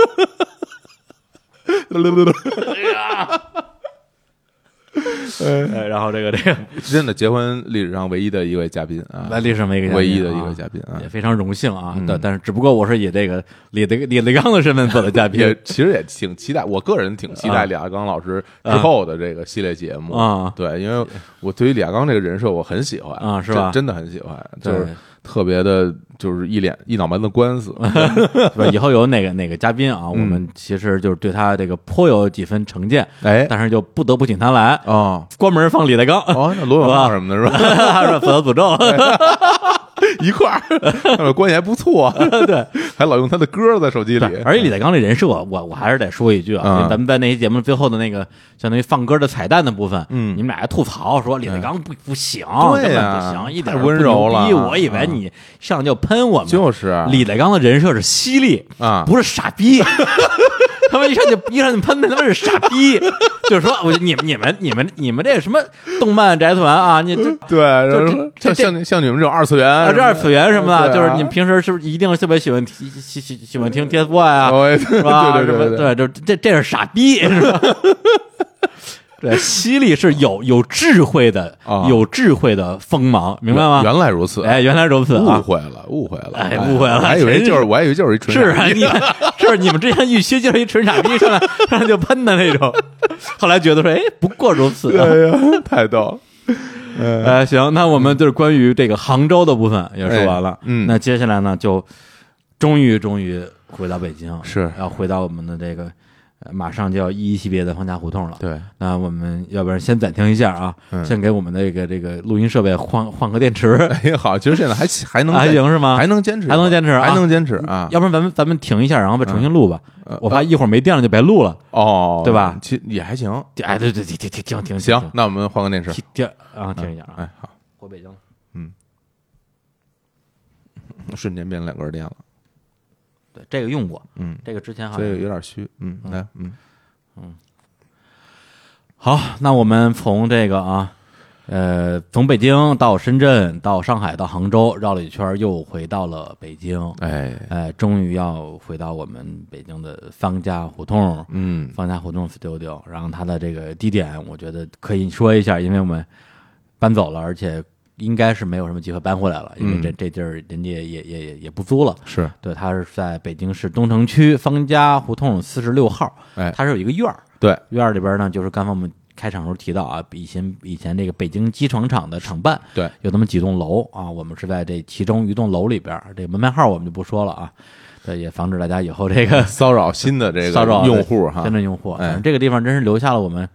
[SPEAKER 1] 呃然后这个这个，
[SPEAKER 2] 真的，结婚历史上唯一的一位嘉宾啊，
[SPEAKER 1] 那历史上没一个嘉宾啊
[SPEAKER 2] 唯一的一位嘉宾啊嗯
[SPEAKER 1] 也，非常荣幸啊。但但是，只不过我是以这个李德李德刚的身份做的嘉宾
[SPEAKER 2] 也，其实也挺期待，我个人挺期
[SPEAKER 1] 啊
[SPEAKER 2] 待李亚刚老师之后的这个系列节目
[SPEAKER 1] 啊
[SPEAKER 2] 对，因为我对于李亚刚这个人设我很喜欢
[SPEAKER 1] 啊是吧
[SPEAKER 2] 真真的很喜欢，就
[SPEAKER 1] 对
[SPEAKER 2] 是特别的，就是一脸一脑门子官 司，
[SPEAKER 1] 是吧？以后有哪个哪个嘉宾
[SPEAKER 2] 嗯
[SPEAKER 1] 啊，我们其实就是对他这个颇有几分成见，
[SPEAKER 2] 哎
[SPEAKER 1] 但是就不得不请他来，
[SPEAKER 2] 哦
[SPEAKER 1] 关门放李大刚，
[SPEAKER 2] 哦，那罗永浩什么的是吧？
[SPEAKER 1] 是吧否则诅咒，
[SPEAKER 2] 一 块儿，他们关系还不错，对，还老用他的歌在手机里，
[SPEAKER 1] 而且李大刚这人设，我我还是得说一句啊，
[SPEAKER 2] 嗯
[SPEAKER 1] 因为咱们在那期节目最后的那个相当于放歌的彩蛋的部分，
[SPEAKER 2] 嗯
[SPEAKER 1] 你们俩还吐槽说李大刚不不行，
[SPEAKER 2] 对
[SPEAKER 1] 根本
[SPEAKER 2] 呀
[SPEAKER 1] 不行，一
[SPEAKER 2] 太
[SPEAKER 1] 点
[SPEAKER 2] 温柔了
[SPEAKER 1] 不牛逼我以为
[SPEAKER 2] 嗯
[SPEAKER 1] 你上来就喷我们，
[SPEAKER 2] 就是
[SPEAKER 1] 李大刚的人设是犀利
[SPEAKER 2] 啊
[SPEAKER 1] 不是傻逼。 他们一上就一上就喷的他妈是傻逼，就是说我你们你们你们你们这什么动漫宅团啊，你这
[SPEAKER 2] 对，然后
[SPEAKER 1] 这这
[SPEAKER 2] 像像你像你们这种二次元
[SPEAKER 1] 啊
[SPEAKER 2] 什么
[SPEAKER 1] 这
[SPEAKER 2] 的，
[SPEAKER 1] 二次元什么
[SPEAKER 2] 对
[SPEAKER 1] 的，
[SPEAKER 2] 啊
[SPEAKER 1] 就是你们平时是不是一定特别喜欢喜喜喜喜欢听 TFBOY 啊？
[SPEAKER 2] 哦哎
[SPEAKER 1] 是吧？
[SPEAKER 2] 对对对
[SPEAKER 1] 什么对，就这这是傻逼，是吧？ 对，犀利是有有智慧的
[SPEAKER 2] 啊，
[SPEAKER 1] 有智慧的锋芒，明白吗？
[SPEAKER 2] 原来如此，
[SPEAKER 1] 哎，原来如此
[SPEAKER 2] 误
[SPEAKER 1] 啊！
[SPEAKER 2] 会了，误会了，
[SPEAKER 1] 哎误会了
[SPEAKER 2] 我还以为就是，我还以为就是一纯
[SPEAKER 1] 是啊，你是你们之前预期就是一纯傻逼，上来上来就喷的那种，后来觉得说，哎，不过如此啊。
[SPEAKER 2] 对哎呀，太逗了，
[SPEAKER 1] 哎，行，那我们就是关于这个杭州的部分也说完了
[SPEAKER 2] 哎，嗯
[SPEAKER 1] 那接下来呢，就终于终于回到北京，
[SPEAKER 2] 是
[SPEAKER 1] 要回到我们的这个呃马上就要一一系列的方家胡同了。
[SPEAKER 2] 对，
[SPEAKER 1] 那我们要不然先暂停一下啊，
[SPEAKER 2] 嗯
[SPEAKER 1] 先给我们的这个这个录音设备换换个电池，
[SPEAKER 2] 哎好，其实现在还还能
[SPEAKER 1] 还行是吗？
[SPEAKER 2] 还能坚持，
[SPEAKER 1] 还能坚持啊
[SPEAKER 2] 还能坚持 啊，
[SPEAKER 1] 要不然咱们咱们停一下，然后再重新录吧。
[SPEAKER 2] 嗯呃
[SPEAKER 1] 我怕一会儿没电了就白录了。
[SPEAKER 2] 哦，
[SPEAKER 1] 对吧
[SPEAKER 2] 其也还行，
[SPEAKER 1] 哎，对对对对对，停停
[SPEAKER 2] 行，那我们换个电视，
[SPEAKER 1] 停停啊，停一下啊，
[SPEAKER 2] 哎，好，
[SPEAKER 1] 回北京了。
[SPEAKER 2] 瞬间变两根电了，
[SPEAKER 1] 对，这个用过，
[SPEAKER 2] 嗯，
[SPEAKER 1] 这个之前好
[SPEAKER 2] 所
[SPEAKER 1] 像
[SPEAKER 2] 以有点虚，嗯，来，嗯，
[SPEAKER 1] 好，那我们从这个啊，呃，从北京到深圳，到上海，到杭州，绕了一圈儿，又回到了北京。
[SPEAKER 2] 哎，
[SPEAKER 1] 哎，终于要回到我们北京的方家胡同，
[SPEAKER 2] 嗯，
[SPEAKER 1] 方家胡同 studio。然后它的这个地点，我觉得可以说一下，因为我们搬走了，而且应该是没有什么机会搬回来了，因为这这地儿人家也也也也不租了。
[SPEAKER 2] 是，
[SPEAKER 1] 对，它是在北京市东城区方家胡同四十六号，
[SPEAKER 2] 哎
[SPEAKER 1] 它是有一个院儿，
[SPEAKER 2] 对，
[SPEAKER 1] 院儿里边呢，就是刚才我们开场时候提到啊，以前以前这个北京机床厂的厂办，
[SPEAKER 2] 对，
[SPEAKER 1] 有那么几栋楼啊，我们是在这其中一栋楼里边儿，这门牌号我们就不说了啊，对，也防止大家以后这 个
[SPEAKER 2] 骚扰新的 这
[SPEAKER 1] 骚扰
[SPEAKER 2] 个用户哈
[SPEAKER 1] 真，正用户，啊
[SPEAKER 2] 嗯哎
[SPEAKER 1] 反正这个地方真是留下了我们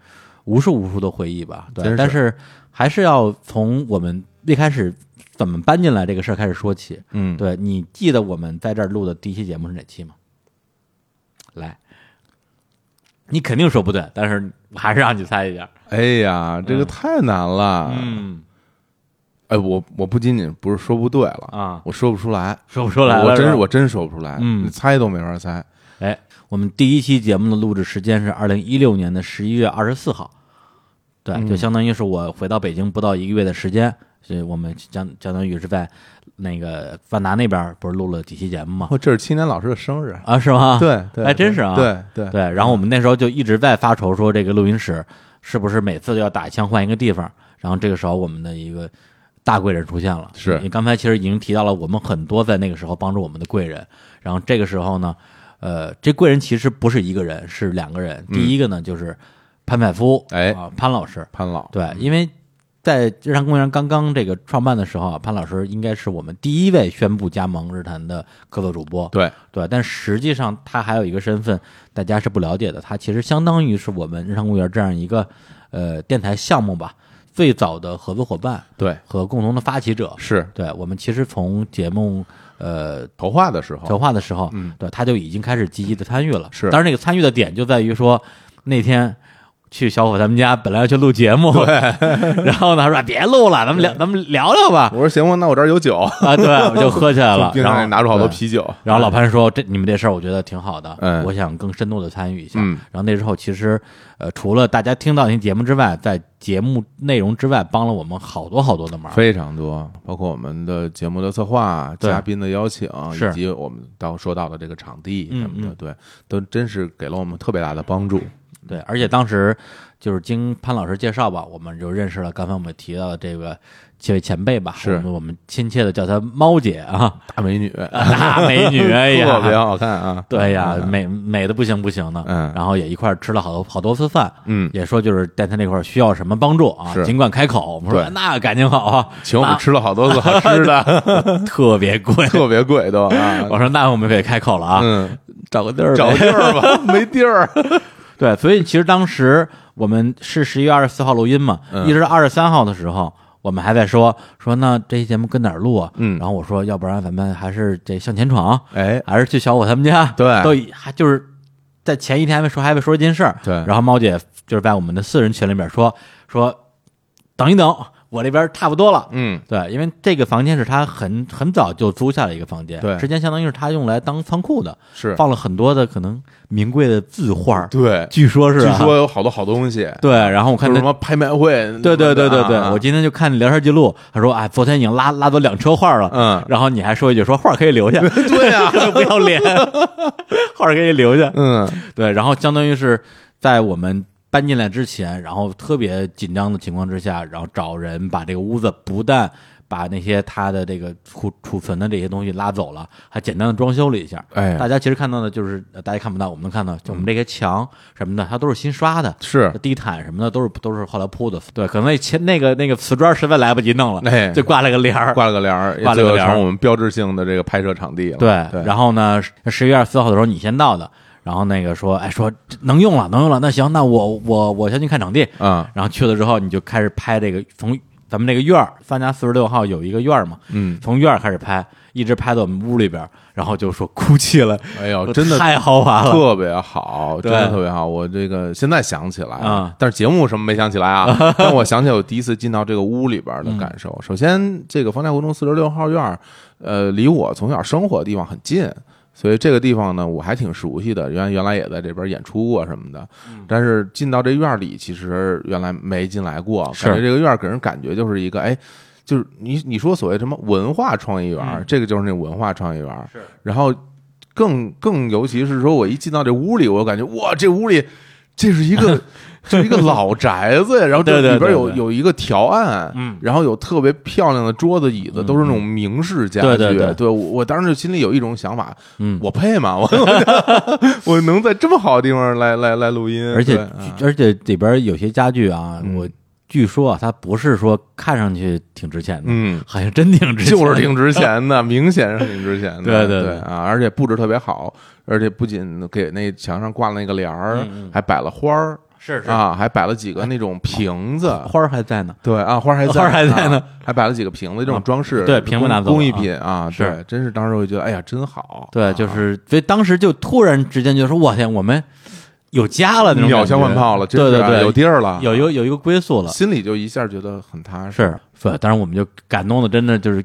[SPEAKER 1] 无数无数的回忆吧，对，
[SPEAKER 2] 真是
[SPEAKER 1] 但是还是要从我们一开始怎么搬进来这个事儿开始说起，
[SPEAKER 2] 嗯，
[SPEAKER 1] 对你记得我们在这儿录的第一期节目是哪期吗？来，你肯定说不对，但是我还是让你猜一下。
[SPEAKER 2] 哎呀，这个太难了，
[SPEAKER 1] 嗯，
[SPEAKER 2] 哎，我我不仅仅不是说不对了，
[SPEAKER 1] 啊，
[SPEAKER 2] 我说不出来，
[SPEAKER 1] 说不出来了。
[SPEAKER 2] 我真
[SPEAKER 1] 是吧
[SPEAKER 2] 我真说不出来，
[SPEAKER 1] 嗯
[SPEAKER 2] 你猜都没法猜。
[SPEAKER 1] 哎，我们第一期节目的录制时间是二零一六年的十一月二十四号，对，就相当于是我回到北京不到一个月的时间，所以我们相相当于是在那个万达那边不是录了几期节目吗？
[SPEAKER 2] 哦，这是青年老师的生日，
[SPEAKER 1] 啊，是吗？
[SPEAKER 2] 对对，
[SPEAKER 1] 还真是啊
[SPEAKER 2] 对对
[SPEAKER 1] 对，然后我们那时候就一直在发愁说这个录音室是不是每次都要打枪换一个地方，然后这个时候我们的一个。大贵人出现了，
[SPEAKER 2] 是
[SPEAKER 1] 你刚才其实已经提到了我们很多在那个时候帮助我们的贵人，然后这个时候呢，呃，这贵人其实不是一个人，是两个人。第一个呢就是潘采夫，
[SPEAKER 2] 嗯哎
[SPEAKER 1] 啊潘老师，
[SPEAKER 2] 潘老，
[SPEAKER 1] 对，因为在日坛公园刚刚这个创办的时候啊，潘老师应该是我们第一位宣布加盟日坛的客座主播，
[SPEAKER 2] 对
[SPEAKER 1] 对，但实际上他还有一个身份，大家是不了解的。他其实相当于是我们日常公园这样一个呃电台项目吧，最早的合作伙伴
[SPEAKER 2] 对
[SPEAKER 1] 和共同的发起者。
[SPEAKER 2] 是
[SPEAKER 1] 对我们其实从节目呃
[SPEAKER 2] 头话的时候，
[SPEAKER 1] 筹划的时候，嗯，对，他就已经开始积极的参与了。
[SPEAKER 2] 是
[SPEAKER 1] 当然那个参与的点就在于说那天。去小伙他们家，本来要去录节目， 然后呢，他说别录了，咱们聊，咱们聊聊吧。
[SPEAKER 2] 我说行吧，那我这儿有酒，
[SPEAKER 1] 啊，对，我 就喝起来了
[SPEAKER 2] 从，冰
[SPEAKER 1] 然
[SPEAKER 2] 箱
[SPEAKER 1] 后
[SPEAKER 2] 里拿出好多
[SPEAKER 1] 对
[SPEAKER 2] 啤酒，
[SPEAKER 1] 然后老潘说：“这你们这事儿我觉得挺好的，
[SPEAKER 2] 嗯
[SPEAKER 1] 我想更深度的参与一下。
[SPEAKER 2] 嗯
[SPEAKER 1] 然后那时候其实，呃，除了大家听到那些节目之外，在节目内容之外，帮了我们好多好多的忙。
[SPEAKER 2] 非常多，包括我们的节目的策划、
[SPEAKER 1] 对
[SPEAKER 2] 嘉宾的邀请，
[SPEAKER 1] 是
[SPEAKER 2] 以及我们到说到的这个场地
[SPEAKER 1] 嗯
[SPEAKER 2] 什么的，
[SPEAKER 1] 嗯
[SPEAKER 2] 对，都真是给了我们特别大的帮助。
[SPEAKER 1] 对，而且当时就是经潘老师介绍吧，我们就认识了刚才我们提到的这个这位前辈吧，
[SPEAKER 2] 是
[SPEAKER 1] 我们我们亲切的叫她猫姐 啊，
[SPEAKER 2] 大美女，
[SPEAKER 1] 大美女，哎
[SPEAKER 2] 特别
[SPEAKER 1] 呀，
[SPEAKER 2] 好看啊！
[SPEAKER 1] 对呀，
[SPEAKER 2] 嗯
[SPEAKER 1] 美美的不行不行的。
[SPEAKER 2] 嗯
[SPEAKER 1] 然后也一块儿吃了好多好多次饭，
[SPEAKER 2] 嗯，
[SPEAKER 1] 也说就是在他那块儿需要什么帮助啊，
[SPEAKER 2] 是
[SPEAKER 1] 尽管开口。我们说
[SPEAKER 2] 对
[SPEAKER 1] 那感情好啊，
[SPEAKER 2] 请我们吃了好多次好吃的，
[SPEAKER 1] 特别贵。
[SPEAKER 2] 特别贵都 啊。
[SPEAKER 1] 我说那我们可以开口了啊，
[SPEAKER 2] 嗯，
[SPEAKER 1] 找个地儿
[SPEAKER 2] 找个地 儿吧，没地儿。
[SPEAKER 1] 对，所以其实当时我们是十一月二十四号录音嘛，
[SPEAKER 2] 嗯
[SPEAKER 1] 一直到二十三号的时候，我们还在说说那这期节目跟哪儿录啊？
[SPEAKER 2] 嗯
[SPEAKER 1] 然后我说要不然咱们还是这向前闯，
[SPEAKER 2] 哎，
[SPEAKER 1] 还是去小伙他们家？
[SPEAKER 2] 对
[SPEAKER 1] 都已还就是在前一天还没说还没说这件事儿。
[SPEAKER 2] 对
[SPEAKER 1] 然后猫姐就是在我们的私人群里面说说等一等，我这边差不多了。
[SPEAKER 2] 嗯，
[SPEAKER 1] 对，因为这个房间是他很很早就租下了一个房间，
[SPEAKER 2] 对
[SPEAKER 1] 之前相当于是他用来当仓库的，
[SPEAKER 2] 是
[SPEAKER 1] 放了很多的可能名贵的字画儿，
[SPEAKER 2] 对，
[SPEAKER 1] 据说是、
[SPEAKER 2] 据
[SPEAKER 1] 啊，
[SPEAKER 2] 说有好多好东西，
[SPEAKER 1] 对，然后我看
[SPEAKER 2] 就是
[SPEAKER 1] 他
[SPEAKER 2] 什么拍卖会，
[SPEAKER 1] 对对对对对，
[SPEAKER 2] 啊
[SPEAKER 1] 我今天就看聊天记录，他说啊，昨天已经拉拉走两车画了，
[SPEAKER 2] 嗯
[SPEAKER 1] 然后你还说一句说画可以留下，
[SPEAKER 2] 对啊，
[SPEAKER 1] 不要脸，画可以留下，
[SPEAKER 2] 嗯，
[SPEAKER 1] 对，然后相当于是在我们搬进来之前，然后特别紧张的情况之下，然后找人把这个屋子不但把那些他的这个储储存的这些东西拉走了，还简单的装修了一下。
[SPEAKER 2] 哎
[SPEAKER 1] 大家其实看到的就是呃大家看不到，我们能看到，就我们这些墙什么的，它都是新刷的。
[SPEAKER 2] 是
[SPEAKER 1] 地毯什么的都是都是后来铺的，对，可能那前那个那个瓷砖实在来不及弄了，
[SPEAKER 2] 哎
[SPEAKER 1] 就挂了个帘儿，
[SPEAKER 2] 挂了个帘儿，
[SPEAKER 1] 挂了
[SPEAKER 2] 这
[SPEAKER 1] 个
[SPEAKER 2] 就
[SPEAKER 1] 帘儿
[SPEAKER 2] 成我们标志性的这个拍摄场地了。
[SPEAKER 1] 对，
[SPEAKER 2] 对，
[SPEAKER 1] 然后呢，十一月二十四号的时候你先到的，然后那个说，哎，说这能用了，能用了，那行，那我我我先去看场地。
[SPEAKER 2] 啊，
[SPEAKER 1] 然后去了之后，你就开始拍这个，从咱们这个院儿，三家四十六号有一个院儿嘛，
[SPEAKER 2] 嗯，
[SPEAKER 1] 从院儿开始拍，一直拍到我们屋里边儿，然后就说哭泣了，
[SPEAKER 2] 哎呦，
[SPEAKER 1] 说
[SPEAKER 2] 真的
[SPEAKER 1] 太豪华了，
[SPEAKER 2] 特别好，
[SPEAKER 1] 对
[SPEAKER 2] 真的特别好。我这个现在想起来
[SPEAKER 1] 啊
[SPEAKER 2] 但是节目什么没想起 来啊。但我想起来我第一次进到这个屋里边的感受。
[SPEAKER 1] 嗯
[SPEAKER 2] 首先，这个方家胡同四十六号院儿，呃，离我从小生活的地方很近。所以这个地方呢，我还挺熟悉的，原原来也在这边演出过什么的，
[SPEAKER 1] 嗯
[SPEAKER 2] 但是进到这院儿里，其实原来没进来过，
[SPEAKER 1] 是
[SPEAKER 2] 感觉这个院儿给人感觉就是一个，哎，就是你你说所谓什么文化创意园儿，
[SPEAKER 1] 嗯
[SPEAKER 2] 这个就是那文化创意园儿
[SPEAKER 1] 是，
[SPEAKER 2] 然后更更尤其是说，我一进到这屋里，我就感觉哇，这屋里这是一 个这是一个老宅子呀，然后这
[SPEAKER 1] 对对
[SPEAKER 2] 里边
[SPEAKER 1] 对
[SPEAKER 2] 有
[SPEAKER 1] 对
[SPEAKER 2] 有一个条案，
[SPEAKER 1] 嗯
[SPEAKER 2] 然后有特别漂亮的桌子椅子，都是那种明式家具，
[SPEAKER 1] 对对对
[SPEAKER 2] 我我当时心里有一种想法，
[SPEAKER 1] 嗯。
[SPEAKER 2] 我配吗？ 我我能在这么好的地方来来来录音，
[SPEAKER 1] 而且
[SPEAKER 2] 对啊
[SPEAKER 1] 而且里边有些家具啊，
[SPEAKER 2] 嗯
[SPEAKER 1] 我据说啊，它不是说看上去挺值钱的，
[SPEAKER 2] 嗯。
[SPEAKER 1] 好像真挺值钱，
[SPEAKER 2] 就是挺值钱的，明显是挺值钱的。
[SPEAKER 1] 对
[SPEAKER 2] 对
[SPEAKER 1] 对对
[SPEAKER 2] 啊，而且布置特别好，而且不仅给那墙上挂了那个帘儿，
[SPEAKER 1] 嗯嗯
[SPEAKER 2] 还摆了花儿
[SPEAKER 1] 是是，
[SPEAKER 2] 啊，还摆了几个那种瓶子。
[SPEAKER 1] 花儿还在呢。
[SPEAKER 2] 对啊，花儿还在，
[SPEAKER 1] 花儿还在呢
[SPEAKER 2] 啊，还摆了几个瓶子，这种装饰，
[SPEAKER 1] 对瓶子拿走了
[SPEAKER 2] 工艺品啊，
[SPEAKER 1] 是
[SPEAKER 2] 对，真是当时我就觉得，哎呀，真好，
[SPEAKER 1] 对，就是所以当时就突然之间就说：“我天，我们有家了那种感觉
[SPEAKER 2] 鸟枪换炮了，真
[SPEAKER 1] 对
[SPEAKER 2] 是
[SPEAKER 1] 对
[SPEAKER 2] 啊
[SPEAKER 1] 对，
[SPEAKER 2] 有地儿了，
[SPEAKER 1] 有一个有一个归宿了，
[SPEAKER 2] 心里就一下觉得很踏实。
[SPEAKER 1] 是，反当然我们就感动的真的就是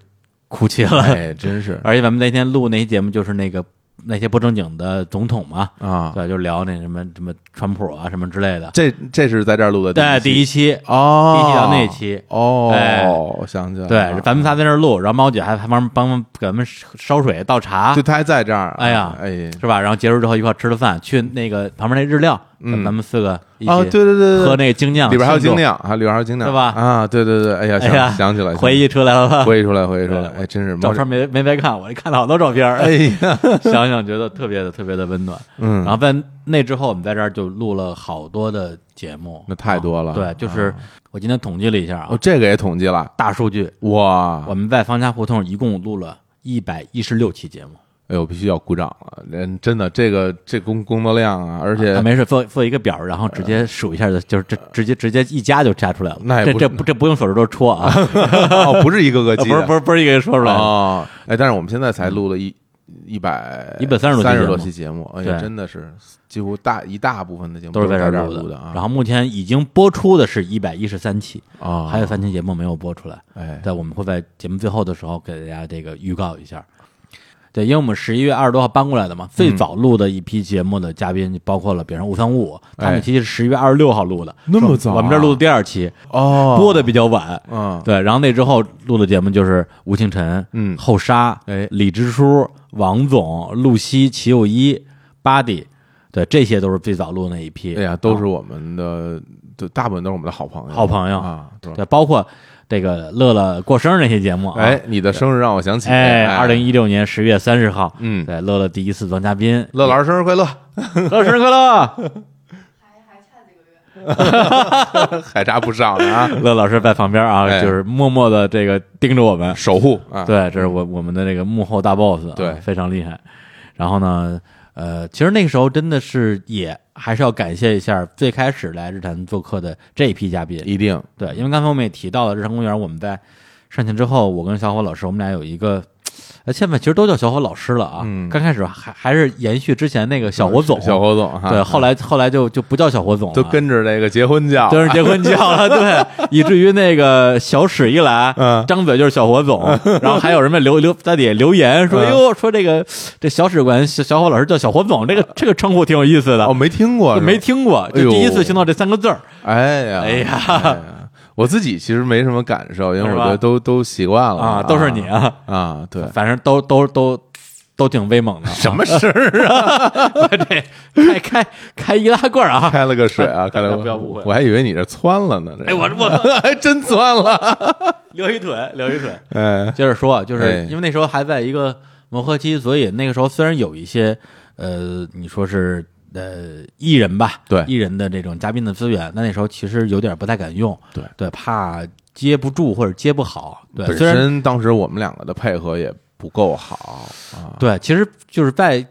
[SPEAKER 1] 哭泣了，
[SPEAKER 2] 哎，真是
[SPEAKER 1] 而且咱们那天录那期节目就是那个那些不正经的总统嘛，
[SPEAKER 2] 啊，
[SPEAKER 1] 对，就聊那什么什么川普啊什么之类的，
[SPEAKER 2] 这这是在这儿录的
[SPEAKER 1] 对，
[SPEAKER 2] 第
[SPEAKER 1] 第
[SPEAKER 2] 一
[SPEAKER 1] 一
[SPEAKER 2] 期
[SPEAKER 1] 期，
[SPEAKER 2] 哦，
[SPEAKER 1] 第一期到那期哎
[SPEAKER 2] 哦，我想起来了，
[SPEAKER 1] 对，咱们仨在那儿录，然后猫姐还还帮帮给咱们烧水倒茶
[SPEAKER 2] 就，他还在这儿，
[SPEAKER 1] 哎呀
[SPEAKER 2] 哎，
[SPEAKER 1] 是吧？然后结束之后一块儿吃了饭，去那个旁边那日料，咱咱们四个一
[SPEAKER 2] 哦，
[SPEAKER 1] 起
[SPEAKER 2] 对对对对，
[SPEAKER 1] 喝那个精酿，
[SPEAKER 2] 里边还有
[SPEAKER 1] 庆祝
[SPEAKER 2] 精，酿，啊，里边还有精酿，
[SPEAKER 1] 是吧
[SPEAKER 2] 啊，对对对，哎呀，
[SPEAKER 1] 哎呀
[SPEAKER 2] 想想起来，
[SPEAKER 1] 回忆出来了 吧？
[SPEAKER 2] 回忆出来，回忆出来，
[SPEAKER 1] 对
[SPEAKER 2] 哎，真是
[SPEAKER 1] 照
[SPEAKER 2] 猫
[SPEAKER 1] 片没没白看，我看了好多照片儿，
[SPEAKER 2] 哎呀，
[SPEAKER 1] 想想觉得特别的特别的温暖。
[SPEAKER 2] 嗯
[SPEAKER 1] 然后在那之后，我们在这儿就录了好多的节目，
[SPEAKER 2] 那太多了
[SPEAKER 1] 啊对，就是我今天统计了一下啊
[SPEAKER 2] 哦，，啊这个也统计了，
[SPEAKER 1] 大数据，
[SPEAKER 2] 哇
[SPEAKER 1] 我，们在方家胡同一共录了一百一十六期节目。
[SPEAKER 2] 哎呦，必须要鼓掌了，人真的这个这工工作量啊，而且呃
[SPEAKER 1] 啊没事，做做一个表儿，然后直接数一下的，就是这直接直接一加就加出来了。
[SPEAKER 2] 那也
[SPEAKER 1] 这
[SPEAKER 2] 不
[SPEAKER 1] 这
[SPEAKER 2] 是
[SPEAKER 1] 不这不用手指头戳啊，
[SPEAKER 2] 哦，不是一 个个
[SPEAKER 1] 啊
[SPEAKER 2] 记
[SPEAKER 1] 不是
[SPEAKER 2] 的，
[SPEAKER 1] 不是不是一个人说出来的。
[SPEAKER 2] 哦，哎，但是我们现在才录了一一百
[SPEAKER 1] 130多期
[SPEAKER 2] 三十
[SPEAKER 1] 节目
[SPEAKER 2] 多期节目，哎呀，
[SPEAKER 1] 对
[SPEAKER 2] 真的是几乎大一大部分的节目
[SPEAKER 1] 都是在
[SPEAKER 2] 在
[SPEAKER 1] 这
[SPEAKER 2] 这
[SPEAKER 1] 儿
[SPEAKER 2] 儿
[SPEAKER 1] 录
[SPEAKER 2] 的啊，
[SPEAKER 1] 然后目前已经播出的是一百一十三期，
[SPEAKER 2] 啊，
[SPEAKER 1] 还有三期节目没有播出来。
[SPEAKER 2] 哎
[SPEAKER 1] 对，我们会在节目最后的时候给大家这个预告一下。对，因为我们十一月二十多号搬过来的嘛，
[SPEAKER 2] 嗯
[SPEAKER 1] 最早录的一批节目的嘉宾包括了，比如说五三五五，他们
[SPEAKER 2] 哎
[SPEAKER 1] 其实是十一月二十六号录的，
[SPEAKER 2] 那么
[SPEAKER 1] 是
[SPEAKER 2] 早啊
[SPEAKER 1] 我们这儿录的第二期，
[SPEAKER 2] 哦，
[SPEAKER 1] 播的比较晚。
[SPEAKER 2] 嗯
[SPEAKER 1] 对，然后那之后录的节目就是吴庆辰、
[SPEAKER 2] 嗯
[SPEAKER 1] 后沙、
[SPEAKER 2] 哎
[SPEAKER 1] 李支书、王总、露西、齐友一、巴迪，对，这些都是最早录的那一批。
[SPEAKER 2] 哎呀，都是我们的，就大部分都是我们的好朋友，
[SPEAKER 1] 好朋友
[SPEAKER 2] 啊，是吧
[SPEAKER 1] 对，包括这个乐乐过生日那些节目、啊，
[SPEAKER 2] 哎，你的生日让我想起，
[SPEAKER 1] 哎，二零，一六年十月三十号，
[SPEAKER 2] 嗯
[SPEAKER 1] 对，乐乐第一次当嘉宾，
[SPEAKER 2] 乐老师生日快乐，
[SPEAKER 1] 乐乐 生日快 乐！
[SPEAKER 3] 还还差几个月，
[SPEAKER 2] 海沙不上了啊，
[SPEAKER 1] 乐老师在旁边啊，
[SPEAKER 2] 哎
[SPEAKER 1] 就是默默的这个盯着我们，
[SPEAKER 2] 守护啊，，
[SPEAKER 1] 对，这是我我们的那个幕后大 boss，、啊、
[SPEAKER 2] 对
[SPEAKER 1] 非常厉害。然后呢，呃，其实那个时候真的是也还是要感谢一下最开始来日坛做客的这一批嘉宾，
[SPEAKER 2] 一定，
[SPEAKER 1] 对，因为刚才我们也提到了日坛公园，我们在上线之后，我跟小伙老师，我们俩有一个。呃，现在其实都叫小伙老师了啊。
[SPEAKER 2] 嗯
[SPEAKER 1] 刚开始还还是延续之前那个小伙总，
[SPEAKER 2] 小侯总哈，
[SPEAKER 1] 对，后来后来就就不叫小伙总了，
[SPEAKER 2] 都跟着这个结婚叫，
[SPEAKER 1] 就是结婚叫了， 对，以至于那个小史一来，
[SPEAKER 2] 嗯
[SPEAKER 1] 张嘴就是小火总，然后还有人们留留在底下留言说，
[SPEAKER 2] 嗯
[SPEAKER 1] 哟，说这个这小史管小小火老师叫小火总，这个这个称呼挺有意思的，
[SPEAKER 2] 哦，没听过，
[SPEAKER 1] 就是
[SPEAKER 2] 吧
[SPEAKER 1] 没听过，
[SPEAKER 2] 哎
[SPEAKER 1] 就
[SPEAKER 2] 呦
[SPEAKER 1] 第一次听到这三个字儿，
[SPEAKER 2] 哎呀，
[SPEAKER 1] 哎呀
[SPEAKER 2] 呀，我自己其实没什么感受，因为
[SPEAKER 1] 是
[SPEAKER 2] 我
[SPEAKER 1] 吧
[SPEAKER 2] 觉得都都习惯了
[SPEAKER 1] 啊都是你啊
[SPEAKER 2] 啊啊，对，
[SPEAKER 1] 反正都都都都挺威 猛的，
[SPEAKER 2] 什么事儿啊？
[SPEAKER 1] 对，开开开易拉罐啊！
[SPEAKER 2] 开了个 水啊，开了个
[SPEAKER 1] 不要误会
[SPEAKER 2] 我还以为你这窜了呢，这
[SPEAKER 1] 哎，我我
[SPEAKER 2] 我还真窜了，
[SPEAKER 1] 留一腿，留一腿。
[SPEAKER 2] 哎，
[SPEAKER 1] 接着说啊，就
[SPEAKER 2] 哎
[SPEAKER 1] 是因为那时候还在一个磨合期，所以那个时候虽然有一些呃，你说是呃艺人吧，
[SPEAKER 2] 对
[SPEAKER 1] 艺人的这种嘉宾的资源，那那时候其实有点不太敢用，
[SPEAKER 2] 对
[SPEAKER 1] 对，怕接不住或者接不好，对，
[SPEAKER 2] 本
[SPEAKER 1] 虽然
[SPEAKER 2] 身当时我们两个的配合也不够好啊，
[SPEAKER 1] 对，其实就是在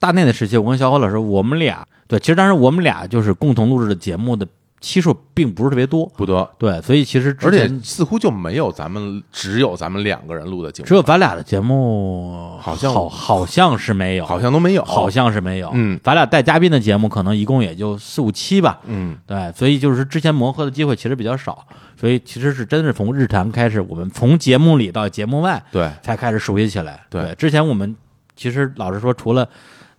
[SPEAKER 1] 大内的时期，我跟小伙老师，我们俩对，其实当时我们俩就是共同录制的节目的期数并不是特别多，
[SPEAKER 2] 不多。
[SPEAKER 1] 对，所以其实之
[SPEAKER 2] 而且
[SPEAKER 1] 前
[SPEAKER 2] 似乎就没有咱们只有咱们两个人录的节
[SPEAKER 1] 只
[SPEAKER 2] 目，
[SPEAKER 1] 有咱俩的节目
[SPEAKER 2] 好像
[SPEAKER 1] 好好像是没有，
[SPEAKER 2] 好像都没有，
[SPEAKER 1] 好像是没有。
[SPEAKER 2] 嗯
[SPEAKER 1] 咱俩带嘉宾的节目可能一共也就四五期吧。
[SPEAKER 2] 嗯，
[SPEAKER 1] 对，所以就是之前磨合的机会其实比较少，所以其实是真是从日常开始，我们从节目里到节目外
[SPEAKER 2] 对，
[SPEAKER 1] 才开始熟悉起来。
[SPEAKER 2] 对
[SPEAKER 1] 之前我们其实老实说，除了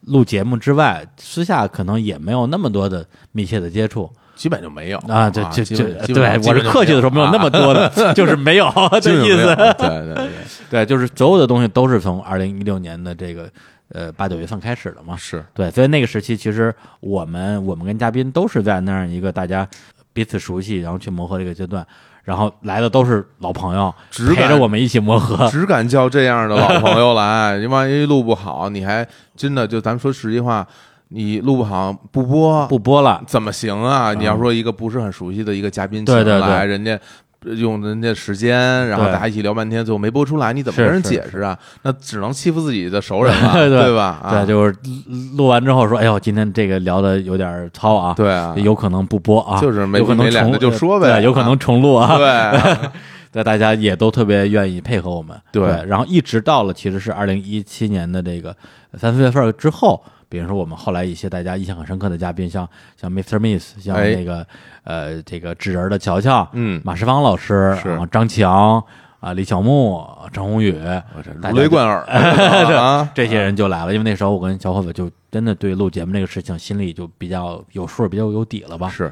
[SPEAKER 1] 录节目之外，私下可能也没有那么多的密切的接触
[SPEAKER 2] 基本就没有
[SPEAKER 1] 啊。这这
[SPEAKER 2] 基
[SPEAKER 1] 这，
[SPEAKER 2] 本基本
[SPEAKER 1] 对，
[SPEAKER 2] 上
[SPEAKER 1] 我是客气的说，没有那么多 的，就是没有
[SPEAKER 2] 啊基本
[SPEAKER 1] 这
[SPEAKER 2] 就
[SPEAKER 1] 意
[SPEAKER 2] 没有
[SPEAKER 1] 思。
[SPEAKER 2] 对对对，
[SPEAKER 1] 对，就是所有的东西都是从二零一六年的这个呃八九月份开始的嘛。
[SPEAKER 2] 是，
[SPEAKER 1] 对，所以那个时期，其实我们我们跟嘉宾都是在那样一个大家彼此熟悉，然后去磨合的一个阶段，然后来的都是老朋友，
[SPEAKER 2] 只
[SPEAKER 1] 陪着
[SPEAKER 2] 敢
[SPEAKER 1] 我们一起磨合。
[SPEAKER 2] 只敢叫这样的老朋友来，你万一录不好，你还真的就咱们说实际话，你录不好不播
[SPEAKER 1] 不播了，
[SPEAKER 2] 怎么行啊？你要说一个不是很熟悉的一个嘉宾请
[SPEAKER 1] 对对对
[SPEAKER 2] 来，人家。呃用人家时间，然后
[SPEAKER 1] 对
[SPEAKER 2] 大家一起聊半天，最后没播出来，你怎么
[SPEAKER 1] 是
[SPEAKER 2] 跟人
[SPEAKER 1] 是
[SPEAKER 2] 解释啊？那只能欺负自己的熟人 了，
[SPEAKER 1] 对
[SPEAKER 2] 对吧？啊
[SPEAKER 1] 对，就是录录完之后说，哎呦，今天这个聊的有点糙啊，
[SPEAKER 2] 对啊
[SPEAKER 1] 有可能不播啊，
[SPEAKER 2] 就是没
[SPEAKER 1] 有可能
[SPEAKER 2] 没脸
[SPEAKER 1] 重
[SPEAKER 2] 的就说呗
[SPEAKER 1] 对有可能重录啊，
[SPEAKER 2] 对啊，
[SPEAKER 1] 对，大家也都特别愿意配合我们。
[SPEAKER 2] 对
[SPEAKER 1] 然后一直到了其实是二零一七年的这个三四月份之后，比如说我们后来一些大家印象很深刻的嘉宾，像像 Mr. Miss，像
[SPEAKER 2] 哎
[SPEAKER 1] 那个、呃这个纸人的乔乔，
[SPEAKER 2] 嗯，
[SPEAKER 1] 马世芳老师，
[SPEAKER 2] 是
[SPEAKER 1] 然后张强啊、李小牧、张宏宇，
[SPEAKER 2] 我这
[SPEAKER 1] 大
[SPEAKER 2] 如
[SPEAKER 1] 家
[SPEAKER 2] 雷贯耳 啊！
[SPEAKER 1] 这些人就来了，因为那时候我跟小伙子就真的对录节目这个事情心里就比较有数，比较有底了吧。
[SPEAKER 2] 啊是，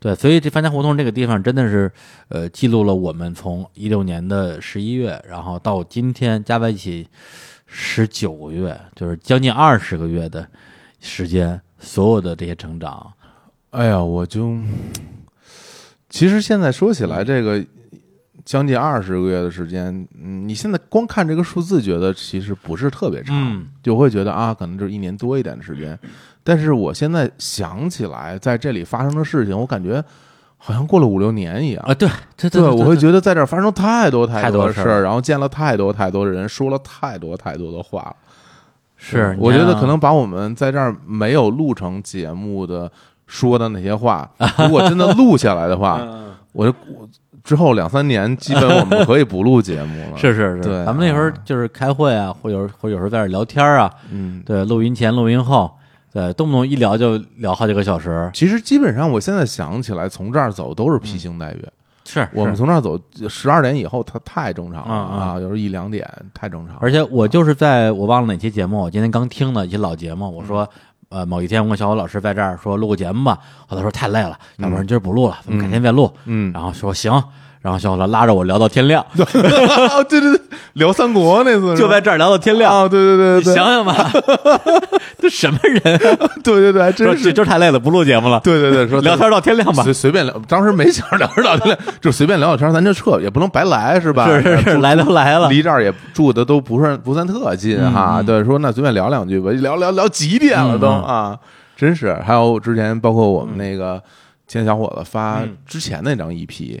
[SPEAKER 1] 对，所以这番家胡同这个地方真的是，呃，记录了我们从一六年的十一月，然后到今天加在一起十九个月，就是将近二十个月的时间，所有的这些成长，
[SPEAKER 2] 哎呀，我就其实现在说起来，这个将近二十个月的时间，嗯，你现在光看这个数字，觉得其实不是特别长，
[SPEAKER 1] 嗯
[SPEAKER 2] 就会觉得啊，可能就是一年多一点的时间。但是我现在想起来，在这里发生的事情，我感觉好像过了五六年一样。
[SPEAKER 1] 啊，对，对
[SPEAKER 2] 对，我会
[SPEAKER 1] 得
[SPEAKER 2] 觉得在这儿发生了太多
[SPEAKER 1] 太多
[SPEAKER 2] 多的
[SPEAKER 1] 事
[SPEAKER 2] 事
[SPEAKER 1] 儿
[SPEAKER 2] 儿，然后见了太多太多的人，说了太多太多的话了。
[SPEAKER 1] 是，
[SPEAKER 2] 嗯我觉
[SPEAKER 1] 你
[SPEAKER 2] 得
[SPEAKER 1] 看啊
[SPEAKER 2] 可能把我们在这儿没有录成节目的说的那些 话，如果真的录下来的话，
[SPEAKER 1] 嗯
[SPEAKER 2] 我就我之后两三年基本我们可以不录节目了。
[SPEAKER 1] 啊， 是是是，
[SPEAKER 2] 对
[SPEAKER 1] 咱们那时候就是开会啊，或者或者有时候在这儿聊天啊，
[SPEAKER 2] 嗯，
[SPEAKER 1] 对，录音前、录音后，对，动不动一聊就聊好几个小时，
[SPEAKER 2] 其实基本上我现在想起来，从这儿走都是披星戴月。
[SPEAKER 1] 是
[SPEAKER 2] 我
[SPEAKER 1] 嗯
[SPEAKER 2] 们
[SPEAKER 1] 是
[SPEAKER 2] 从这儿走十二点以后，它太正常了
[SPEAKER 1] 嗯嗯
[SPEAKER 2] 啊，有时候一两点太正常了。
[SPEAKER 1] 而且我就是在我忘了哪期节目，我今天刚听的一期老节目，我说。
[SPEAKER 2] 嗯
[SPEAKER 1] 呃，某一天我跟小伙老师在这儿说录个节目吧，后来说太累了，要不然今儿不录了，咱们改天再录。
[SPEAKER 2] 嗯，
[SPEAKER 1] 然后说行，然后小伙老师拉着我聊到天亮，
[SPEAKER 2] 啊 对对对，聊三国那次是吧
[SPEAKER 1] 就在这儿聊到天亮。
[SPEAKER 2] 啊，对对对
[SPEAKER 1] 你
[SPEAKER 2] 对，
[SPEAKER 1] 想想 吧，这什么人啊？
[SPEAKER 2] 对对对，还
[SPEAKER 1] 说
[SPEAKER 2] 真
[SPEAKER 1] 这
[SPEAKER 2] 是，
[SPEAKER 1] 今儿太累了，不录节目了，
[SPEAKER 2] 对对对，说
[SPEAKER 1] 聊天到天亮吧。
[SPEAKER 2] 随随便聊，当时没想着聊着 聊天，就随便聊聊天，咱就撤，也不能白来是吧？呃哎
[SPEAKER 1] 是是是，来都来了，
[SPEAKER 2] 离这儿也住的都不算不算特近哈。对，说那随便聊两句吧，一聊聊聊几点了都
[SPEAKER 1] 嗯
[SPEAKER 2] 啊，真是。还有之前包括我们那个天小伙子发
[SPEAKER 1] 嗯
[SPEAKER 2] 之前那张 EP。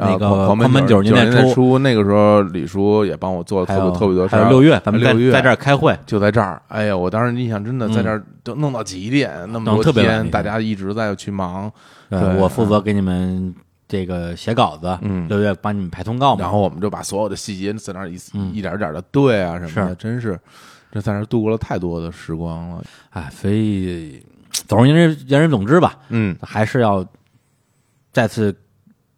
[SPEAKER 1] 那个
[SPEAKER 2] 啊狂
[SPEAKER 1] 狂奔
[SPEAKER 2] 奔
[SPEAKER 1] 九十
[SPEAKER 2] 九
[SPEAKER 1] 年代
[SPEAKER 2] 代
[SPEAKER 1] 初
[SPEAKER 2] 初，那个时候李叔也帮我做特
[SPEAKER 1] 还有
[SPEAKER 2] 别特别多事
[SPEAKER 1] 还
[SPEAKER 2] 儿。啊
[SPEAKER 1] 有六月，咱们在
[SPEAKER 2] 六月
[SPEAKER 1] 在这儿开会，
[SPEAKER 2] 就在这儿，哎呀，我当时印象真的在
[SPEAKER 1] 嗯
[SPEAKER 2] 这儿都弄到几点，那
[SPEAKER 1] 弄
[SPEAKER 2] 么
[SPEAKER 1] 特
[SPEAKER 2] 多
[SPEAKER 1] 别晚那
[SPEAKER 2] 天，
[SPEAKER 1] 天
[SPEAKER 2] 大家一直在去忙，
[SPEAKER 1] 对
[SPEAKER 2] 对
[SPEAKER 1] 我负责给你们这个写稿子，
[SPEAKER 2] 嗯
[SPEAKER 1] 六月帮你们排通告嘛。
[SPEAKER 2] 然后我们就把所有的细节在那儿一次
[SPEAKER 1] 嗯
[SPEAKER 2] 一点儿点的对啊什么
[SPEAKER 1] 是
[SPEAKER 2] 的，真是这在那儿度过了太多的时光了。
[SPEAKER 1] 哎，所以总而言之，言而总之吧，
[SPEAKER 2] 嗯，
[SPEAKER 1] 还是要再次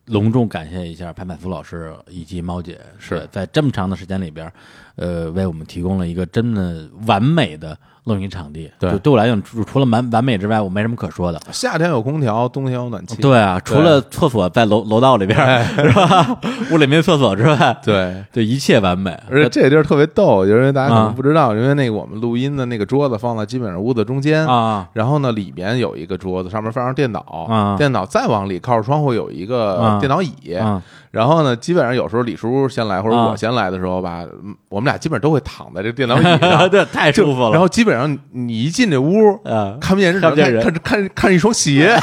[SPEAKER 1] 隆重感谢一下潘百福老师以及猫姐，
[SPEAKER 2] 是
[SPEAKER 1] 对在这么长的时间里边，呃，为我们提供了一个真的完美的录音场地。
[SPEAKER 2] 对
[SPEAKER 1] 就对我来讲，除除了完完美之外，我没什么可说的。
[SPEAKER 2] 夏天有空调，冬天有暖气。
[SPEAKER 1] 对啊，除
[SPEAKER 2] 对哎
[SPEAKER 1] 了厕所在楼楼道里边、是吧？屋里没有厕所之外，
[SPEAKER 2] 对，嗯
[SPEAKER 1] 对一切完美。
[SPEAKER 2] 而且这地儿特别逗，因为大家可
[SPEAKER 1] 啊
[SPEAKER 2] 能不知道，因为那个我们录音的那个桌子放在基本上屋子中间。
[SPEAKER 1] 啊，
[SPEAKER 2] 然后呢，里面有一个桌子，上面放上电脑，
[SPEAKER 1] 啊
[SPEAKER 2] 电脑再往里靠着窗户有一
[SPEAKER 1] 啊
[SPEAKER 2] 个电脑椅，
[SPEAKER 1] 啊
[SPEAKER 2] 然后呢，基本上有时候李叔先来或者
[SPEAKER 1] 啊
[SPEAKER 2] 我先来的时候吧，嗯我们俩基本上都会躺在这个电脑椅 上，
[SPEAKER 1] 对，嗯太舒服了。
[SPEAKER 2] 然后基本上你一进这屋，
[SPEAKER 1] 啊，
[SPEAKER 2] 看不见人，
[SPEAKER 1] 看不见人
[SPEAKER 2] 看看看一 双鞋，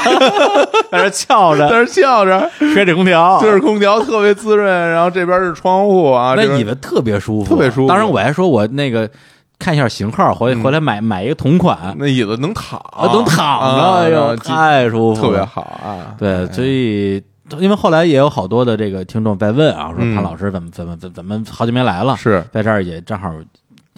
[SPEAKER 1] 在这翘
[SPEAKER 2] 在那
[SPEAKER 1] 着，
[SPEAKER 2] 儿笑着，
[SPEAKER 1] 吹着空 调，
[SPEAKER 2] 就是空调特别滋润，然后这边是窗户啊，这
[SPEAKER 1] 那
[SPEAKER 2] 边
[SPEAKER 1] 椅子特别舒服，
[SPEAKER 2] 特别舒服
[SPEAKER 1] 当然我还说我那个看一下型号，回
[SPEAKER 2] 嗯
[SPEAKER 1] 回来买买一个同款，
[SPEAKER 2] 那椅子能躺
[SPEAKER 1] 啊，能躺着，
[SPEAKER 2] 啊
[SPEAKER 1] 哎
[SPEAKER 2] 然后
[SPEAKER 1] 呦，
[SPEAKER 2] 几
[SPEAKER 1] 太舒服，
[SPEAKER 2] 特别。好啊。
[SPEAKER 1] 对，所以因为后来也有好多的这个听众在问啊，说
[SPEAKER 2] 嗯
[SPEAKER 1] 潘老师怎么怎么怎么怎么好久没来了，
[SPEAKER 2] 是
[SPEAKER 1] 在这儿也正好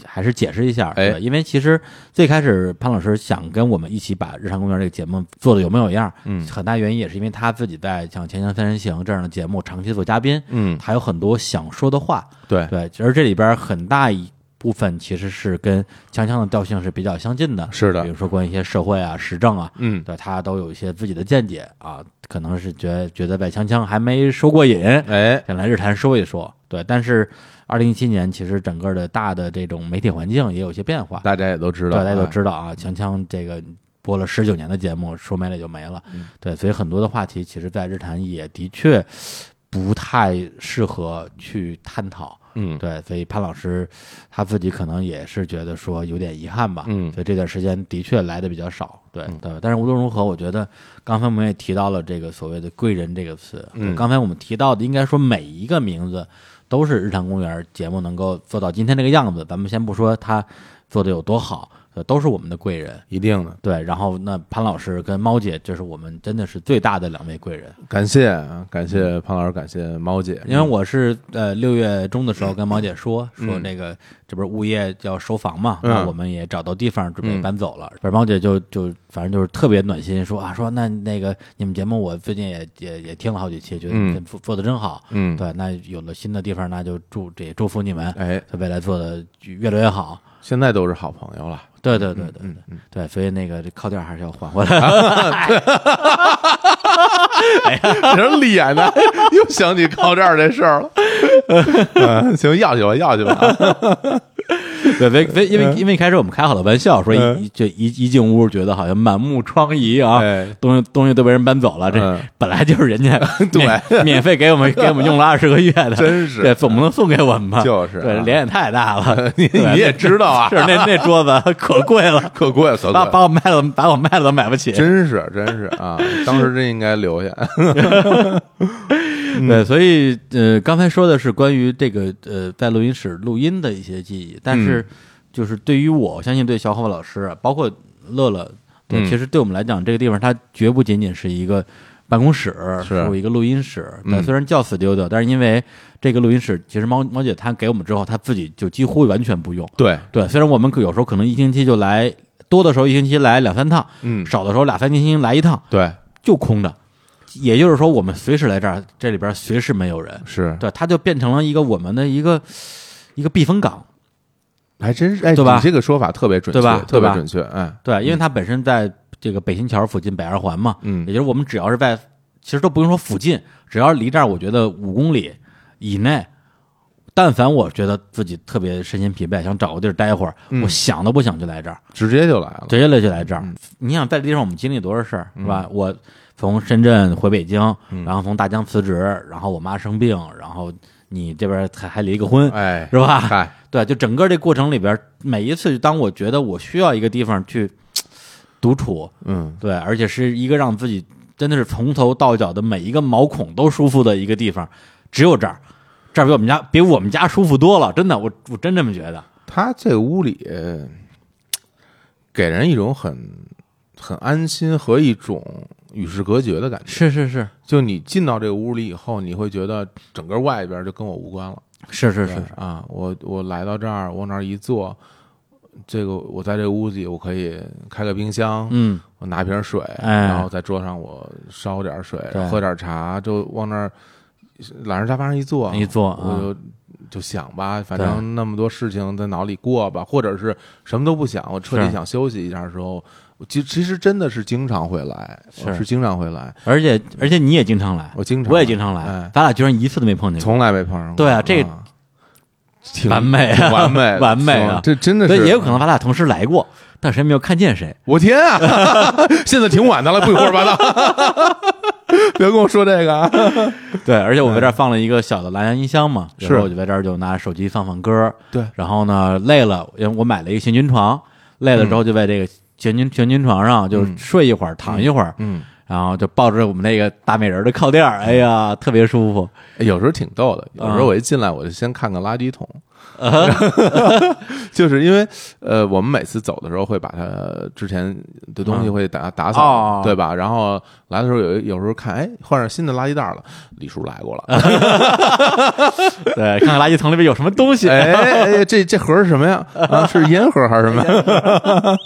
[SPEAKER 1] 还是解释一下，
[SPEAKER 2] 哎
[SPEAKER 1] 对，因为其实最开始潘老师想跟我们一起把《日常公园》这个节目做的有模有样，
[SPEAKER 2] 嗯
[SPEAKER 1] 很大原因也是因为他自己在像《锵锵三人行》这样的节目长期做嘉宾，
[SPEAKER 2] 嗯，
[SPEAKER 1] 他有很多想说的话，
[SPEAKER 2] 对，
[SPEAKER 1] 对，而这里边很大一部分其实是跟《锵锵》的调性是比较相近的，
[SPEAKER 2] 是的
[SPEAKER 1] 比如说关于一些社会啊、时政啊，
[SPEAKER 2] 嗯，
[SPEAKER 1] 对他都有一些自己的见解啊，可能是觉得觉得在《锵锵》还没收过瘾，
[SPEAKER 2] 哎，
[SPEAKER 1] 想来日坛说一说。对，但是二零一七年其实整个的大的这种媒体环境也有些变化，
[SPEAKER 2] 大家也都知
[SPEAKER 1] 对大
[SPEAKER 2] 道，
[SPEAKER 1] 家都
[SPEAKER 2] 哎
[SPEAKER 1] 知道啊，锵锵这个播了十九年的节目，说没了就没了。
[SPEAKER 2] 嗯
[SPEAKER 1] 对，所以很多的话题其实，在日坛也的确不太适合去探讨。
[SPEAKER 2] 嗯，
[SPEAKER 1] 对，所以潘老师他自己可能也是觉得说有点遗憾吧，
[SPEAKER 2] 嗯
[SPEAKER 1] 所以这段时间的确来的比较少，对、
[SPEAKER 2] 嗯
[SPEAKER 1] 对。但是无论如何，我觉得刚才我们也提到了这个所谓的“贵人”这个词，啊
[SPEAKER 2] 嗯
[SPEAKER 1] 刚才我们提到的，应该说每一个名字都是日常公园节目能够做到今天这个样子。咱们先不说他做的有多好，呃，都是我们的贵人。
[SPEAKER 2] 一定的，
[SPEAKER 1] 对，然后那潘老师跟猫姐，这是我们真的是最大的两位贵人，
[SPEAKER 2] 感谢啊感谢潘老师，感谢猫姐，
[SPEAKER 1] 嗯因为我是呃六月中的时
[SPEAKER 2] 嗯
[SPEAKER 1] 候跟猫姐说说那个这不是物业要收房嘛，
[SPEAKER 2] 嗯
[SPEAKER 1] 那我们也找到地方准备
[SPEAKER 2] 嗯
[SPEAKER 1] 搬走了，反正猫姐就就反正就是特别暖心，说啊说那那个你们节目我最近也也也听了好几期，觉
[SPEAKER 2] 嗯
[SPEAKER 1] 得做做的真好，
[SPEAKER 2] 嗯，
[SPEAKER 1] 对，那有了新的地方那就祝这也祝福你们，
[SPEAKER 2] 哎，
[SPEAKER 1] 未来做的越来越好。
[SPEAKER 2] 现在都是好朋 友了，
[SPEAKER 1] 对对对对对、
[SPEAKER 2] 嗯啊嗯
[SPEAKER 1] 对，所以那个这靠垫还是要还回来。
[SPEAKER 2] 这脸呢，又想起靠这儿这 事儿了，嗯，行，要去吧，要去吧啊，
[SPEAKER 1] 对，别别，因为因为一开始我们开好了玩笑，说
[SPEAKER 2] 嗯
[SPEAKER 1] 一就一一进屋觉得好像满目疮痍啊，
[SPEAKER 2] 哎，
[SPEAKER 1] 东西东西都被人搬走了，这
[SPEAKER 2] 嗯
[SPEAKER 1] 本来就是 人家
[SPEAKER 2] 对
[SPEAKER 1] 免免费给我们给我们用了二十个月的，
[SPEAKER 2] 真是
[SPEAKER 1] 对，总不能送给我们吧？
[SPEAKER 2] 就是啊，
[SPEAKER 1] 对，脸也太大了
[SPEAKER 2] 你
[SPEAKER 1] 对
[SPEAKER 2] 你也知道啊
[SPEAKER 1] 是，那那桌子可贵 了，
[SPEAKER 2] 可贵了，可贵
[SPEAKER 1] 把
[SPEAKER 2] 了。
[SPEAKER 1] 把我卖了，把我卖了都买不起。
[SPEAKER 2] 真是真是啊！当时真应该留下。嗯
[SPEAKER 1] 对，所以呃，刚才说的是关于这个呃，在录音室录音的一些记忆，但是
[SPEAKER 2] 嗯
[SPEAKER 1] 就是对于我，我相信对小伙伴老师啊，包括乐乐，对，
[SPEAKER 2] 嗯
[SPEAKER 1] 其实对我们来讲，这个地方它绝不仅仅是一个办公室，
[SPEAKER 2] 是
[SPEAKER 1] 一个录音室。对，
[SPEAKER 2] 嗯
[SPEAKER 1] 虽然叫 studio，但是因为这个录音室，其实猫猫姐她给我们之后，她自己就几乎完全不用。
[SPEAKER 2] 对，
[SPEAKER 1] 对，虽然我们有时候可能一星期就来，多的时候一星期来两三趟，
[SPEAKER 2] 嗯，
[SPEAKER 1] 少的时候俩三星期来一趟，
[SPEAKER 2] 对，
[SPEAKER 1] 就空着。也就是说，我们随时来这儿，这里边随时没有人。
[SPEAKER 2] 是，
[SPEAKER 1] 对，它就变成了一个我们的一个一个避风港。
[SPEAKER 2] 还真是，哎，
[SPEAKER 1] 对吧
[SPEAKER 2] 你这个说法特别准确，
[SPEAKER 1] 对吧
[SPEAKER 2] 特
[SPEAKER 1] 对
[SPEAKER 2] 别
[SPEAKER 1] 吧
[SPEAKER 2] 准确，哎，
[SPEAKER 1] 对，因为它本身在这个北新桥附近北二环嘛，也
[SPEAKER 2] 嗯，
[SPEAKER 1] 就是我们只要是在，其实都不用说附近，只要离这儿我觉得五公里以内，但凡我觉得自己特别身心疲惫，想找个地儿待会儿，
[SPEAKER 2] 嗯
[SPEAKER 1] 我想都不想就来这儿，
[SPEAKER 2] 直接就来 了，
[SPEAKER 1] 直接来就来这儿。你想在这地方我们经历多少事儿，是吧？我从深圳回北京，然后从大疆辞职，然后我妈生病，然后你这边还还离个婚，
[SPEAKER 2] 哎，
[SPEAKER 1] 是吧？
[SPEAKER 2] 嗨，
[SPEAKER 1] 对，就整个这过程里边，每一次当我觉得我需要一个地方去嘖独处，
[SPEAKER 2] 嗯，
[SPEAKER 1] 对，而且是一个让自己真的是从头到脚的每一个毛孔都舒服的一个地方，只有这儿，这儿比我们家比我们家舒服多了，真的，我我真这么觉得。
[SPEAKER 2] 他这屋里呃给人一种很很安心和一种与世隔绝的感觉。
[SPEAKER 1] 是是是
[SPEAKER 2] 就你进到这个屋里以后，你会觉得整个外边就跟我无关了。
[SPEAKER 1] 是是
[SPEAKER 2] 对
[SPEAKER 1] 是，
[SPEAKER 2] 啊，我我来到这儿，往那儿一坐，这个我在这个屋子里，我可以开个冰箱，
[SPEAKER 1] 嗯，
[SPEAKER 2] 我拿瓶水，
[SPEAKER 1] 哎
[SPEAKER 2] 然后在桌上我烧点水，
[SPEAKER 1] 对
[SPEAKER 2] 喝点茶，就往那儿懒人沙发上一坐，
[SPEAKER 1] 一坐嗯
[SPEAKER 2] 我就。就想吧，反正那么多事情在脑里过吧，或者是什么都不想，我彻底
[SPEAKER 1] 是
[SPEAKER 2] 想休息一下的时候，我其其实真的是经常会来，我
[SPEAKER 1] 是
[SPEAKER 2] 是经常会来，
[SPEAKER 1] 而且而且你也经常来，
[SPEAKER 2] 我经常
[SPEAKER 1] 我也经常来
[SPEAKER 2] 哎，
[SPEAKER 1] 咱俩居然一次都没碰见过，
[SPEAKER 2] 从来没碰上过。
[SPEAKER 1] 对啊这
[SPEAKER 2] 啊挺
[SPEAKER 1] 完美
[SPEAKER 2] 挺完美的
[SPEAKER 1] 完美啊
[SPEAKER 2] 挺这真的
[SPEAKER 1] 所
[SPEAKER 2] 是
[SPEAKER 1] 以也有可能咱俩同时来过，但谁也没有看见谁。
[SPEAKER 2] 我天啊！ 现在挺晚的了，不许胡说八道， 别跟我说这个啊！
[SPEAKER 1] 对，而且我在这儿放了一个小的蓝牙音箱嘛，
[SPEAKER 2] 哎是
[SPEAKER 1] 然后我就在这儿就拿手机放放歌，
[SPEAKER 2] 对
[SPEAKER 1] 然后呢累了，因为我买了一个行军床，累了之后就在这个行军行军床上就
[SPEAKER 2] 嗯
[SPEAKER 1] 睡一会儿，躺一会儿，
[SPEAKER 2] 嗯，
[SPEAKER 1] 然后就抱着我们那个大美人儿的靠垫儿，哎呀，特别舒服。
[SPEAKER 2] 有时候挺逗的，有时候
[SPEAKER 1] 嗯
[SPEAKER 2] 我一进来我就先看看垃圾桶， 就是因为呃，我们每次走的时候会把它之前的东西
[SPEAKER 1] 嗯
[SPEAKER 2] 会打打
[SPEAKER 1] 哦
[SPEAKER 2] 扫，对吧？然后来的时候有有时候看，哎，换上新的垃圾袋了，李叔来过
[SPEAKER 1] 啊
[SPEAKER 2] 了，
[SPEAKER 1] 对，看看垃圾桶里面有什么东西，
[SPEAKER 2] 哎哎，这这盒是什么呀？啊，是烟盒还是什么呀？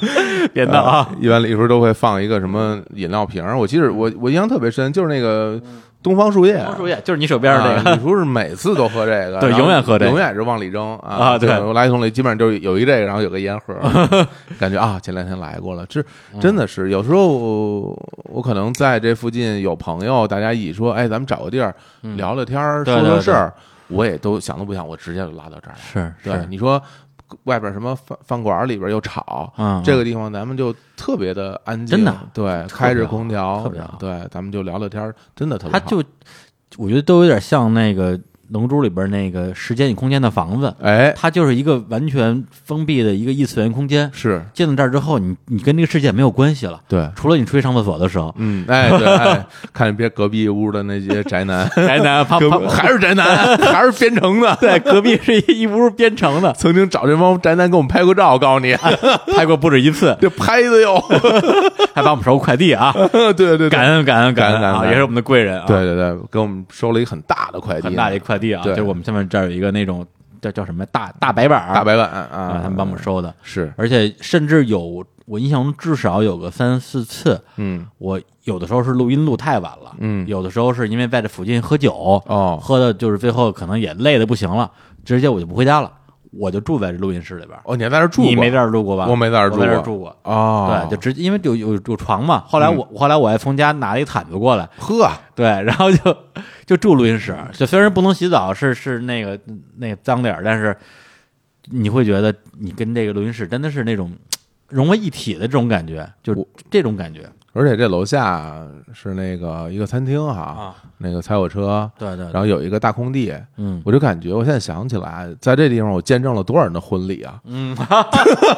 [SPEAKER 1] 别闹啊！
[SPEAKER 2] 呃一般李叔都会放一个什么饮料瓶儿，我记得我我印象特别深，就是那个
[SPEAKER 1] 嗯
[SPEAKER 2] 东方树叶，啊
[SPEAKER 1] 枫树叶就是你手边儿这个，
[SPEAKER 2] 啊李叔是每次都喝这个，
[SPEAKER 1] 对
[SPEAKER 2] 然后
[SPEAKER 1] 永远喝这个
[SPEAKER 2] 永远是往里扔
[SPEAKER 1] 啊对
[SPEAKER 2] 就是我垃圾桶里基本上就是有一这个，然后有个烟盒， 感觉啊，前两天来过了，这
[SPEAKER 1] 嗯
[SPEAKER 2] 真的是有时候我我可能在这附近有朋友，大家一起说，哎，咱们找个地儿聊聊天儿，
[SPEAKER 1] 嗯对
[SPEAKER 2] 说说
[SPEAKER 1] 对
[SPEAKER 2] 事儿，我也都想都不想，我直接就拉到这儿来。
[SPEAKER 1] 是
[SPEAKER 2] 对，，你说外边什么饭饭馆里边又吵，
[SPEAKER 1] 嗯，
[SPEAKER 2] 这个地方咱们就特别的安静，
[SPEAKER 1] 真的特
[SPEAKER 2] 对，
[SPEAKER 1] 别好
[SPEAKER 2] 开着空调
[SPEAKER 1] 特别好，
[SPEAKER 2] 对，咱们就聊聊天儿，真的特别
[SPEAKER 1] 他
[SPEAKER 2] 好。
[SPEAKER 1] 就我觉得都有点像那个。龙珠》里边那个时间与空间的房子，
[SPEAKER 2] 哎，
[SPEAKER 1] 它就是一个完全封闭的一个异次元空间。
[SPEAKER 2] 是
[SPEAKER 1] 进了这儿之后，你你跟这个世界没有关系了，
[SPEAKER 2] 对，
[SPEAKER 1] 除了你出去上厕所的时 候，，
[SPEAKER 2] 嗯，哎，对，哎，看别隔壁屋的那些宅男
[SPEAKER 1] 宅男啪
[SPEAKER 2] 哎隔
[SPEAKER 1] 啪
[SPEAKER 2] 壁 还是宅男，还是编程的。
[SPEAKER 1] 对，隔壁是一一屋编程的，
[SPEAKER 2] 曾经找这帮宅男给我们拍过照，我告诉 你，
[SPEAKER 1] 拍过不止一 次，
[SPEAKER 2] 这拍的 哟。
[SPEAKER 1] 还帮我们收快递啊，
[SPEAKER 2] 对对对，
[SPEAKER 1] 感恩感恩
[SPEAKER 2] 感恩
[SPEAKER 1] 恩
[SPEAKER 2] 感
[SPEAKER 1] 啊，
[SPEAKER 2] 恩
[SPEAKER 1] 也是我们的贵人啊，
[SPEAKER 2] 对，对对，给我们收了一个很大的快递，
[SPEAKER 1] 很大的一快递啊，
[SPEAKER 2] 对
[SPEAKER 1] 就是我们下面这儿有一个那种叫叫什么大大白板儿
[SPEAKER 2] 大白板
[SPEAKER 1] 啊，
[SPEAKER 2] 啊，
[SPEAKER 1] 他们帮我们收的，
[SPEAKER 2] 是，
[SPEAKER 1] 而且甚至有我印象中至少有个三四次，
[SPEAKER 2] 嗯，
[SPEAKER 1] 我有的时候是录音录太晚了，
[SPEAKER 2] 嗯
[SPEAKER 1] 有的时候是因为在这附近喝酒，
[SPEAKER 2] 哦
[SPEAKER 1] 喝的就是最后可能也累的不行了，直接我就不回家了，我就住在这录音室里边儿。
[SPEAKER 2] 哦，你还在这儿住过？
[SPEAKER 1] 你没在这儿住过吧？
[SPEAKER 2] 我没在这儿
[SPEAKER 1] 我
[SPEAKER 2] 住
[SPEAKER 1] 在
[SPEAKER 2] 过
[SPEAKER 1] 这儿住过。
[SPEAKER 2] 哦，嗯
[SPEAKER 1] 对，就直因为有有有床嘛。后来我、后来我还从家拿了一毯子过来，
[SPEAKER 2] 呵，
[SPEAKER 1] 对， 然后就就住录音室，就虽然不能洗澡，是是那个那个脏点儿，但是你会觉得你跟这个录音室真的是那种融为一体的这种感觉，就是
[SPEAKER 2] 我
[SPEAKER 1] 这种感觉
[SPEAKER 2] 而且这楼下是那个一个餐厅哈，
[SPEAKER 1] 啊。
[SPEAKER 2] 那个踩火车，
[SPEAKER 1] 对对，
[SPEAKER 2] 然后有一个大空地，
[SPEAKER 1] 嗯
[SPEAKER 2] 我就感觉我现在想起来，在这地方我见证了多少人的婚礼啊！
[SPEAKER 1] 嗯，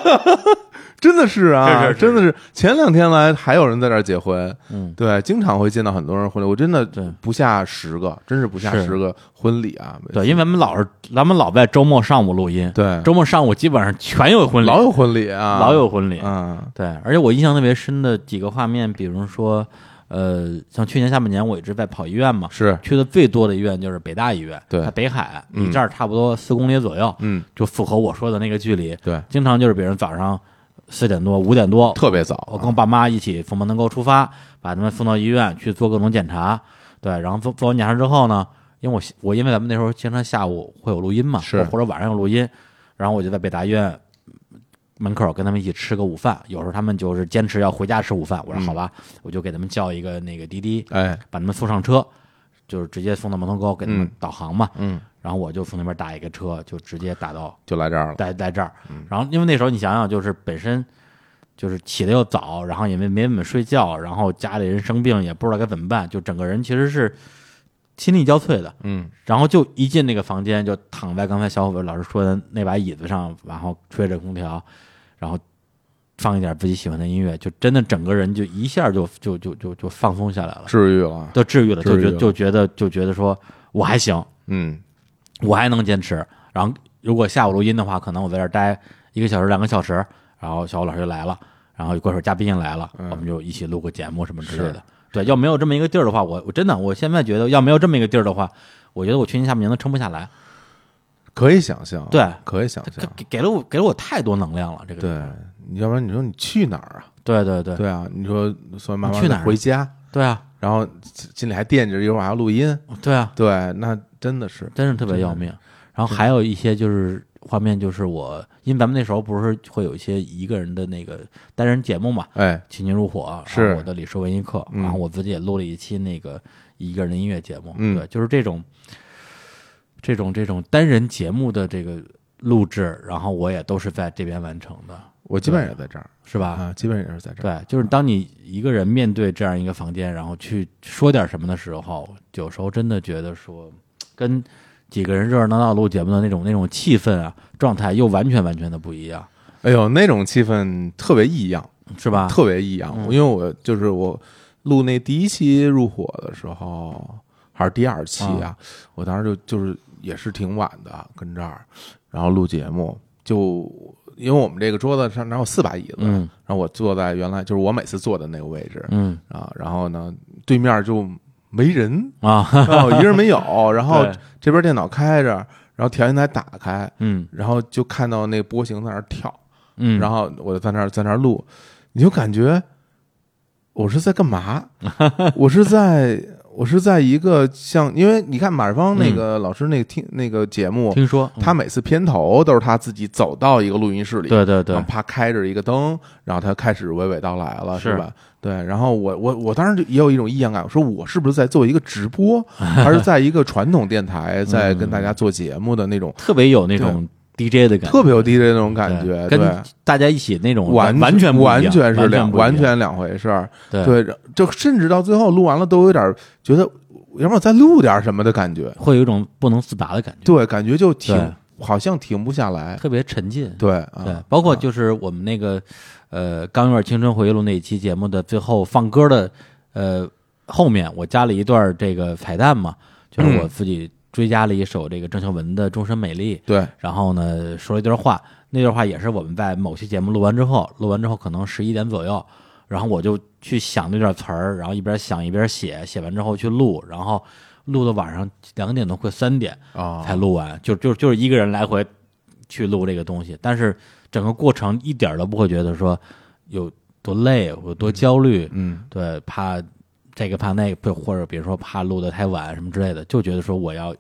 [SPEAKER 2] 真的是
[SPEAKER 1] 是
[SPEAKER 2] 啊，
[SPEAKER 1] 是是
[SPEAKER 2] 真的是前两天来还有人在这儿结婚，
[SPEAKER 1] 嗯，
[SPEAKER 2] 对，经常会见到很多人婚礼，我真的
[SPEAKER 1] 对
[SPEAKER 2] 不下十个，真是不下
[SPEAKER 1] 是
[SPEAKER 2] 十个婚礼啊！每次
[SPEAKER 1] 对，因为咱们老是咱们老在周末上午录音，
[SPEAKER 2] 对，
[SPEAKER 1] 周末上午基本上全有婚礼，
[SPEAKER 2] 老有婚礼啊，
[SPEAKER 1] 老有婚礼，
[SPEAKER 2] 啊，
[SPEAKER 1] 对，而且我印象特别深的几个画面，比如说，呃，像去年下半年我一直在跑医院嘛，
[SPEAKER 2] 是，
[SPEAKER 1] 去的最多的医院就是北大医院，
[SPEAKER 2] 对
[SPEAKER 1] 在北海，
[SPEAKER 2] 嗯
[SPEAKER 1] 离这儿差不多四公里左右，
[SPEAKER 2] 嗯，
[SPEAKER 1] 就符合我说的那个距离。
[SPEAKER 2] 对，
[SPEAKER 1] 经常就是比如早上四点多、五点多，
[SPEAKER 2] 特别早啊，
[SPEAKER 1] 我跟我爸妈一起从门头沟出发，把他们送到医院去做各种检查，对，然后做做完检查之后呢，因为我我因为咱们那时候经常下午会有录音嘛，
[SPEAKER 2] 是
[SPEAKER 1] 或者晚上有录音，然后我就在北大医院门口跟他们一起吃个午饭，有时候他们就是坚持要回家吃午饭，我说
[SPEAKER 2] 嗯
[SPEAKER 1] 好吧，我就给他们叫一个那个滴滴，
[SPEAKER 2] 哎，
[SPEAKER 1] 把他们送上车，就是直接送到门头沟给他们
[SPEAKER 2] 嗯
[SPEAKER 1] 导航嘛，
[SPEAKER 2] 嗯，
[SPEAKER 1] 然后我就从那边打一个车，就直接打到
[SPEAKER 2] 就来这儿了，
[SPEAKER 1] 在在这儿。
[SPEAKER 2] 嗯
[SPEAKER 1] 然后因为那时候你想想，就是本身就是起的又早，然后也没没怎么睡觉，然后家里人生病也不知道该怎么办，就整个人其实是心力交瘁的。
[SPEAKER 2] 嗯，
[SPEAKER 1] 然后就一进那个房间，就躺在刚才小伙伴老师说的那把椅子上，然后吹着空调，然后放一点自己喜欢的音乐，就真的整个人就一下就就就就就放松下来了，
[SPEAKER 2] 治愈了，
[SPEAKER 1] 就治愈了，就
[SPEAKER 2] 治愈
[SPEAKER 1] 觉
[SPEAKER 2] 了
[SPEAKER 1] 就觉得就觉得说我还行，
[SPEAKER 2] 嗯，
[SPEAKER 1] 我还能坚持。然后如果下午录音的话，可能我在这儿待一个小时、两个小时，然后小欧老师就来了，然后过一会儿嘉宾也来了，我们就一起录个节目什么之类的
[SPEAKER 2] 嗯是。
[SPEAKER 1] 对，要没有这么一个地儿的话，我我真的我现在觉得要没有这么一个地儿的话，我觉得我去年下半年都撑不下来。
[SPEAKER 2] 可以想象，啊
[SPEAKER 1] 对
[SPEAKER 2] 可以想
[SPEAKER 1] 给
[SPEAKER 2] 象，
[SPEAKER 1] 给给了我给了我太多能量了，这个
[SPEAKER 2] 对，你要不然你说你去哪儿啊？
[SPEAKER 1] 对对对
[SPEAKER 2] 对啊，你说说慢慢
[SPEAKER 1] 去
[SPEAKER 2] 地
[SPEAKER 1] 哪儿啊
[SPEAKER 2] 回家，
[SPEAKER 1] 对啊
[SPEAKER 2] 然后心心里还惦记着一会儿还要录音，
[SPEAKER 1] 对啊，
[SPEAKER 2] 对，那真的是，
[SPEAKER 1] 真是特别要命。然后还有一些就是画面，就是我因为咱们那时候不是会有一些一个人的那个单人节目嘛，
[SPEAKER 2] 哎，
[SPEAKER 1] 《请君入伙》
[SPEAKER 2] 是
[SPEAKER 1] 然后我的《李叔文艺课》
[SPEAKER 2] 嗯
[SPEAKER 1] 然后我自己也录了一期那个一个人的音乐节目，
[SPEAKER 2] 嗯
[SPEAKER 1] 对，就是这种这种这种单人节目的这个录制，然后我也都是在这边完成的，
[SPEAKER 2] 我基本上也在这儿
[SPEAKER 1] 是吧？
[SPEAKER 2] 啊，基本上也是在这儿，
[SPEAKER 1] 对，就是当你一个人面对这样一个房间，然后去说点什么的时候，有时候真的觉得说，跟几个人热热闹闹录节目的那种那种气氛啊，状态又完全完全的不一样，
[SPEAKER 2] 哎呦，那种气氛特别异样，
[SPEAKER 1] 是吧？
[SPEAKER 2] 特别异样，
[SPEAKER 1] 嗯
[SPEAKER 2] 因为我就是我录那第一期入伙的时候，还是第二期啊，我当时就就是也是挺晚的，跟这儿，然后录节目，就因为我们这个桌子上哪有四把椅子，
[SPEAKER 1] 嗯
[SPEAKER 2] 然后我坐在原来就是我每次坐的那个位置
[SPEAKER 1] 嗯
[SPEAKER 2] 啊，然后呢对面就没人，
[SPEAKER 1] 啊，
[SPEAKER 2] 哦，一人没有，然后
[SPEAKER 1] 对
[SPEAKER 2] 这边电脑开着，然后调音台打开。
[SPEAKER 1] 嗯
[SPEAKER 2] 然后就看到那波形在那儿跳，
[SPEAKER 1] 嗯，
[SPEAKER 2] 然后我就在那儿在那儿录，你就感觉我是在干嘛？ 我是在我是在一个像，因为你看马世芳那个老师那个听、那个节目，
[SPEAKER 1] 嗯听说
[SPEAKER 2] 他每次片头都是他自己走到一个录音室里，
[SPEAKER 1] 对对对
[SPEAKER 2] 然后，啪开着一个灯，然后他开始娓娓道来了，
[SPEAKER 1] 是
[SPEAKER 2] 是吧？对，然后我我我当时就也有一种异样感，我说我是不是在做一个直播，还是在一个传统电台 在跟大家做节目的那种？
[SPEAKER 1] 特别有那种 DJ 嗯的感觉，
[SPEAKER 2] 特别有 DJ 那种感觉，
[SPEAKER 1] 对
[SPEAKER 2] 对，
[SPEAKER 1] 跟大家一起那种
[SPEAKER 2] 完
[SPEAKER 1] 完全不一样
[SPEAKER 2] 完全是
[SPEAKER 1] 完
[SPEAKER 2] 两
[SPEAKER 1] 不一样
[SPEAKER 2] 全两回事儿。
[SPEAKER 1] 对
[SPEAKER 2] 对，就甚至到最后录完了都有点觉得要不然我再录点什么的感觉，
[SPEAKER 1] 会有一种不能自拔的感觉，
[SPEAKER 2] 对，感觉就停
[SPEAKER 1] 对，
[SPEAKER 2] 好像停不下来，
[SPEAKER 1] 特别沉浸。
[SPEAKER 2] 对啊
[SPEAKER 1] 对，包括就是我们那个呃《刚有点青春回忆录》那一期节目的最后放歌的呃后面，我加了一段这个彩蛋嘛，
[SPEAKER 2] 嗯
[SPEAKER 1] 就是我自己追加了一首这个郑秀文的《终身美丽》，
[SPEAKER 2] 对，
[SPEAKER 1] 然后呢说了一段话，那段话也是我们在某期节目录完之后，录完之后可能十一点左右，然后我就去想那段词儿，然后一边想一边写，写完之后去录，然后录到晚上两点多快三点，
[SPEAKER 2] 啊，
[SPEAKER 1] 才录完，就就就是一个人来回去录这个东西，但是整个过程一点儿都不会觉得说有多累，有多焦虑，
[SPEAKER 2] 嗯，
[SPEAKER 1] 对，怕这个怕那个，或者比如说怕录的太晚什么之类的，就觉得说我要嘖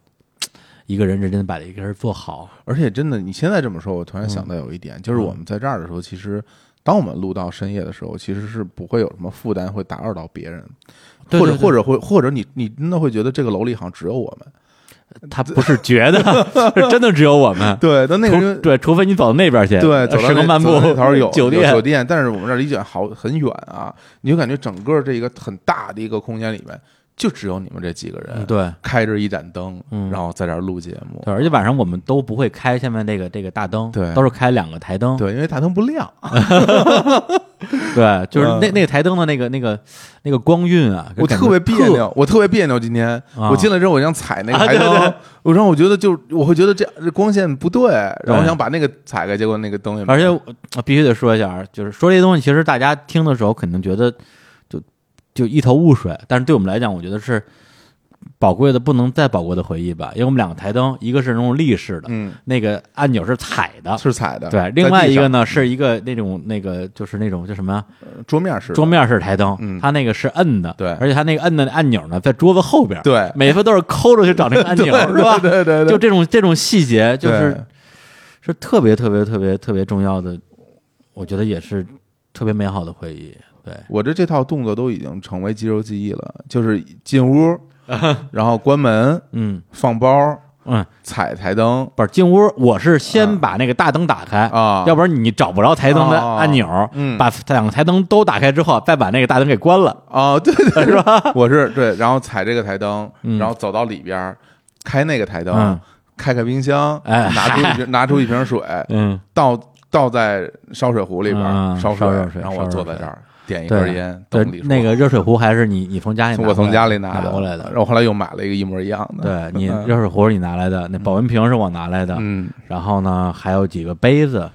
[SPEAKER 1] 一个人认真的把这个事儿做好，
[SPEAKER 2] 而且真的，你现在这么说，我突然想到有一点，就是我们在这儿的时候，其实当我们录到深夜的时候，其实是不会有什么负担会打扰到别人，
[SPEAKER 1] 对
[SPEAKER 2] 或者
[SPEAKER 1] 对对
[SPEAKER 2] 或者会或者你你真的会觉得这个楼里好像只有我们，
[SPEAKER 1] 他不是觉 得，是真的只有我们。
[SPEAKER 2] 对，但那个
[SPEAKER 1] 除
[SPEAKER 2] 人
[SPEAKER 1] 对，除非你走到那边去，
[SPEAKER 2] 对，走到
[SPEAKER 1] 时
[SPEAKER 2] 那
[SPEAKER 1] 光漫步
[SPEAKER 2] 走到那头儿有
[SPEAKER 1] 酒
[SPEAKER 2] 有
[SPEAKER 1] 店
[SPEAKER 2] 酒，店，但是我们这儿离酒店好很远啊，你就感觉整个这一个很大的一个空间里面，就只有你们这几个人，
[SPEAKER 1] 嗯，对，
[SPEAKER 2] 开着一盏灯，
[SPEAKER 1] 嗯
[SPEAKER 2] 然后在这儿录节目，
[SPEAKER 1] 对，而且晚上我们都不会开下面这个这个大灯，
[SPEAKER 2] 对
[SPEAKER 1] 都是开两个台灯，
[SPEAKER 2] 对，因为大灯不亮，
[SPEAKER 1] 对，就是那
[SPEAKER 2] 嗯
[SPEAKER 1] 那个台灯的那个那个那个光晕啊，
[SPEAKER 2] 我
[SPEAKER 1] 感
[SPEAKER 2] 特
[SPEAKER 1] 觉
[SPEAKER 2] 别别扭，我特别别扭。今天
[SPEAKER 1] 啊
[SPEAKER 2] 我进来之后，我想踩那个
[SPEAKER 1] 啊
[SPEAKER 2] 台
[SPEAKER 1] 对
[SPEAKER 2] 灯
[SPEAKER 1] 对，
[SPEAKER 2] 我然后我觉得就我会觉得这这光线不对，然后我
[SPEAKER 1] 对
[SPEAKER 2] 想把那个踩开，结果那个灯也没
[SPEAKER 1] 而且我我必须得说一下，啊，就是说这些东西，其实大家听的时候肯定觉得就就一头雾水，但是对我们来讲，我觉得是宝贵的不能再宝贵的回忆吧。因为我们两个台灯，一个是那种立式的，
[SPEAKER 2] 嗯
[SPEAKER 1] 那个按钮是踩的，
[SPEAKER 2] 是踩的，
[SPEAKER 1] 啊对；
[SPEAKER 2] 在
[SPEAKER 1] 另外
[SPEAKER 2] 地
[SPEAKER 1] 一个
[SPEAKER 2] 上
[SPEAKER 1] 呢是一个那种那个就是那种叫什么呀
[SPEAKER 2] 桌面是的
[SPEAKER 1] 桌面式台灯，
[SPEAKER 2] 嗯
[SPEAKER 1] 它那个是摁的，
[SPEAKER 2] 对
[SPEAKER 1] 而且它那个摁的按钮呢在桌子后边，
[SPEAKER 2] 对
[SPEAKER 1] 每次都是抠着去找那个 按钮，
[SPEAKER 2] 对
[SPEAKER 1] 是吧？
[SPEAKER 2] 对对对，
[SPEAKER 1] 就这种这种细节，就是
[SPEAKER 2] 对
[SPEAKER 1] 是特别特别特别特别重要的，我觉得也是特别美好的回忆。对，
[SPEAKER 2] 我这这套动作都已经成为肌肉记忆了，就是进 屋，然后关门、
[SPEAKER 1] 嗯
[SPEAKER 2] 放包、
[SPEAKER 1] 嗯，
[SPEAKER 2] 踩台灯
[SPEAKER 1] 不是进屋，我是先
[SPEAKER 2] 啊
[SPEAKER 1] 把那个大灯打开，
[SPEAKER 2] 啊，
[SPEAKER 1] 要不然你找不着台灯的按钮。
[SPEAKER 2] 嗯
[SPEAKER 1] 把两个台灯都打开之后，再把那个大灯给关了。
[SPEAKER 2] 哦， 对对是吧？我是对，然后踩这个台灯，
[SPEAKER 1] 嗯
[SPEAKER 2] 然后走到里边儿，开那个台灯，
[SPEAKER 1] 嗯
[SPEAKER 2] 开开冰箱，
[SPEAKER 1] 哎
[SPEAKER 2] 拿出一瓶拿出一 瓶水，
[SPEAKER 1] 嗯，
[SPEAKER 2] 倒倒在烧水壶里边儿
[SPEAKER 1] 嗯
[SPEAKER 2] 烧
[SPEAKER 1] 烧热水
[SPEAKER 2] 然后
[SPEAKER 1] 烧
[SPEAKER 2] 我
[SPEAKER 1] 热
[SPEAKER 2] 坐在
[SPEAKER 1] 水
[SPEAKER 2] 这儿点一
[SPEAKER 1] 对
[SPEAKER 2] 根烟，
[SPEAKER 1] 对
[SPEAKER 2] 等李，叔
[SPEAKER 1] 那个热水壶还是你你从家里拿
[SPEAKER 2] 我从
[SPEAKER 1] 回来
[SPEAKER 2] 家里
[SPEAKER 1] 拿
[SPEAKER 2] 的，
[SPEAKER 1] 过来的
[SPEAKER 2] 然。后后来又买了一个一模一样的，
[SPEAKER 1] 对你
[SPEAKER 2] 嗯
[SPEAKER 1] 热水壶是你拿来的，那保温瓶是我拿来的。
[SPEAKER 2] 嗯，
[SPEAKER 1] 然后呢，还有几个杯子，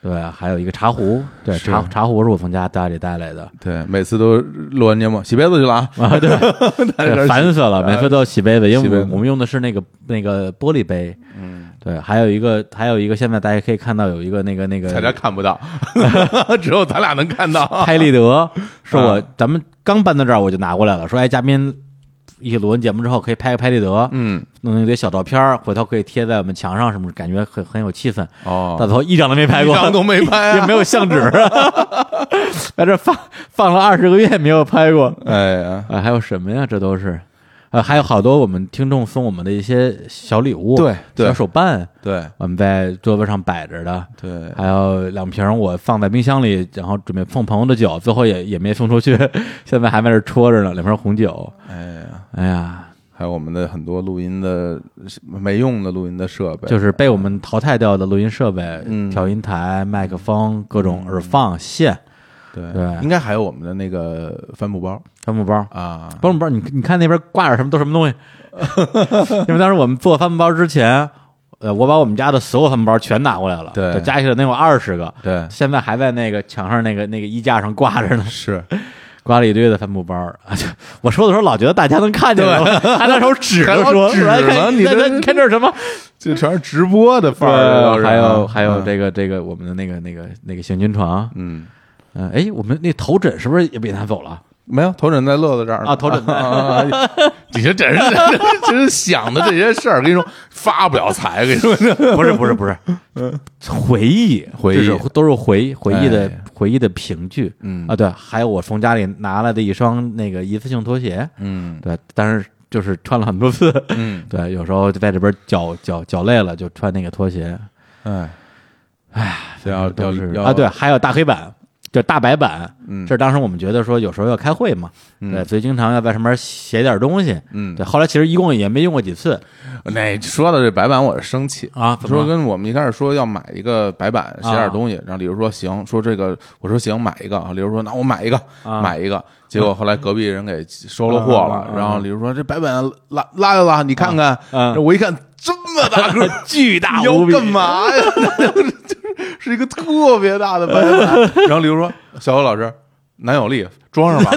[SPEAKER 1] 对，还有一个茶壶，对，
[SPEAKER 2] 是
[SPEAKER 1] 茶茶壶是我从家家里带来 的，
[SPEAKER 2] 对，每次都录完节目洗杯子去了啊，
[SPEAKER 1] 啊，对，
[SPEAKER 2] 在这
[SPEAKER 1] 对
[SPEAKER 2] 儿
[SPEAKER 1] 烦死了，每次都要洗杯子，因
[SPEAKER 2] 洗
[SPEAKER 1] 为
[SPEAKER 2] 杯
[SPEAKER 1] 我
[SPEAKER 2] 子
[SPEAKER 1] 我们用的是那个那个玻璃杯，
[SPEAKER 2] 嗯，
[SPEAKER 1] 对，还有一个还有一个，现在大家可以看到有一个那个那
[SPEAKER 2] 大家
[SPEAKER 1] 个
[SPEAKER 2] 看不到， 只有咱俩能看 到。
[SPEAKER 1] 拍立得，是我
[SPEAKER 2] 啊
[SPEAKER 1] 咱们刚搬到这儿我就拿过来了，说哎，嘉宾一起录完节目之后可以拍个拍立得，
[SPEAKER 2] 嗯，
[SPEAKER 1] 弄一堆小照片儿，回头可以贴在我们墙上什么，感觉很很有气氛。
[SPEAKER 2] 哦
[SPEAKER 1] 到，头一张都没拍过，
[SPEAKER 2] 一张都没拍啊
[SPEAKER 1] 也没有相纸， 在这放放了二十个月没有拍过。
[SPEAKER 2] 哎呀，
[SPEAKER 1] 啊，还有什么呀？这都是，啊，还有好多我们听众送我们的一些小礼物，
[SPEAKER 2] 对对
[SPEAKER 1] 小手办，
[SPEAKER 2] 对
[SPEAKER 1] 我们在桌子上摆着的，
[SPEAKER 2] 对，
[SPEAKER 1] 还有两瓶我放在冰箱里，然后准备送朋友的酒，最后也也没送出去， 现在还在这戳着呢，两瓶红酒。
[SPEAKER 2] 哎呀，
[SPEAKER 1] 哎呀，
[SPEAKER 2] 还有我们的很多录音的没用的录音的设备，
[SPEAKER 1] 就是被我们淘汰掉的录音设备、
[SPEAKER 2] 嗯
[SPEAKER 1] 调音台、麦克风、各种耳放线、
[SPEAKER 2] 对
[SPEAKER 1] 对
[SPEAKER 2] 应该还有我们的那个帆布包
[SPEAKER 1] 帆布包。
[SPEAKER 2] 啊，
[SPEAKER 1] 帆布包，你你看那边挂着什么都什么东西， 因为当时我们做帆布包之前，呃，我把我们家的所有帆布包全拿过来了，
[SPEAKER 2] 对
[SPEAKER 1] 就加起来能有二十个，
[SPEAKER 2] 对，
[SPEAKER 1] 现在还在那个墙上那个那个衣架上挂着呢，
[SPEAKER 2] 是
[SPEAKER 1] 挂了一堆的帆布包。啊，就我说的时候老觉得大家能看见我，还拿手指
[SPEAKER 2] 还
[SPEAKER 1] 着
[SPEAKER 2] 拿
[SPEAKER 1] 说，
[SPEAKER 2] 纸
[SPEAKER 1] 来
[SPEAKER 2] 呢
[SPEAKER 1] 看
[SPEAKER 2] 你
[SPEAKER 1] 来
[SPEAKER 2] 这
[SPEAKER 1] 来你看这是什么？
[SPEAKER 2] 这全是直播的范儿，都是
[SPEAKER 1] 对，还有还有，
[SPEAKER 2] 啊
[SPEAKER 1] 这个这个我们的那个那个那个行军床，
[SPEAKER 2] 嗯，
[SPEAKER 1] 嗯，哎，我们那头枕是不是也被拿走了？
[SPEAKER 2] 没有头枕在乐乐这儿呢
[SPEAKER 1] 啊头枕在
[SPEAKER 2] 啊啊啊啊你这真是真是想的这些事儿，跟你说发不了财，跟你说这
[SPEAKER 1] 不是不是不是，回忆
[SPEAKER 2] 回忆
[SPEAKER 1] 这是都是回忆回忆的、
[SPEAKER 2] 哎
[SPEAKER 1] 回忆的凭据。
[SPEAKER 2] 嗯
[SPEAKER 1] 啊，对，还有我从家里拿来的一双那个一次性拖鞋，
[SPEAKER 2] 嗯
[SPEAKER 1] 对，但是就是穿了很多次，
[SPEAKER 2] 嗯，
[SPEAKER 1] 对，有时候在这边脚脚脚累了就穿那个拖鞋，
[SPEAKER 2] 哎哎，要
[SPEAKER 1] 都
[SPEAKER 2] 要
[SPEAKER 1] 是啊
[SPEAKER 2] 要
[SPEAKER 1] 啊，对，还有大黑板，就大白板，
[SPEAKER 2] 嗯，
[SPEAKER 1] 这当时我们觉得说有时候要开会嘛，对，
[SPEAKER 2] 嗯
[SPEAKER 1] 所以经常要在上面写点东西。
[SPEAKER 2] 嗯，
[SPEAKER 1] 对，后来其实一共也没用过几次
[SPEAKER 2] 那说到这白板，我是生气。
[SPEAKER 1] 啊，怎
[SPEAKER 2] 说
[SPEAKER 1] 么了啊
[SPEAKER 2] 跟我们一开始说要买一个白板写点东西，然后李如说行，说这个我说行买一个，李如说那我买一个、
[SPEAKER 1] 啊
[SPEAKER 2] 买一个，结果后来隔壁人给收了货了，
[SPEAKER 1] 啊啊啊
[SPEAKER 2] 然后李如说这白板拉拉就拉，你看看，
[SPEAKER 1] 啊
[SPEAKER 2] 我一看这么 大个
[SPEAKER 1] 巨大
[SPEAKER 2] 你要
[SPEAKER 1] 无比，
[SPEAKER 2] 干嘛呀？ 就是是一个特别大的白板，然后李如说小欧老师男友力装上吧，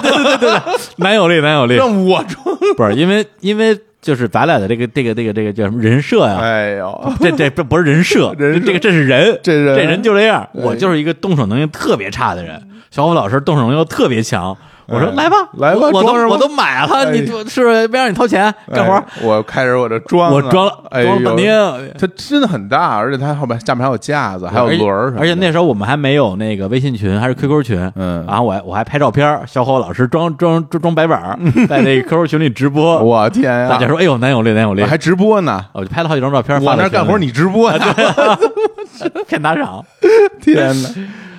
[SPEAKER 1] 男友力，男友力，
[SPEAKER 2] 让我装，
[SPEAKER 1] 不是因为因为就是咱俩的这个这个这个这个叫什么人设呀、
[SPEAKER 2] 哎呦，
[SPEAKER 1] 这 这这不是人设，
[SPEAKER 2] 人设
[SPEAKER 1] 这这个这是人，
[SPEAKER 2] 这人
[SPEAKER 1] 这人就这样。
[SPEAKER 2] 哎嗯
[SPEAKER 1] 我就是一个动手能力特别差的人，小虎老师动手能力又特别强。我说
[SPEAKER 2] 哎
[SPEAKER 1] 来吧，
[SPEAKER 2] 来吧
[SPEAKER 1] 我我都
[SPEAKER 2] 装什么
[SPEAKER 1] 我都买了，
[SPEAKER 2] 哎
[SPEAKER 1] 你是不是没让你掏钱干活？
[SPEAKER 2] 哎我开始我这装啊，
[SPEAKER 1] 我装了，
[SPEAKER 2] 哎
[SPEAKER 1] 装了
[SPEAKER 2] 呦
[SPEAKER 1] 半天。啊
[SPEAKER 2] 它真的很大，而且它后边下面还有架子，还有轮儿什么的
[SPEAKER 1] 而且那时候我们还没有那个微信群，还是 QQ 群，啊
[SPEAKER 2] 嗯
[SPEAKER 1] 然后我还我还拍照片儿，小虎老师装装装装白板儿，在那个 QQ 群里直播，
[SPEAKER 2] 嗯 我天呀，
[SPEAKER 1] 大家说哎呦男友力男友力
[SPEAKER 2] 我，还直播呢，
[SPEAKER 1] 我就拍了好几张照片儿，
[SPEAKER 2] 我那干活
[SPEAKER 1] 你
[SPEAKER 2] 你直播呢，
[SPEAKER 1] 骗打赏，
[SPEAKER 2] 天哪，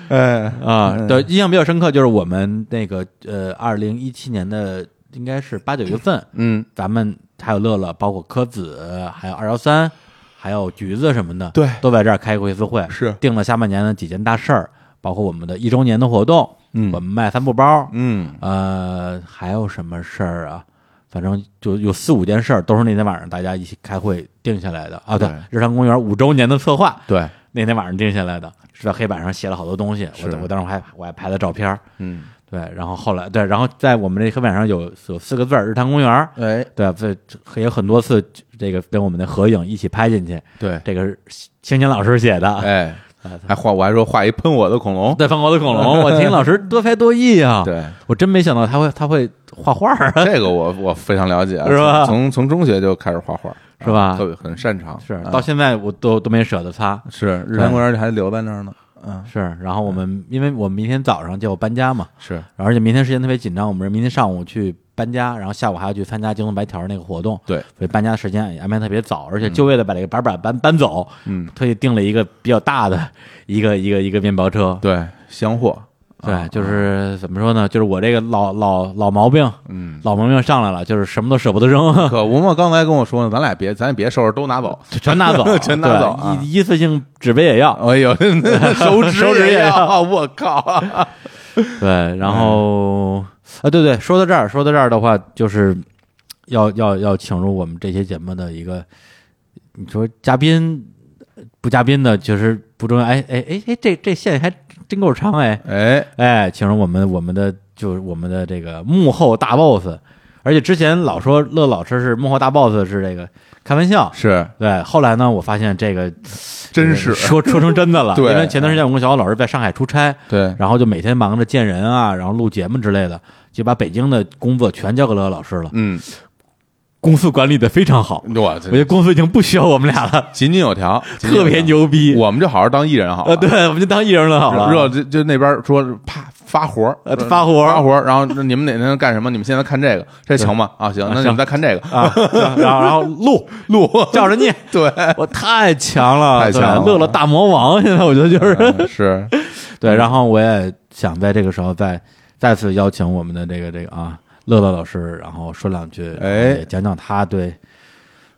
[SPEAKER 2] 哎，
[SPEAKER 1] 啊，对，印象比较深刻就是我们那个呃，二零一七年的应该是八九月份，
[SPEAKER 2] 嗯，
[SPEAKER 1] 咱们还有乐乐，包括柯子，还有二幺三，还有橘子什么的，
[SPEAKER 2] 对
[SPEAKER 1] 都在这儿开过一次会，
[SPEAKER 2] 是
[SPEAKER 1] 定了下半年的几件大事儿，包括我们的一周年的活动，
[SPEAKER 2] 嗯
[SPEAKER 1] 我们卖帆布包，
[SPEAKER 2] 嗯，
[SPEAKER 1] 呃，还有什么事儿啊？反正就有四五件事儿，都是那天晚上大家一起开会定下来的啊。对
[SPEAKER 2] 对，
[SPEAKER 1] 日常公园五周年的策划，
[SPEAKER 2] 对，
[SPEAKER 1] 那天晚上定下来的，是在黑板上写了好多东西。我
[SPEAKER 2] 是
[SPEAKER 1] 我当时还我还拍了照片儿，
[SPEAKER 2] 嗯，
[SPEAKER 1] 对，然后后来对，然后在我们这黑板上有有四个字儿“日坛公园儿
[SPEAKER 2] 哎”，，
[SPEAKER 1] 对，这也很多次这个跟我们的合影一起拍进去，
[SPEAKER 2] 对，
[SPEAKER 1] 这个是青年老师写的，
[SPEAKER 2] 哎，
[SPEAKER 1] 啊他
[SPEAKER 2] 还画我还说画一喷我的恐龙，
[SPEAKER 1] 对，放国的恐龙，我青老师多才多艺啊，
[SPEAKER 2] 对，
[SPEAKER 1] 我真没想到他会他会画画儿啊，
[SPEAKER 2] 这个我我非常了解，啊
[SPEAKER 1] 是吧
[SPEAKER 2] 从从中学就开始画画，
[SPEAKER 1] 是吧
[SPEAKER 2] 特别很擅长，
[SPEAKER 1] 是
[SPEAKER 2] 啊
[SPEAKER 1] 到现在我都都没舍得擦，
[SPEAKER 2] 是日坛公园还留在那儿呢，嗯，
[SPEAKER 1] 是，然后我们因为我们明天早上就要搬家嘛，
[SPEAKER 2] 是，
[SPEAKER 1] 而且明天时间特别紧张，我们是明天上午去搬家，然后下午还要去参加京东白条那个活动，
[SPEAKER 2] 对，
[SPEAKER 1] 所以搬家时间也安排特别早，而且就为了把这个白板搬搬走，
[SPEAKER 2] 嗯，
[SPEAKER 1] 特意订了一个比较大的一个一个一个面包车，
[SPEAKER 2] 对，香货，
[SPEAKER 1] 对，就是怎么说呢，就是我这个老老老毛病，
[SPEAKER 2] 嗯。
[SPEAKER 1] 老毛病上来了，就是什么都舍不得扔，
[SPEAKER 2] 可吴嘛，刚才跟我说呢，咱俩别，咱也别收拾，都拿走。
[SPEAKER 1] 全拿走，
[SPEAKER 2] 全拿
[SPEAKER 1] 对
[SPEAKER 2] 走啊
[SPEAKER 1] 一一次性纸杯也要，
[SPEAKER 2] 哎呦， 手指
[SPEAKER 1] 手指也
[SPEAKER 2] 要，我靠！
[SPEAKER 1] 对，然后、啊，对对，说到这儿，说到这儿的话，就是要要要请入我们这些节目的一个，你说嘉宾不嘉宾的，其实不重要。哎哎哎哎，这这线还真够长哎
[SPEAKER 2] 哎，
[SPEAKER 1] 哎，请入我们我们的就是我们的这个幕后大 boss，而且之前老说乐老师是幕后大 boss 是这个开玩笑。
[SPEAKER 2] 是
[SPEAKER 1] 对，后来呢，我发现这个
[SPEAKER 2] 真是
[SPEAKER 1] 说说成真的了，
[SPEAKER 2] 对
[SPEAKER 1] 因为前段时间我跟小欧老师在上海出差，
[SPEAKER 2] 对，
[SPEAKER 1] 然后就每天忙着见人啊，然后录节目之类的，就把北京的工作全交给乐乐老师了。
[SPEAKER 2] 嗯，
[SPEAKER 1] 公司管理的非常好，
[SPEAKER 2] 我
[SPEAKER 1] 我觉得公司已经不需要我们俩 了，
[SPEAKER 2] 井井有条，井井有条
[SPEAKER 1] 特别。牛逼。
[SPEAKER 2] 我们就好好当艺人好
[SPEAKER 1] 呃，
[SPEAKER 2] 了。
[SPEAKER 1] 对，我们就当艺人了好了。
[SPEAKER 2] 热就就那边说啪发活儿
[SPEAKER 1] 呃发活儿
[SPEAKER 2] 发活儿，然后那你们哪天干什么？你们现在看这个，这行吗？啊，行，那你
[SPEAKER 1] 行
[SPEAKER 2] 们再看 这个
[SPEAKER 1] 啊，然后然后录
[SPEAKER 2] 录，
[SPEAKER 1] 叫人念，
[SPEAKER 2] 对，
[SPEAKER 1] 我太强了，
[SPEAKER 2] 太强
[SPEAKER 1] 对
[SPEAKER 2] 了
[SPEAKER 1] 乐乐大魔王。现在我觉得就是、
[SPEAKER 2] 嗯 是
[SPEAKER 1] 对，然后我也想在这个时候再再次邀请我们的这个这个啊乐乐老师，然后说两句，
[SPEAKER 2] 哎
[SPEAKER 1] 也讲讲他对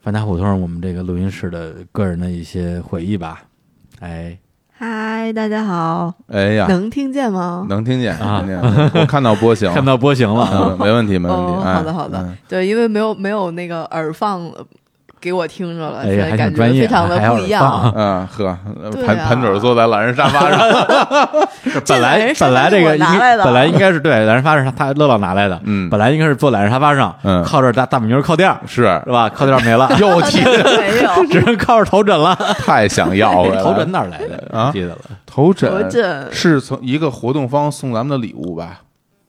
[SPEAKER 1] 翻家胡同我们这个录音室的个人的一些回忆吧。哎，
[SPEAKER 3] 嗨，大家好，
[SPEAKER 2] 哎呀，
[SPEAKER 3] 能听见吗？
[SPEAKER 2] 能听见，
[SPEAKER 1] 啊
[SPEAKER 2] 能听见，我看到波形，
[SPEAKER 1] 看到波形了啊，
[SPEAKER 2] 嗯没问题，没问
[SPEAKER 3] 哦
[SPEAKER 2] 题。，哎
[SPEAKER 3] 好的好的
[SPEAKER 2] 嗯，
[SPEAKER 3] 对，因为没有没有那个耳放呃给我听着了，
[SPEAKER 1] 哎
[SPEAKER 3] 所
[SPEAKER 1] 呀，
[SPEAKER 3] 以
[SPEAKER 1] 还
[SPEAKER 3] 感
[SPEAKER 1] 挺
[SPEAKER 3] 觉
[SPEAKER 1] 专业，啊
[SPEAKER 3] 非常的
[SPEAKER 1] 还
[SPEAKER 3] 不
[SPEAKER 1] 有
[SPEAKER 3] 一样。
[SPEAKER 2] 嗯，呵，
[SPEAKER 3] 对
[SPEAKER 2] 盘
[SPEAKER 3] 啊
[SPEAKER 2] 盘腿坐在懒人沙发 上，
[SPEAKER 1] 本来
[SPEAKER 3] 人沙
[SPEAKER 1] 本
[SPEAKER 3] 发
[SPEAKER 1] 来
[SPEAKER 3] 是
[SPEAKER 1] 这
[SPEAKER 3] 我
[SPEAKER 1] 个应
[SPEAKER 3] 拿来的啊
[SPEAKER 1] 本来应该是对懒人沙发是他乐乐拿来的，
[SPEAKER 2] 嗯
[SPEAKER 1] 本来应该是坐懒人沙发上，
[SPEAKER 2] 嗯
[SPEAKER 1] 靠着大大米妞靠垫儿
[SPEAKER 2] 是，
[SPEAKER 1] 是吧？靠垫儿没了
[SPEAKER 2] 又提，
[SPEAKER 3] 没有
[SPEAKER 1] 只能靠着头枕了。哎
[SPEAKER 2] 太想要回来了。
[SPEAKER 1] 头枕哪儿来的？
[SPEAKER 2] 啊
[SPEAKER 1] 不记得了，
[SPEAKER 2] 头
[SPEAKER 1] 啊
[SPEAKER 3] 头
[SPEAKER 2] 枕
[SPEAKER 3] 枕，
[SPEAKER 2] 是从一个活动方送咱们的礼物吧？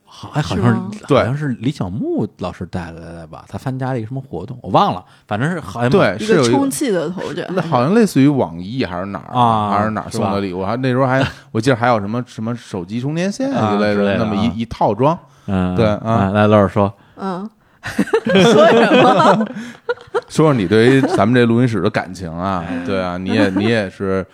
[SPEAKER 1] 好，哎，好
[SPEAKER 3] 是
[SPEAKER 1] 像
[SPEAKER 3] 吗
[SPEAKER 1] 是
[SPEAKER 2] 对
[SPEAKER 1] 好像是李小牧老师带来的吧？他参加了一个什么活动，我忘了，反正是好像
[SPEAKER 2] 对，
[SPEAKER 3] 一
[SPEAKER 2] 是有
[SPEAKER 3] 个
[SPEAKER 2] 一
[SPEAKER 3] 充
[SPEAKER 2] 个。
[SPEAKER 3] 气的头枕，
[SPEAKER 2] 那好像类似于网易还是哪儿
[SPEAKER 1] 啊
[SPEAKER 2] 还是哪儿
[SPEAKER 1] 是
[SPEAKER 2] 送
[SPEAKER 1] 吧
[SPEAKER 2] 的礼物？还那时候还我记得还有什么什么手机充电线
[SPEAKER 1] 啊
[SPEAKER 2] 之类
[SPEAKER 1] 之类的
[SPEAKER 2] 那么
[SPEAKER 1] 啊
[SPEAKER 2] 一一套装。
[SPEAKER 1] 嗯，
[SPEAKER 2] 对啊
[SPEAKER 1] 啊，来，老师说，
[SPEAKER 3] 嗯， 说什
[SPEAKER 2] 说
[SPEAKER 3] 么？
[SPEAKER 2] 说你
[SPEAKER 1] 哎
[SPEAKER 2] 对于咱们这录音室的感情啊，对啊，你也你也是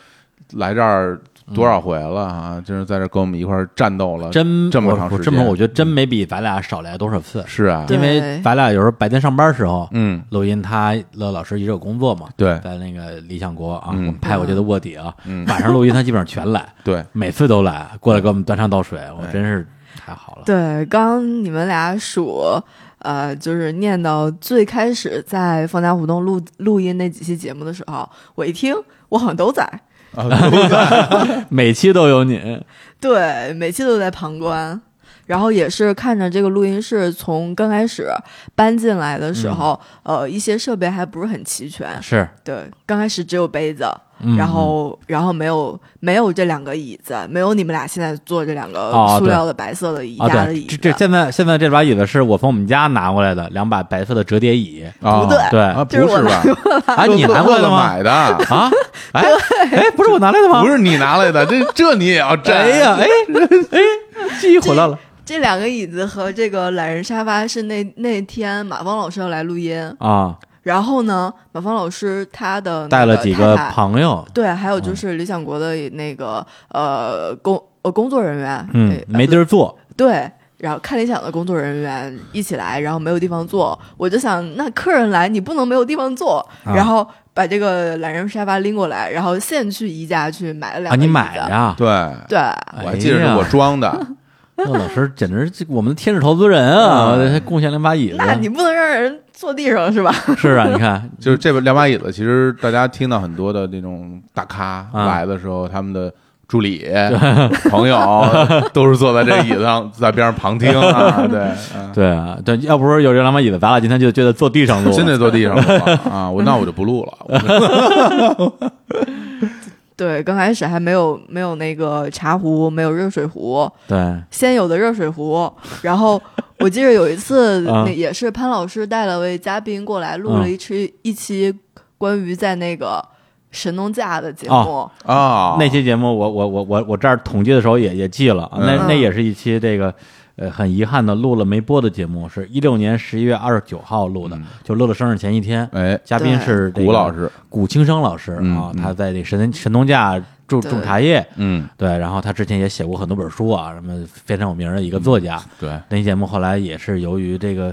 [SPEAKER 2] 来这儿多少回了啊，就是在这跟我们一块儿战斗了，
[SPEAKER 1] 真
[SPEAKER 2] 呃这么
[SPEAKER 1] 我
[SPEAKER 2] 长
[SPEAKER 1] 我
[SPEAKER 2] 时
[SPEAKER 1] 这么
[SPEAKER 2] 间嗯
[SPEAKER 1] 我觉得真没比咱俩少来多少次，
[SPEAKER 2] 是啊，
[SPEAKER 3] 对
[SPEAKER 1] 因为咱俩有时候白天上班时候，
[SPEAKER 2] 嗯，
[SPEAKER 1] 录音他乐老师也有工作嘛，
[SPEAKER 2] 对
[SPEAKER 1] 在那个理想国啊，我
[SPEAKER 2] 嗯
[SPEAKER 1] 们派过去的卧底啊，晚上录音他基本上全来，
[SPEAKER 2] 对，
[SPEAKER 1] 每次都来过来给我们端茶倒水，我真是太好了。
[SPEAKER 3] 对，刚你们俩数，呃，就是念到最开始在放家胡同录录音那几期节目的时候，我一听，我好像都在，
[SPEAKER 2] 啊 都在
[SPEAKER 1] 每期都有你，
[SPEAKER 3] 对，每期都在旁观，然后也是看着这个录音室从刚开始搬进来的时候，
[SPEAKER 1] 嗯
[SPEAKER 3] 呃，一些设备还不是很齐全，
[SPEAKER 1] 是，
[SPEAKER 3] 对，刚开始只有杯子，
[SPEAKER 1] 嗯
[SPEAKER 3] 然后然后没有没有这两个椅子，没有你们俩现在坐这两个
[SPEAKER 1] 哦
[SPEAKER 3] 塑
[SPEAKER 1] 对
[SPEAKER 3] 料的白色的椅
[SPEAKER 1] 啊，
[SPEAKER 3] 压的
[SPEAKER 1] 对
[SPEAKER 3] 椅，子，
[SPEAKER 1] 这这现在现在这把椅子是我从我们家拿过来的，两把白色的折叠椅。
[SPEAKER 2] 啊
[SPEAKER 3] 不对
[SPEAKER 1] 对
[SPEAKER 2] 啊，
[SPEAKER 3] 就是
[SPEAKER 2] 不
[SPEAKER 3] 我
[SPEAKER 2] 是吧？
[SPEAKER 1] 啊，你拿过来的吗？
[SPEAKER 2] 买的，
[SPEAKER 1] 啊，哎哎，不是我拿来的吗？
[SPEAKER 2] 不是你拿来的，这这你也要占？
[SPEAKER 1] 哎呀，哎哎，记忆回来了
[SPEAKER 3] 这两个椅子和这个懒人沙发是那那天马芳老师要来录音，
[SPEAKER 1] 啊！
[SPEAKER 3] 然后呢，马芳老师他的那
[SPEAKER 1] 带了几
[SPEAKER 3] 个
[SPEAKER 1] 个
[SPEAKER 3] 太太
[SPEAKER 1] 朋友，
[SPEAKER 3] 对，还有
[SPEAKER 1] 嗯
[SPEAKER 3] 就是理想国的那个、呃工呃工作人员，
[SPEAKER 1] 嗯，
[SPEAKER 3] 哎
[SPEAKER 1] 没地儿坐，
[SPEAKER 3] 对。然后看理想的工作人员一起来，然后没有地方坐，我就想，那客人来你不能没有地方坐，
[SPEAKER 1] 啊
[SPEAKER 3] 然后把这个懒人沙发拎过来，然后现去宜家去买了两
[SPEAKER 1] 啊，
[SPEAKER 3] 个、
[SPEAKER 1] 你买的？啊？
[SPEAKER 2] 对，
[SPEAKER 3] 对，
[SPEAKER 2] 我还记
[SPEAKER 1] 哎
[SPEAKER 2] 得是我装的，
[SPEAKER 1] 那老师简直是我们的天使投资人啊！
[SPEAKER 2] 嗯
[SPEAKER 1] 还贡献两把椅子，
[SPEAKER 3] 那你不能让人坐地上是吧？
[SPEAKER 1] 是啊？你看，
[SPEAKER 2] 就是这两把椅子，其实大家听到很多的那种大咖
[SPEAKER 1] 啊
[SPEAKER 2] 来的时候，他们的助理、朋友都是坐在这椅子上，在边上旁听啊，对，啊
[SPEAKER 1] 对啊，对，要不是有这两把椅子，咱俩今天就就得坐地上录了，
[SPEAKER 2] 真得坐地上了 啊！我那我就不录了，我
[SPEAKER 3] 对，刚开始还没有没有那个茶壶，没有热水壶，
[SPEAKER 1] 对，
[SPEAKER 3] 先有的热水壶， 然后我记得有一次，
[SPEAKER 1] 啊
[SPEAKER 3] 那也是潘老师带了位嘉宾过来录了一期、一期关于在那个神农架的节目，
[SPEAKER 1] 哦
[SPEAKER 2] 啊，
[SPEAKER 1] 那期节目我我我我我这儿统计的时候也也记了，啊那
[SPEAKER 3] 嗯
[SPEAKER 1] 那也是一期这个呃很遗憾的录了没播的节目，是一六年十一月二十九号录的，就乐乐生日前一天，
[SPEAKER 2] 哎，
[SPEAKER 1] 嘉宾是这个
[SPEAKER 2] 谷嗯老师，
[SPEAKER 1] 谷青生老师
[SPEAKER 2] 嗯
[SPEAKER 1] 啊
[SPEAKER 2] 嗯，
[SPEAKER 1] 他在这个神神农架种
[SPEAKER 3] 对
[SPEAKER 1] 种茶叶，
[SPEAKER 2] 嗯，
[SPEAKER 1] 对，然后他之前也写过很多本书啊，什么非常有名的一个作家。
[SPEAKER 2] 对，
[SPEAKER 1] 那期节目后来也是由于这个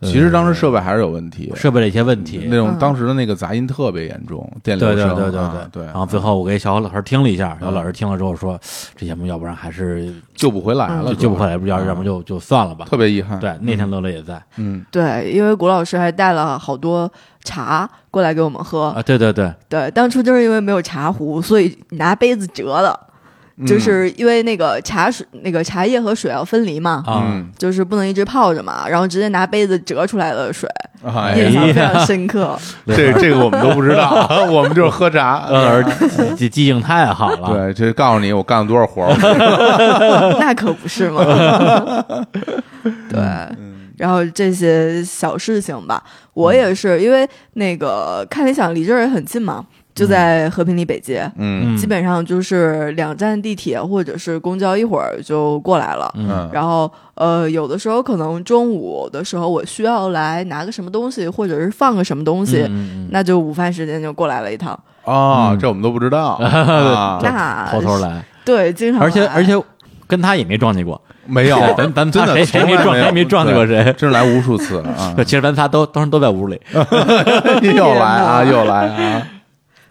[SPEAKER 1] 呃
[SPEAKER 2] 其实当时设备还是有问题，
[SPEAKER 1] 设备的一些问题，
[SPEAKER 2] 那种当时的那个杂音特别严重，电流
[SPEAKER 1] 对对
[SPEAKER 2] 声，
[SPEAKER 1] 对对
[SPEAKER 2] 啊对嗯
[SPEAKER 1] 然后最后我给小老师听了一下，小老师听了之后说，这节目要不然还是
[SPEAKER 2] 救不回来了，
[SPEAKER 1] 就
[SPEAKER 2] 主
[SPEAKER 1] 救不
[SPEAKER 2] 要
[SPEAKER 1] 回来，要要不就就算了吧。
[SPEAKER 2] 特别遗憾，，
[SPEAKER 1] 对，那天乐乐也在
[SPEAKER 2] 嗯，
[SPEAKER 3] 对，因为谷老师还带了好多茶过来给我们喝，
[SPEAKER 1] 啊，对对对，
[SPEAKER 3] 对，当初就是因为没有茶壶，所以拿杯子折了，就是因为那个茶水那个茶叶和水要分离嘛。
[SPEAKER 1] 啊，
[SPEAKER 2] 嗯，
[SPEAKER 3] 就是不能一直泡着嘛，然后直接拿杯子折出来的水，
[SPEAKER 2] 哎
[SPEAKER 1] 啊也
[SPEAKER 2] 呀
[SPEAKER 3] 印象非常深刻。
[SPEAKER 2] 这这个我们都不知道，我们就是喝茶。
[SPEAKER 1] 乐老师记记性太好了，
[SPEAKER 2] 对，这告诉你我干了多少活 儿。
[SPEAKER 3] 那可不是嘛。对，
[SPEAKER 1] 嗯
[SPEAKER 3] 然后这些小事情吧，我也是因为那个看理想离这儿也很近嘛，就在和平里北街，
[SPEAKER 2] 嗯
[SPEAKER 1] 嗯，
[SPEAKER 3] 基本上就是两站地铁或者是公交，一会儿就过来了。
[SPEAKER 2] 嗯，
[SPEAKER 3] 然后，呃，有的时候可能中午的时候，我需要来拿个什么东西，或者是放个什么东西，
[SPEAKER 1] 嗯嗯
[SPEAKER 3] 那就午饭时间就过来了一趟。
[SPEAKER 2] 哦
[SPEAKER 1] 嗯，
[SPEAKER 2] 这我们都不知 道啊，
[SPEAKER 3] 那
[SPEAKER 1] 偷偷来，
[SPEAKER 3] 对，经常
[SPEAKER 1] 而且
[SPEAKER 3] 来
[SPEAKER 1] 而且跟他也没撞见过，
[SPEAKER 2] 没有，
[SPEAKER 1] 咱咱
[SPEAKER 2] 嗯真
[SPEAKER 1] 咱
[SPEAKER 2] 的
[SPEAKER 1] 谁谁
[SPEAKER 2] 从
[SPEAKER 1] 没
[SPEAKER 2] 来
[SPEAKER 1] 撞
[SPEAKER 2] 有
[SPEAKER 1] 谁没撞见过，谁，
[SPEAKER 2] 对真是来无数次了啊
[SPEAKER 1] 其实咱仨都当时都在屋里，
[SPEAKER 2] 又来啊，
[SPEAKER 3] 天哪
[SPEAKER 2] 又来啊，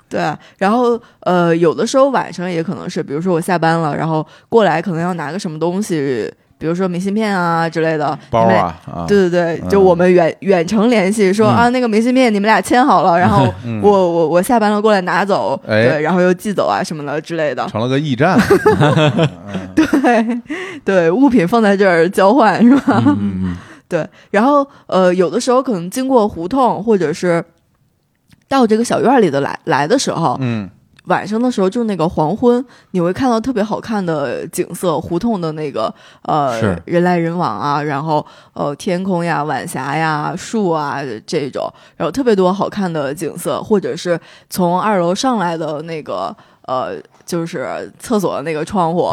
[SPEAKER 3] 对，然后呃，有的时候晚上也可能是，比如说我下班了，然后过来可能要拿个什么东西，比如说明信片啊之类的。
[SPEAKER 2] 包
[SPEAKER 3] 你们。
[SPEAKER 2] 啊啊，
[SPEAKER 3] 对对
[SPEAKER 2] 嗯
[SPEAKER 3] 对，就我们远、远程联系说、
[SPEAKER 1] 嗯
[SPEAKER 3] 啊，那个明信片你们俩签好了，然后
[SPEAKER 2] 嗯
[SPEAKER 3] 我我我下班了过来拿走，
[SPEAKER 2] 哎
[SPEAKER 3] 对，然后又寄走啊什么的之类的。
[SPEAKER 2] 成了个驿站，
[SPEAKER 3] 对 对，物品放在这儿交换是吧？
[SPEAKER 1] 嗯嗯
[SPEAKER 3] 对，然后呃，有的时候可能经过胡同或者是到这个小院里的来来的时候，
[SPEAKER 2] 嗯，
[SPEAKER 3] 晚上的时候，就是那个黄昏，你会看到特别好看的景色，胡同的那个呃
[SPEAKER 1] 是
[SPEAKER 3] 人来人往啊，然后呃天空呀、晚霞呀、树啊这种，然后特别多好看的景色，或者是从二楼上来的那个呃就是厕所的那个窗户，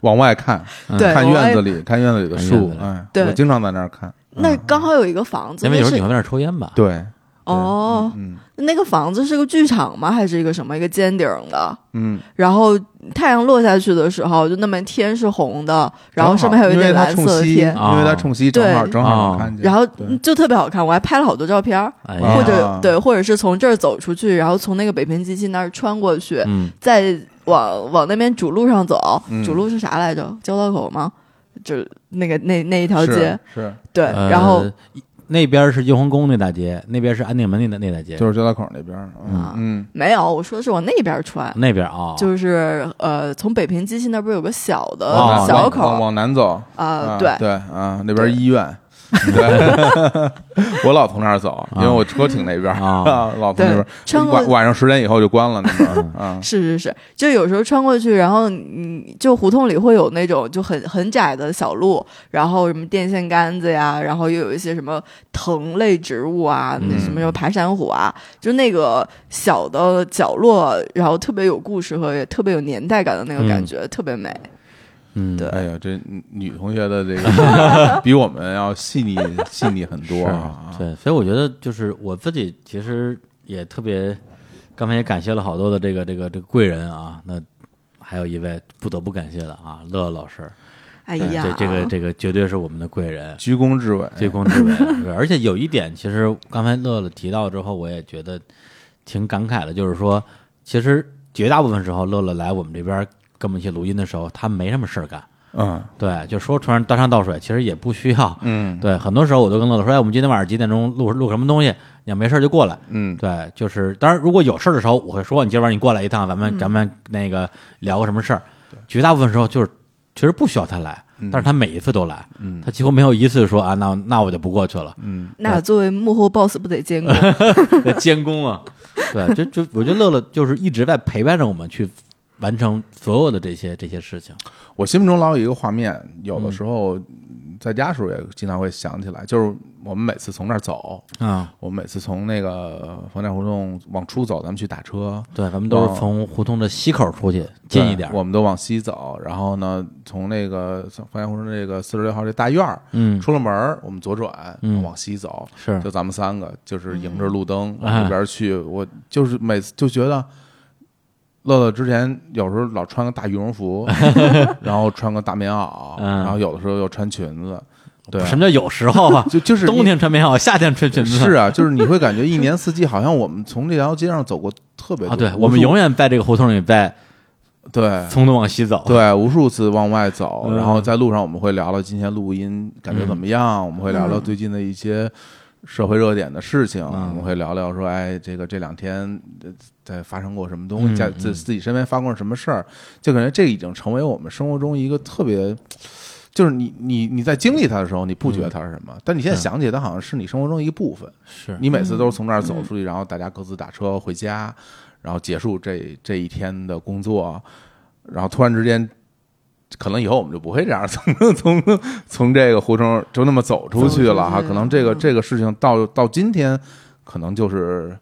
[SPEAKER 2] 往外看，
[SPEAKER 3] 对，
[SPEAKER 2] 啊嗯看
[SPEAKER 3] 我
[SPEAKER 2] 院
[SPEAKER 3] 哎
[SPEAKER 2] 子里，看院子里的
[SPEAKER 1] 嗯看院
[SPEAKER 2] 树
[SPEAKER 1] 子，里
[SPEAKER 2] 哎，
[SPEAKER 3] 对
[SPEAKER 2] 我经常在那儿看，
[SPEAKER 3] 那刚好有一个房子，
[SPEAKER 2] 嗯
[SPEAKER 1] 因为有时候
[SPEAKER 3] 是
[SPEAKER 1] 你会在那儿抽烟吧，
[SPEAKER 2] 对，
[SPEAKER 3] 哦，
[SPEAKER 2] 嗯
[SPEAKER 3] 那个房子是个剧场吗？还是一个什么一个尖顶的？
[SPEAKER 2] 嗯，
[SPEAKER 3] 然后太阳落下去的时候，就那么天是红的，然后上面还有一
[SPEAKER 2] 因为
[SPEAKER 3] 点
[SPEAKER 2] 它
[SPEAKER 3] 蓝
[SPEAKER 2] 冲
[SPEAKER 3] 色的
[SPEAKER 2] 西，
[SPEAKER 3] 天，
[SPEAKER 1] 啊哦
[SPEAKER 2] 因为它冲西正好正好能看见，
[SPEAKER 3] 然后嗯
[SPEAKER 2] 对
[SPEAKER 3] 就特别好看，我还拍了好多照片儿。
[SPEAKER 1] 哎
[SPEAKER 2] 啊
[SPEAKER 1] 呀，
[SPEAKER 3] 或者
[SPEAKER 2] 啊
[SPEAKER 3] 对，或者是从这儿走出去，然后从那个北平机器那儿穿过去，
[SPEAKER 1] 嗯，
[SPEAKER 3] 再往往那边主路上走。
[SPEAKER 2] 嗯
[SPEAKER 3] 主路是啥来着？交道口吗？就是那个那那一条街
[SPEAKER 2] 是，是
[SPEAKER 3] 对。
[SPEAKER 1] 呃
[SPEAKER 3] 然后
[SPEAKER 1] 那边是雍和宫那大街，那边是安定门那大那大街，
[SPEAKER 2] 就是交道口那边，
[SPEAKER 3] 啊
[SPEAKER 2] 嗯嗯
[SPEAKER 3] 没有，我说是往那边穿，
[SPEAKER 1] 那边啊，
[SPEAKER 3] 就是呃，从北平机器那儿不是有个小的
[SPEAKER 1] 往
[SPEAKER 2] 哦啊往
[SPEAKER 3] 呃小
[SPEAKER 2] 往
[SPEAKER 3] 口
[SPEAKER 2] 往
[SPEAKER 3] 儿
[SPEAKER 2] 往南走
[SPEAKER 3] 啊？
[SPEAKER 2] 对
[SPEAKER 3] 对，
[SPEAKER 2] 对啊，那边医院，
[SPEAKER 4] 我老从那儿走，因为我车停那边儿
[SPEAKER 1] 啊，
[SPEAKER 4] 老从那边儿
[SPEAKER 3] 对穿过
[SPEAKER 4] 晚晚上十点以后就关了那边儿啊。
[SPEAKER 3] 是是是，就有时候穿过去，然后你就胡同里会有那种就很很窄的小路，然后什么电线杆子呀，然后又有一些什么藤类植物啊，那
[SPEAKER 1] 嗯
[SPEAKER 3] 什么什么爬山虎啊，就那个小的角落，然后特别有故事和也特别有年代感的那个感
[SPEAKER 1] 嗯
[SPEAKER 3] 觉，特别美。
[SPEAKER 1] 嗯，
[SPEAKER 3] 对
[SPEAKER 2] 哎
[SPEAKER 4] 哎呀，这女同学的这个比我们要细腻细腻很多啊！
[SPEAKER 1] 对，所以我觉得就是我自己其实也特别，刚才也感谢了好多的这个这个这个贵人啊，那还有一位不得不感谢的啊，乐乐老师，
[SPEAKER 3] 哎
[SPEAKER 1] 对
[SPEAKER 3] 呀，
[SPEAKER 1] 这这个这个绝对是我们的贵人，
[SPEAKER 2] 鞠躬至伟，
[SPEAKER 1] 最功之伟。是吧而且有一点，其实刚才乐乐提到之后，我也觉得挺感慨的，就是说，其实绝大部分时候，乐乐来我们这边跟我们一起录音的时候，他没什么事儿干。
[SPEAKER 2] 嗯
[SPEAKER 1] 对，就说船上倒山倒水，其实也不需要。
[SPEAKER 2] 嗯
[SPEAKER 1] 对，很多时候我都跟乐乐说，哎，我们今天晚上几点钟录录什么东西？你要没事儿就过来。
[SPEAKER 2] 嗯
[SPEAKER 1] 对，就是当然，如果有事儿的时候，我会说你今儿晚上你过来一趟，咱们、咱们那个聊个什么事儿。绝大部分时候就是其实不需要他来，
[SPEAKER 2] 嗯
[SPEAKER 1] 但是他每一次都来，他几乎没有一次说啊，那那我就不过去了，
[SPEAKER 2] 嗯
[SPEAKER 3] 那作为幕后 boss 不得监 工？
[SPEAKER 1] 在监工啊。 对，就就我觉得乐乐就是一直在陪伴着我们去完成所有的这些这些事情。
[SPEAKER 2] 我心目中老有一个画面，有的时候在家的时候也经常会想起来，就是我们每次从那儿走，
[SPEAKER 1] 啊，
[SPEAKER 2] 我们每次从那个房站胡同往出走，咱们去打车，
[SPEAKER 1] 对，咱们都是从胡同的西口出去，近一点
[SPEAKER 2] 哦对。我们都往西走，然后呢，从那个从房站胡同这个四十六号这大院儿
[SPEAKER 1] 嗯，
[SPEAKER 2] 出了门儿，我们左转，
[SPEAKER 1] 嗯
[SPEAKER 2] 往西走，
[SPEAKER 1] 是
[SPEAKER 2] 就咱们三个就是迎着路灯
[SPEAKER 1] 嗯
[SPEAKER 2] 往那边去，我就是每次就觉得。乐乐之前有时候老穿个大羽 绒服，然后穿个大棉袄，
[SPEAKER 1] 嗯
[SPEAKER 2] 然后有的时候又穿裙子，对，
[SPEAKER 1] 什么叫有时候啊？
[SPEAKER 2] 就就是
[SPEAKER 1] 冬天穿棉袄，夏天穿裙
[SPEAKER 2] 你
[SPEAKER 1] 子。
[SPEAKER 2] 是啊，就是你会感觉一年四季好像我们从这条街上走过特别多
[SPEAKER 1] 啊，对，我们永远在这个胡同里在
[SPEAKER 2] 对
[SPEAKER 1] 从东往西走。啊
[SPEAKER 2] 对，无数次往外走，
[SPEAKER 1] 嗯
[SPEAKER 2] 然后在路上我们会聊聊今天录音感觉怎么样，我们会聊聊最近的一些社会热点的事情，
[SPEAKER 1] 嗯
[SPEAKER 2] 我们会聊聊说，哎，这个这两天呃在发生过什么东西，
[SPEAKER 1] 嗯
[SPEAKER 2] 在
[SPEAKER 1] 嗯
[SPEAKER 2] 自自己身边发生过什么事儿，就感觉这已经成为我们生活中一个特别。就是你你你在经历它的时候，你不觉得它是什
[SPEAKER 1] 嗯
[SPEAKER 2] 么，但你现在想起它，好像是你生活中的一部分。
[SPEAKER 1] 是
[SPEAKER 2] 你每次
[SPEAKER 3] 嗯
[SPEAKER 2] 都是从那儿走出去，然后大家各自打车回家，然后结束这这一天的工作，然后突然之间，可能以后我们就不会这样 从从从这个胡同就那么走出去了哈。
[SPEAKER 3] 走出去
[SPEAKER 2] 可能这个
[SPEAKER 3] 嗯
[SPEAKER 2] 这个事情到到今天，可能就是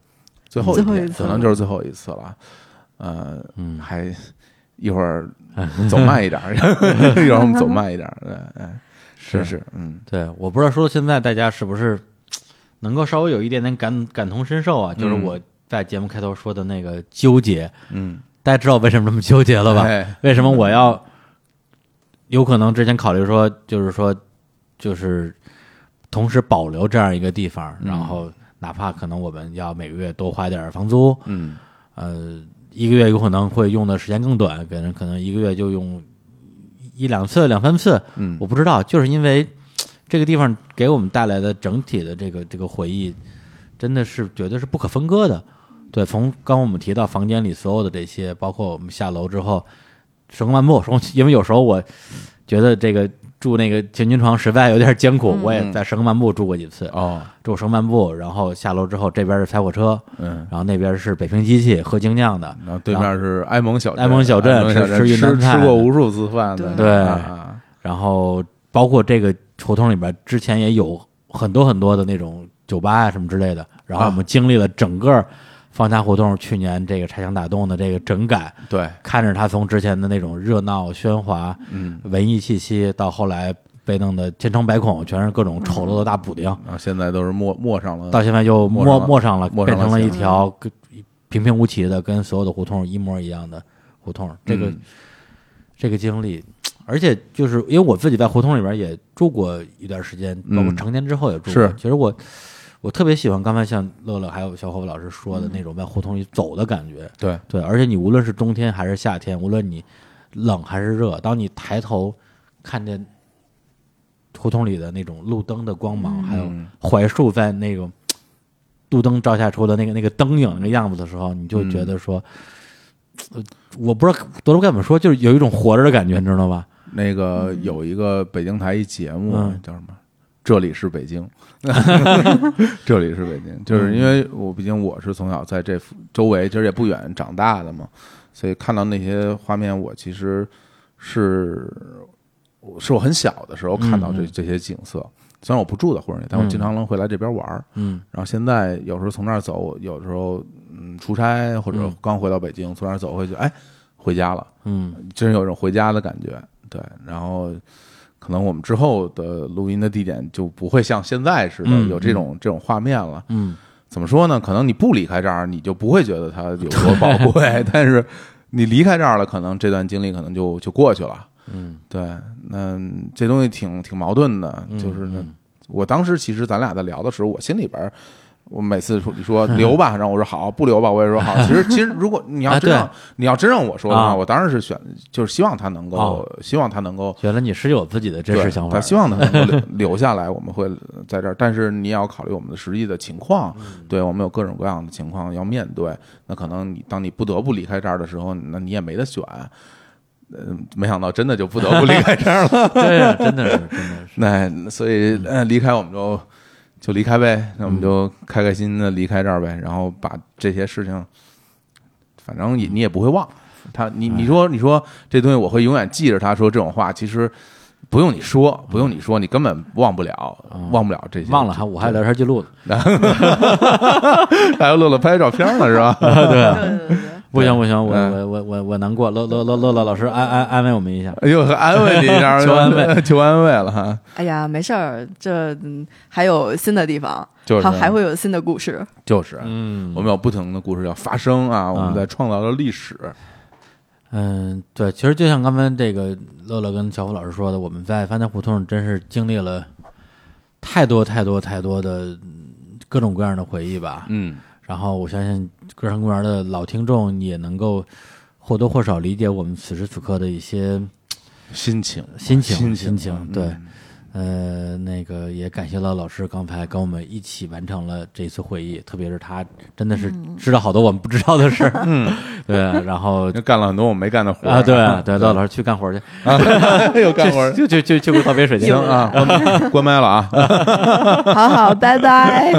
[SPEAKER 2] 最后一
[SPEAKER 3] 最后一
[SPEAKER 2] 天，
[SPEAKER 3] 次
[SPEAKER 2] 可能就是最后一次了。呃，
[SPEAKER 1] 嗯
[SPEAKER 2] 还一会儿走慢一点儿， 一会儿我们走慢一点儿，对，哎，真是，嗯
[SPEAKER 1] 对，我不知道说到现在大家是不是能够稍微有一点点感感同身受啊？就是
[SPEAKER 2] 嗯
[SPEAKER 1] 我在节目开头说的那个纠结，
[SPEAKER 2] 嗯，
[SPEAKER 1] 大家知道为什么这么纠结了吧？
[SPEAKER 2] 哎
[SPEAKER 1] 为什么我要有可能之前考虑说，就是说，就是同时保留这样一个地方，
[SPEAKER 2] 嗯
[SPEAKER 1] 然后哪怕可能我们要每个月多花点儿房租，
[SPEAKER 2] 嗯
[SPEAKER 1] 呃，一个月有可能会用的时间更短，别人可能一个月就用一两次、两三次，
[SPEAKER 2] 嗯
[SPEAKER 1] 我不知道，就是因为这个地方给我们带来的整体的这个这个回忆，真的是绝对是不可分割的。对，从刚刚我们提到房间里所有的这些，包括我们下楼之后手工漫步，手工因为有时候我觉得这个住那个千军床实在有点艰苦，我也在手工漫步住过几次，
[SPEAKER 2] 哦，
[SPEAKER 1] 住手工漫步，然后下楼之后这边是踩火车，
[SPEAKER 2] 嗯。
[SPEAKER 1] 然后那边是北平机器喝精酿的，
[SPEAKER 2] 然后对面是埃蒙小镇，
[SPEAKER 1] 埃蒙小镇
[SPEAKER 2] 埃蒙
[SPEAKER 1] 吃
[SPEAKER 2] 小
[SPEAKER 1] 吃
[SPEAKER 2] 吃
[SPEAKER 1] 云南菜
[SPEAKER 2] 吃过无数次饭的，
[SPEAKER 1] 对
[SPEAKER 2] 啊
[SPEAKER 1] 然后包括这个胡同里边之前也有很多很多的那种酒吧啊什么之类的，然后我们经历了整个方家胡同去年这个拆墙打洞的这个整改，
[SPEAKER 2] 对，
[SPEAKER 1] 看着它从之前的那种热闹喧哗、
[SPEAKER 2] 嗯
[SPEAKER 1] 文艺气息，到后来被弄得千疮百孔，全是各种丑陋的大补丁，
[SPEAKER 2] 然后现在都是抹抹上了，
[SPEAKER 1] 到现在又
[SPEAKER 2] 抹
[SPEAKER 1] 抹
[SPEAKER 2] 上了
[SPEAKER 1] 抹上了，
[SPEAKER 2] 抹上
[SPEAKER 1] 变成
[SPEAKER 2] 了
[SPEAKER 1] 了一
[SPEAKER 2] 线
[SPEAKER 1] 条跟平平无奇的，跟所有的胡同一模一样的胡同。这个、
[SPEAKER 2] 嗯
[SPEAKER 1] 这个经历，而且就是因为我自己在胡同里边也住过一段时间，包括
[SPEAKER 2] 嗯
[SPEAKER 1] 成年之后也住过。
[SPEAKER 2] 是
[SPEAKER 1] 其实我我特别喜欢刚才像乐乐还有小伙伴老师说的那种在胡同里走的感觉。
[SPEAKER 2] 对，
[SPEAKER 1] 对，而且你无论是冬天还是夏天，无论你冷还是热，当你抬头看见胡同里的那种路灯的光芒，还有
[SPEAKER 2] 嗯
[SPEAKER 1] 槐树在那种路灯照下出的那个那个灯影那个样子的时候，你就觉得说，呃我不知道德鲁该怎么说，就是有一种活着的感觉，你知道吧？
[SPEAKER 2] 那个有一个北京台一节目、
[SPEAKER 1] 嗯
[SPEAKER 2] 叫什么？这里是北 京，这里是北京，就是因为我毕竟我是从小在这附周围，其实也不远长大的嘛，所以看到那些画面，我其实是我是我很小的时候看到这、
[SPEAKER 1] 嗯嗯
[SPEAKER 2] 这些景色。虽然我不住在胡同里，但我
[SPEAKER 1] 嗯
[SPEAKER 2] 经常能会来这边玩儿。
[SPEAKER 1] 嗯
[SPEAKER 2] 然后现在有时候从那儿走，有时候嗯出差或者
[SPEAKER 1] 嗯
[SPEAKER 2] 刚回到北京，从那儿走回去，哎，回家了。
[SPEAKER 1] 嗯
[SPEAKER 2] 真有种回家的感觉。对，然后可能我们之后的录音的地点就不会像现在似的
[SPEAKER 1] 嗯
[SPEAKER 2] 有这种、这种画面了。
[SPEAKER 1] 嗯，
[SPEAKER 2] 怎么说呢？可能你不离开这儿，你就不会觉得它有多宝贵， 但是你离开这儿了，可能这段经历可能就就过去了。
[SPEAKER 1] 嗯，
[SPEAKER 2] 对，那这东西挺挺矛盾的，
[SPEAKER 1] 嗯
[SPEAKER 2] 就是呢，
[SPEAKER 1] 嗯
[SPEAKER 2] 我当时其实咱俩在聊的时候，我心里边儿，我每次说你 说留吧，然后我说好，不留吧，我也说好。其实其实如果你要
[SPEAKER 1] 啊
[SPEAKER 2] 真让、
[SPEAKER 1] 对
[SPEAKER 2] 你要真让我说的话，
[SPEAKER 1] 啊
[SPEAKER 2] 我当然是选，就是希望他能够，
[SPEAKER 1] 哦
[SPEAKER 2] 希望他能够。
[SPEAKER 1] 原来你是有自己的真
[SPEAKER 2] 对
[SPEAKER 1] 实想法
[SPEAKER 2] 他
[SPEAKER 1] 的，
[SPEAKER 2] 希望他能 够留留下来，我们会在这儿。但是你也要考虑我们的实际的情况，对我们有各种各样的情况要面对。那可能你当你不得不离开这儿的时候，那你也没得选。嗯，没想到真的就不得不离开这儿了。
[SPEAKER 1] 对啊，真的是真的是，
[SPEAKER 2] 那所
[SPEAKER 1] 嗯
[SPEAKER 2] 以呃，离开我们就就离开呗，那我们就开开心心的离开这儿呗，然后把这些事情，反正也你也不会忘他。你
[SPEAKER 1] 哎
[SPEAKER 2] 你说你说这东西我会永远记着他说这种话，其实不用你说，不用你说，你根本忘不了，忘不了这些。
[SPEAKER 1] 哦忘了还我还有聊天记录呢，
[SPEAKER 2] 还有乐乐拍照片了是吧？
[SPEAKER 1] 对啊。
[SPEAKER 3] 对对对，
[SPEAKER 1] 不行不行，我
[SPEAKER 2] 嗯
[SPEAKER 1] 我我我我难过，乐乐乐乐乐老师安安安慰我们一下。
[SPEAKER 2] 哎 呦，安慰你一下，
[SPEAKER 1] 求安慰，
[SPEAKER 2] 求安慰了哈，
[SPEAKER 3] 哎呀，没事儿，这嗯还有新的地方，
[SPEAKER 2] 就是
[SPEAKER 3] 还还会有新的故事。
[SPEAKER 2] 就是。
[SPEAKER 1] 嗯
[SPEAKER 2] 我们有不同的故事要发生啊！我们
[SPEAKER 1] 嗯
[SPEAKER 2] 在创造着历史，
[SPEAKER 1] 嗯，对，其实就像刚才这个乐乐跟小虎老师说的，我们在番茄胡同真是经历了太多太多太多的嗯各种各样的回忆吧。
[SPEAKER 2] 嗯，
[SPEAKER 1] 然后我相信歌山公园的老听众也能够或多或少理解我们此时此刻的一些
[SPEAKER 2] 心情，
[SPEAKER 1] 心情心
[SPEAKER 2] 心
[SPEAKER 1] 情
[SPEAKER 2] 情，
[SPEAKER 1] 对。呃，那个也感谢了老师刚才跟我们一起完成了这次会议，特别是他真的是知道好多我们不知道的事儿，嗯， 对，然 后
[SPEAKER 2] 就干了很多我们没干的活儿
[SPEAKER 1] 啊，对对，乐老师去干活儿去，
[SPEAKER 2] 又 干活儿。
[SPEAKER 1] 就就就就给倒杯水去
[SPEAKER 2] 行。啊， 关麦关麦了
[SPEAKER 1] 嗯
[SPEAKER 2] 啊！
[SPEAKER 3] 好好，拜拜。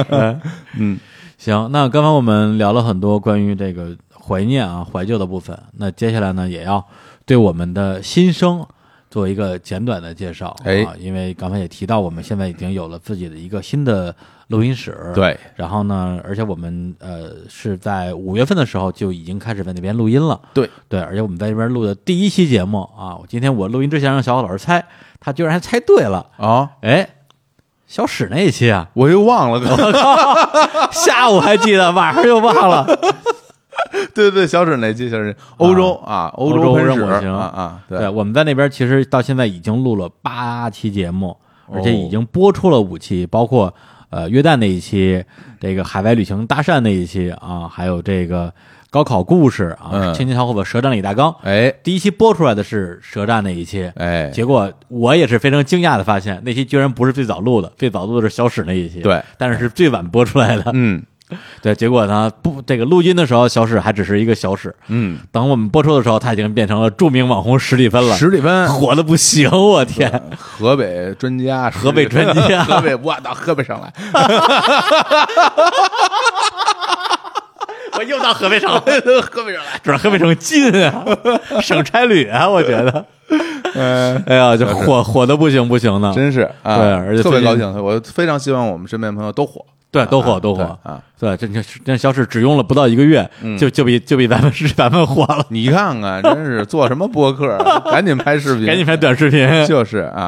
[SPEAKER 1] 行，那刚刚我们聊了很多关于这个怀念啊、怀旧的部分，那接下来呢，也要对我们的新生做一个简短的介绍、
[SPEAKER 2] 哎
[SPEAKER 1] 啊，因为刚才也提到，我们现在已经有了自己的一个新的录音室，
[SPEAKER 2] 对，
[SPEAKER 1] 然后呢，而且我们呃是在五月份的时候就已经开始在那边录音了。
[SPEAKER 2] 对
[SPEAKER 1] 对，而且我们在那边录的第一期节目啊，我今天我录音之前让小虎老师猜，他居然还猜对了。
[SPEAKER 2] 啊，
[SPEAKER 1] 哎，小史那一期啊
[SPEAKER 2] ，我又忘了 个，
[SPEAKER 1] 下午还记得，晚上又忘 了。
[SPEAKER 2] 对对，小指那期小指欧洲啊，欧
[SPEAKER 1] 欧洲
[SPEAKER 2] 喷
[SPEAKER 1] 任
[SPEAKER 2] 史
[SPEAKER 1] 我行
[SPEAKER 2] 啊啊，
[SPEAKER 1] 对，，我们在那边其实到现在已经录了八期节目，
[SPEAKER 2] 哦
[SPEAKER 1] 而且已经播出了五期，包括呃约旦那一期，这个海外旅行搭讪那一期啊，还有这个高考故事啊，
[SPEAKER 2] 嗯
[SPEAKER 1] 青青小伙子舌战李大刚。
[SPEAKER 2] 哎
[SPEAKER 1] 第一期播出来的是舌战那一期，
[SPEAKER 2] 哎，
[SPEAKER 1] 结果我也是非常惊讶的发现，那期居然不是最早录的，最早录的是小史那一期，
[SPEAKER 2] 对，
[SPEAKER 1] 但是是最晚播出来的。
[SPEAKER 2] 嗯
[SPEAKER 1] 对，结果呢，不，这个录音的时候，小史还只是一个小史，
[SPEAKER 2] 嗯，
[SPEAKER 1] 等我们播出的时候，他已经变成了著名网红史蒂芬了，
[SPEAKER 2] 史蒂 芬，
[SPEAKER 1] 火的不行，我天，
[SPEAKER 2] 呃河北专家，史蒂
[SPEAKER 1] 河北专家
[SPEAKER 2] 河北我到河北上来，
[SPEAKER 1] 我又到河北省了，
[SPEAKER 2] 河北上 来，
[SPEAKER 1] 主要河北省近啊，省差旅啊，我觉得，
[SPEAKER 2] 嗯，
[SPEAKER 1] 哎呀，就火火的不行不行的，
[SPEAKER 2] 真是啊，
[SPEAKER 1] 对而且
[SPEAKER 2] 特
[SPEAKER 1] 最
[SPEAKER 2] 别
[SPEAKER 1] 近
[SPEAKER 2] 高兴，我非常希望我们身边的朋友都火，
[SPEAKER 1] 对，都火都
[SPEAKER 2] 对
[SPEAKER 1] 火。
[SPEAKER 2] 啊，嗯
[SPEAKER 1] 对，这这这小史只用了不到一个月，就就比就比咱们是 咱们火了。
[SPEAKER 2] 你啊 看看，真是做什么播客，赶紧拍视频，
[SPEAKER 1] 赶紧拍短视频。
[SPEAKER 2] 就是啊，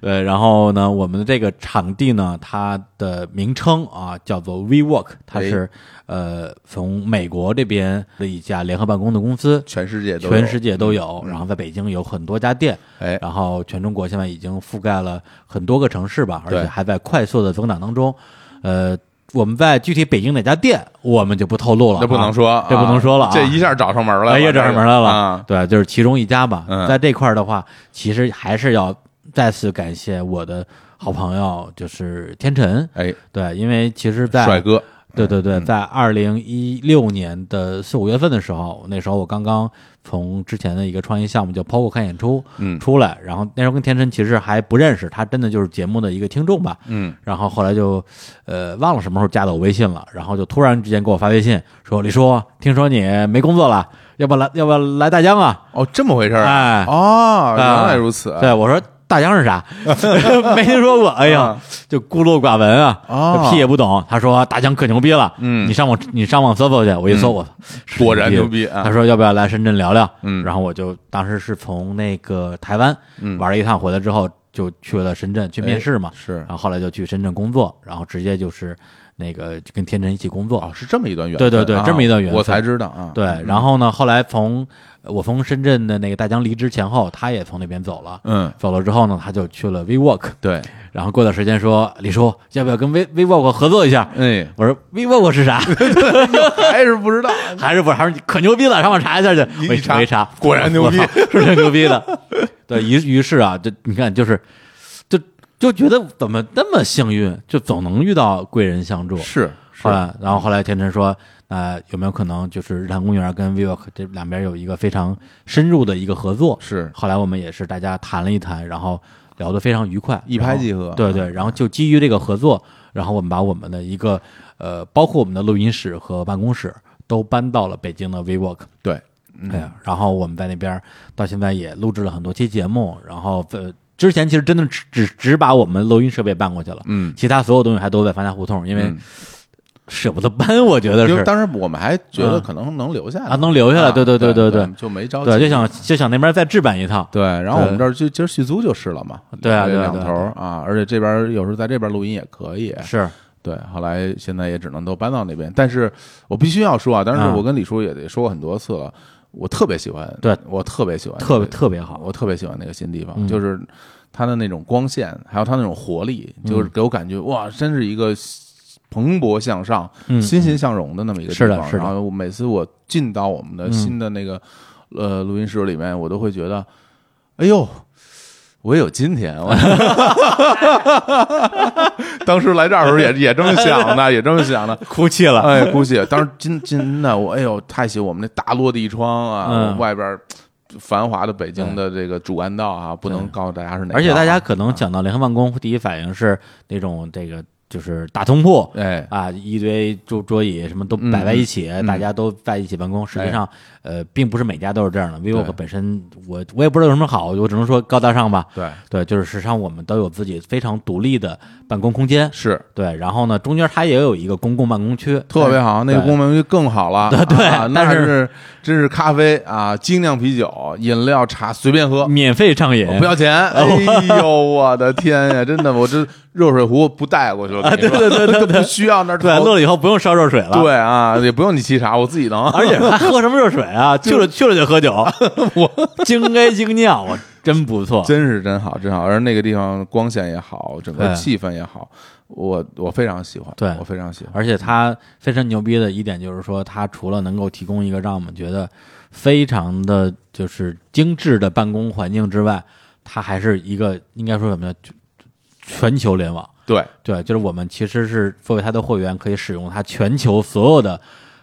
[SPEAKER 1] 对，然后呢，我们的这个场地呢，它的名称啊叫做 WeWork，它
[SPEAKER 2] 哎
[SPEAKER 1] 是呃从美国这边的一家联合办公的公司，
[SPEAKER 2] 全世界都有嗯
[SPEAKER 1] 全世界都有，然后在北京有很多家店，
[SPEAKER 2] 哎
[SPEAKER 1] 然后全中国现在已经覆盖了很多个城市吧，而且
[SPEAKER 2] 对
[SPEAKER 1] 还在快速的增长当中，呃。我们在具体北京哪家店，我们就不透露了啊，
[SPEAKER 2] 这不能说，
[SPEAKER 1] 这不能说了啊
[SPEAKER 2] 这一下找上门来了，
[SPEAKER 1] 哎也找上门来了，
[SPEAKER 2] 啊
[SPEAKER 1] 对，就是其中一家吧。
[SPEAKER 2] 嗯
[SPEAKER 1] 在这块儿的话，其实还是要再次感谢我的好朋友，就是天辰。
[SPEAKER 2] 哎，
[SPEAKER 1] 对，因为其实在，
[SPEAKER 2] 帅哥，
[SPEAKER 1] 对对
[SPEAKER 2] 嗯
[SPEAKER 1] 对，在二零一六年的四五月份的时候，那时候我刚刚从之前的一个创业项目叫 POGO 看演出，
[SPEAKER 2] 嗯
[SPEAKER 1] 出来，然后那时候跟天辰其实还不认识，他真的就是节目的一个听众吧，
[SPEAKER 2] 嗯，
[SPEAKER 1] 然后后来就，呃，忘了什么时候加的我微信了，然后就突然之间给我发微信说：“李叔，听说你没工作了，要不要来，要不要来大疆啊
[SPEAKER 2] 哦，这么回？”事儿啊，
[SPEAKER 1] 哎，
[SPEAKER 2] 哦，原
[SPEAKER 1] 啊
[SPEAKER 2] 来如此，
[SPEAKER 1] 对我说大疆是 啥？ 没听说过，哎呀
[SPEAKER 2] 啊，
[SPEAKER 1] 就孤陋寡闻啊，
[SPEAKER 2] 哦
[SPEAKER 1] 屁也不懂。他说大疆可牛逼了，
[SPEAKER 2] 嗯
[SPEAKER 1] 你上网你上网搜搜去，我一搜我
[SPEAKER 2] 果然牛
[SPEAKER 1] 逼。
[SPEAKER 2] 逼啊
[SPEAKER 1] 他，说要不要来深圳聊聊？
[SPEAKER 2] 嗯
[SPEAKER 1] 然后我就当时是从那个台湾
[SPEAKER 2] 嗯哎
[SPEAKER 1] 玩了一趟，回来之后就去了深圳去面试嘛。
[SPEAKER 2] 是
[SPEAKER 1] 然后后来就去深圳工作，然后直接就是那个就跟天辰一起工作。
[SPEAKER 2] 哦，是这么一段缘
[SPEAKER 1] 对
[SPEAKER 2] 分，
[SPEAKER 1] 对对
[SPEAKER 2] 啊
[SPEAKER 1] 这么一段缘分
[SPEAKER 2] 我才知道啊，
[SPEAKER 1] 对，然后呢，后来从我从深圳的那个大疆离职前后，他也从那边走了。
[SPEAKER 2] 嗯，
[SPEAKER 1] 走了之后呢，他就去了 WeWork，
[SPEAKER 2] 对，
[SPEAKER 1] 然后过段时间说李叔要不要跟 We WeWork 合作一下？
[SPEAKER 2] 哎，
[SPEAKER 1] 我说 WeWork 是啥？
[SPEAKER 2] 还是不知道，
[SPEAKER 1] 还是不是？他说你可牛逼了，上网查一下去。
[SPEAKER 2] 一
[SPEAKER 1] 我
[SPEAKER 2] 一查
[SPEAKER 1] 我一查，
[SPEAKER 2] 果然牛逼
[SPEAKER 1] 我操，是挺牛逼的。对，于于是啊，就你看，就是就就觉得怎么那么幸运，就总能遇到贵人相助。
[SPEAKER 2] 是是
[SPEAKER 1] 后，来，然后后来天辰说，那、有没有可能就是日坛公园跟 vivo 这两边有一个非常深入的一个合作？
[SPEAKER 2] 是
[SPEAKER 1] 后来我们也是大家谈了一谈，然后聊得非常愉快，
[SPEAKER 2] 一拍即合嗯
[SPEAKER 1] 然后对对，然后就基于这个合作，然后我们把我们的一个呃，包括我们的录音室和办公室都搬到了北京的 WeWork。
[SPEAKER 2] 对，
[SPEAKER 1] 哎呀，然后我们在那边儿到现在也录制了很多期节目，然后呃，之前其实真的只只只把我们录音设备搬过去了，
[SPEAKER 2] 嗯，
[SPEAKER 1] 其他所有东西还都在方家胡同，因为
[SPEAKER 2] 嗯
[SPEAKER 1] 舍不得搬，我觉得
[SPEAKER 2] 因为
[SPEAKER 1] 是。
[SPEAKER 2] 当时我们还觉得
[SPEAKER 1] 嗯
[SPEAKER 2] 可能能留下来
[SPEAKER 1] 啊能留下来对对
[SPEAKER 2] 对
[SPEAKER 1] 对对对
[SPEAKER 2] 就没着急，
[SPEAKER 1] 对，就想就想那边再置办一套，
[SPEAKER 2] 对，然后我们
[SPEAKER 1] 对
[SPEAKER 2] 这儿就今儿续租就是了嘛，
[SPEAKER 1] 对啊
[SPEAKER 2] 这
[SPEAKER 1] 对啊
[SPEAKER 2] 两
[SPEAKER 1] 对啊
[SPEAKER 2] 头儿啊，而且这边儿有时候在这边儿录音也可以，
[SPEAKER 1] 是
[SPEAKER 2] 对，啊后来现在也只能都搬到那边。但是我必须要说啊，当时
[SPEAKER 1] 嗯
[SPEAKER 2] 我跟李叔也得说过很多次了，我特别喜欢，
[SPEAKER 1] 对
[SPEAKER 2] 我特别喜欢，
[SPEAKER 1] 特别特别好。
[SPEAKER 2] 我特别喜欢那个新地方，
[SPEAKER 1] 嗯
[SPEAKER 2] 就是它的那种光线，还有它那种活力，就是
[SPEAKER 1] 嗯
[SPEAKER 2] 给我感觉哇，真是一个蓬勃向上、
[SPEAKER 1] 嗯
[SPEAKER 2] 欣欣向荣的那么一个地
[SPEAKER 1] 是
[SPEAKER 2] 方。
[SPEAKER 1] 的是的嗯
[SPEAKER 2] 然后每次我进到我们的新的那个、呃录音室里面，我都会觉得，哎呦。我也有今天，我 当时来这儿的时候也也这么想的，也这么想的。
[SPEAKER 1] 哭泣了，
[SPEAKER 2] 哎，估计当时真真的我，哎呦，太喜欢我们那大落地窗啊，
[SPEAKER 1] 嗯
[SPEAKER 2] 外边儿繁华的北京的这个主干道啊，不能告诉大家是哪条啊，
[SPEAKER 1] 而且大家可能讲到联合办公，第一反应是那种这个就是大通铺，
[SPEAKER 2] 哎，
[SPEAKER 1] 啊，一堆桌桌椅什么
[SPEAKER 2] 嗯
[SPEAKER 1] 都摆在一起，大家都在一起办公。实
[SPEAKER 2] 哎
[SPEAKER 1] 际上，呃，并不是每家都是这样的。vivo 本身，我我也不知道有什么好，我只能说高大上吧。
[SPEAKER 2] 对，
[SPEAKER 1] 对，就是实际上我们都有自己非常独立的办公空间。
[SPEAKER 2] 是
[SPEAKER 1] 对，然后呢，中间它也有一个公共办公区，
[SPEAKER 2] 特别好，那个功能就更好了，
[SPEAKER 1] 对
[SPEAKER 2] 啊
[SPEAKER 1] 但
[SPEAKER 2] 那
[SPEAKER 1] 是
[SPEAKER 2] 是真是咖啡啊，精酿啤酒、饮料、茶随便喝。
[SPEAKER 1] 免哦费畅饮。
[SPEAKER 2] 哦不要钱！哎呦，我的天呀，真的，我这热水壶不带过去
[SPEAKER 1] 啊
[SPEAKER 2] 了，对对对对， 不需要那儿
[SPEAKER 1] 对，
[SPEAKER 2] 淘
[SPEAKER 1] 乐了以后不用烧热水了。，
[SPEAKER 2] 对啊，也不用你沏茶，我自己能。
[SPEAKER 1] 而且还喝什么热水 啊？去了去了就喝酒，我精 A 精酿， 我真不错。
[SPEAKER 2] 真是真好，真好。而那个地方光线也好，整个
[SPEAKER 1] 对
[SPEAKER 2] 气氛也好，我我非常喜欢，
[SPEAKER 1] 对
[SPEAKER 2] 我非常喜欢。
[SPEAKER 1] 而且它非常牛逼的一点就是说，它除了能够提供一个让我们觉得非常的就是精致的办公环境之外，它还是一个应该说什么呢？就全球联网。
[SPEAKER 2] 对，
[SPEAKER 1] 对，就是我们其实是作为它的会员，可以使用它全球所有的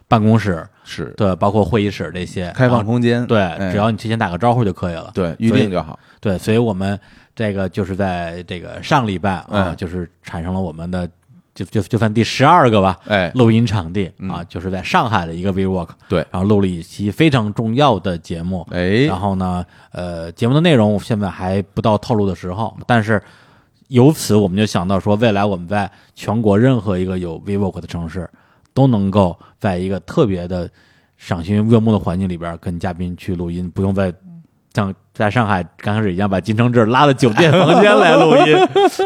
[SPEAKER 1] 办公室，
[SPEAKER 2] 是
[SPEAKER 1] 对，包括会议室这些
[SPEAKER 2] 开放
[SPEAKER 1] 然后
[SPEAKER 2] 空 间，
[SPEAKER 1] 对，
[SPEAKER 2] 哎
[SPEAKER 1] 只要你提前打个招呼就可以了。
[SPEAKER 2] 对预
[SPEAKER 1] 所以
[SPEAKER 2] 定就好。
[SPEAKER 1] 对，所以我们这个就是在这个上礼拜啊，
[SPEAKER 2] 嗯
[SPEAKER 1] 就是产生了我们的就就就算第十二个吧，
[SPEAKER 2] 哎，
[SPEAKER 1] 录音场地啊，就是在上海的一个 WeWork，
[SPEAKER 2] 嗯对
[SPEAKER 1] 然后录了一期非常重要的节目，
[SPEAKER 2] 哎
[SPEAKER 1] 然，后呢，呃，节目的内容现在还不到透露的时候，但是由此我们就想到说，未来我们在全国任何一个有 WeWork 的城市，都能够在一个特别的赏心悦目的环境里边跟嘉宾去录音，不用再像在上海刚开始一样，把金承志拉到酒店房间来录 音，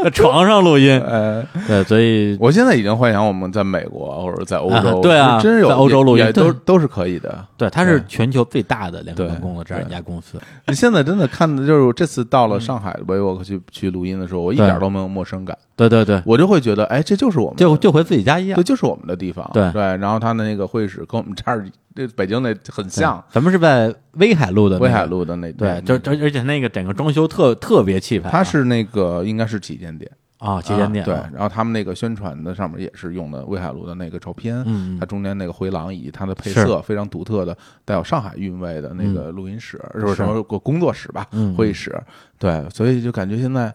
[SPEAKER 1] 在床上录音。
[SPEAKER 2] 呃，
[SPEAKER 1] 对，所以
[SPEAKER 2] 我现在已经幻想我们在美国或者在欧洲，
[SPEAKER 1] 啊 对啊
[SPEAKER 2] 真是有
[SPEAKER 1] 在欧洲录音
[SPEAKER 2] 也也都
[SPEAKER 1] 对
[SPEAKER 2] 都是可 以的。
[SPEAKER 1] 对，它是全球最大的两个
[SPEAKER 2] 对
[SPEAKER 1] 办公的这样一家公司。
[SPEAKER 2] 你现在真的看的就是，我这次到了上海维沃克去去录音的时候，我一
[SPEAKER 1] 对
[SPEAKER 2] 点都没有陌生感，
[SPEAKER 1] 对对对，
[SPEAKER 2] 我就会觉得，哎，这就是我们，
[SPEAKER 1] 就就回自己家一样
[SPEAKER 2] 这。就是我们的地方，
[SPEAKER 1] 对
[SPEAKER 2] 对。然后他的那个会议室跟我们这儿这北京那很
[SPEAKER 1] 对
[SPEAKER 2] 像，
[SPEAKER 1] 咱们是在威海录的那个，
[SPEAKER 2] 威海路的那
[SPEAKER 1] 对，就而
[SPEAKER 2] 嗯
[SPEAKER 1] 而且那个整个装修特特别气派啊。
[SPEAKER 2] 它是那个应该是旗舰店，
[SPEAKER 1] 啊，旗舰店
[SPEAKER 2] 啊对
[SPEAKER 1] 啊，
[SPEAKER 2] 然后他们那个宣传的上面也是用的威海路的那个照片，
[SPEAKER 1] 嗯
[SPEAKER 2] 它中间那个回廊以及它的配
[SPEAKER 1] 是
[SPEAKER 2] 色非常独特的，带有上海韵味的那个录音室，是
[SPEAKER 1] 嗯
[SPEAKER 2] 不
[SPEAKER 1] 是
[SPEAKER 2] 是什么工作室吧，
[SPEAKER 1] 嗯
[SPEAKER 2] 会议室，对，所以就感觉现在，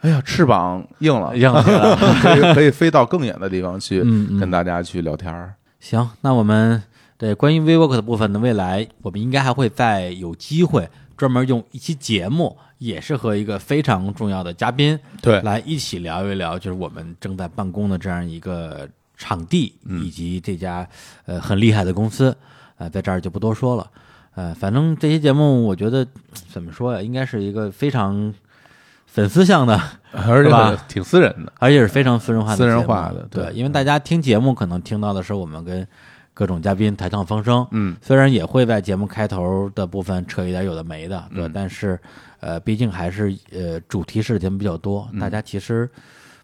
[SPEAKER 2] 哎呀，翅膀硬了，
[SPEAKER 1] 硬起来嗯 了。
[SPEAKER 2] 可以可以飞到更远的地方去，
[SPEAKER 1] 嗯嗯
[SPEAKER 2] 跟大家去聊天儿。
[SPEAKER 1] 行，那我们对关于 WeWork 的部分呢，未来我们应该还会再有机会专门用一期节目，也是和一个非常重要的嘉宾，
[SPEAKER 2] 对
[SPEAKER 1] 来一起聊一聊，就是我们正在办公的这样一个场地，
[SPEAKER 2] 嗯
[SPEAKER 1] 以及这家呃很厉害的公司，呃，在这儿就不多说了。呃，反正这期节目我觉得怎么说呀，应该是一个非常粉丝向的，
[SPEAKER 2] 而
[SPEAKER 1] 是
[SPEAKER 2] 且
[SPEAKER 1] 吧
[SPEAKER 2] 挺私人的，
[SPEAKER 1] 而且是非常私人化的
[SPEAKER 2] 私人
[SPEAKER 1] 节目
[SPEAKER 2] 化的
[SPEAKER 1] 对，嗯
[SPEAKER 2] 对
[SPEAKER 1] 因为大家听节目可能听到的是我们跟各种嘉宾抬杠风声，
[SPEAKER 2] 嗯，
[SPEAKER 1] 虽然也会在节目开头的部分扯一点有的没的，对，但是呃，毕竟还是呃主题式的节目比较多，大家其实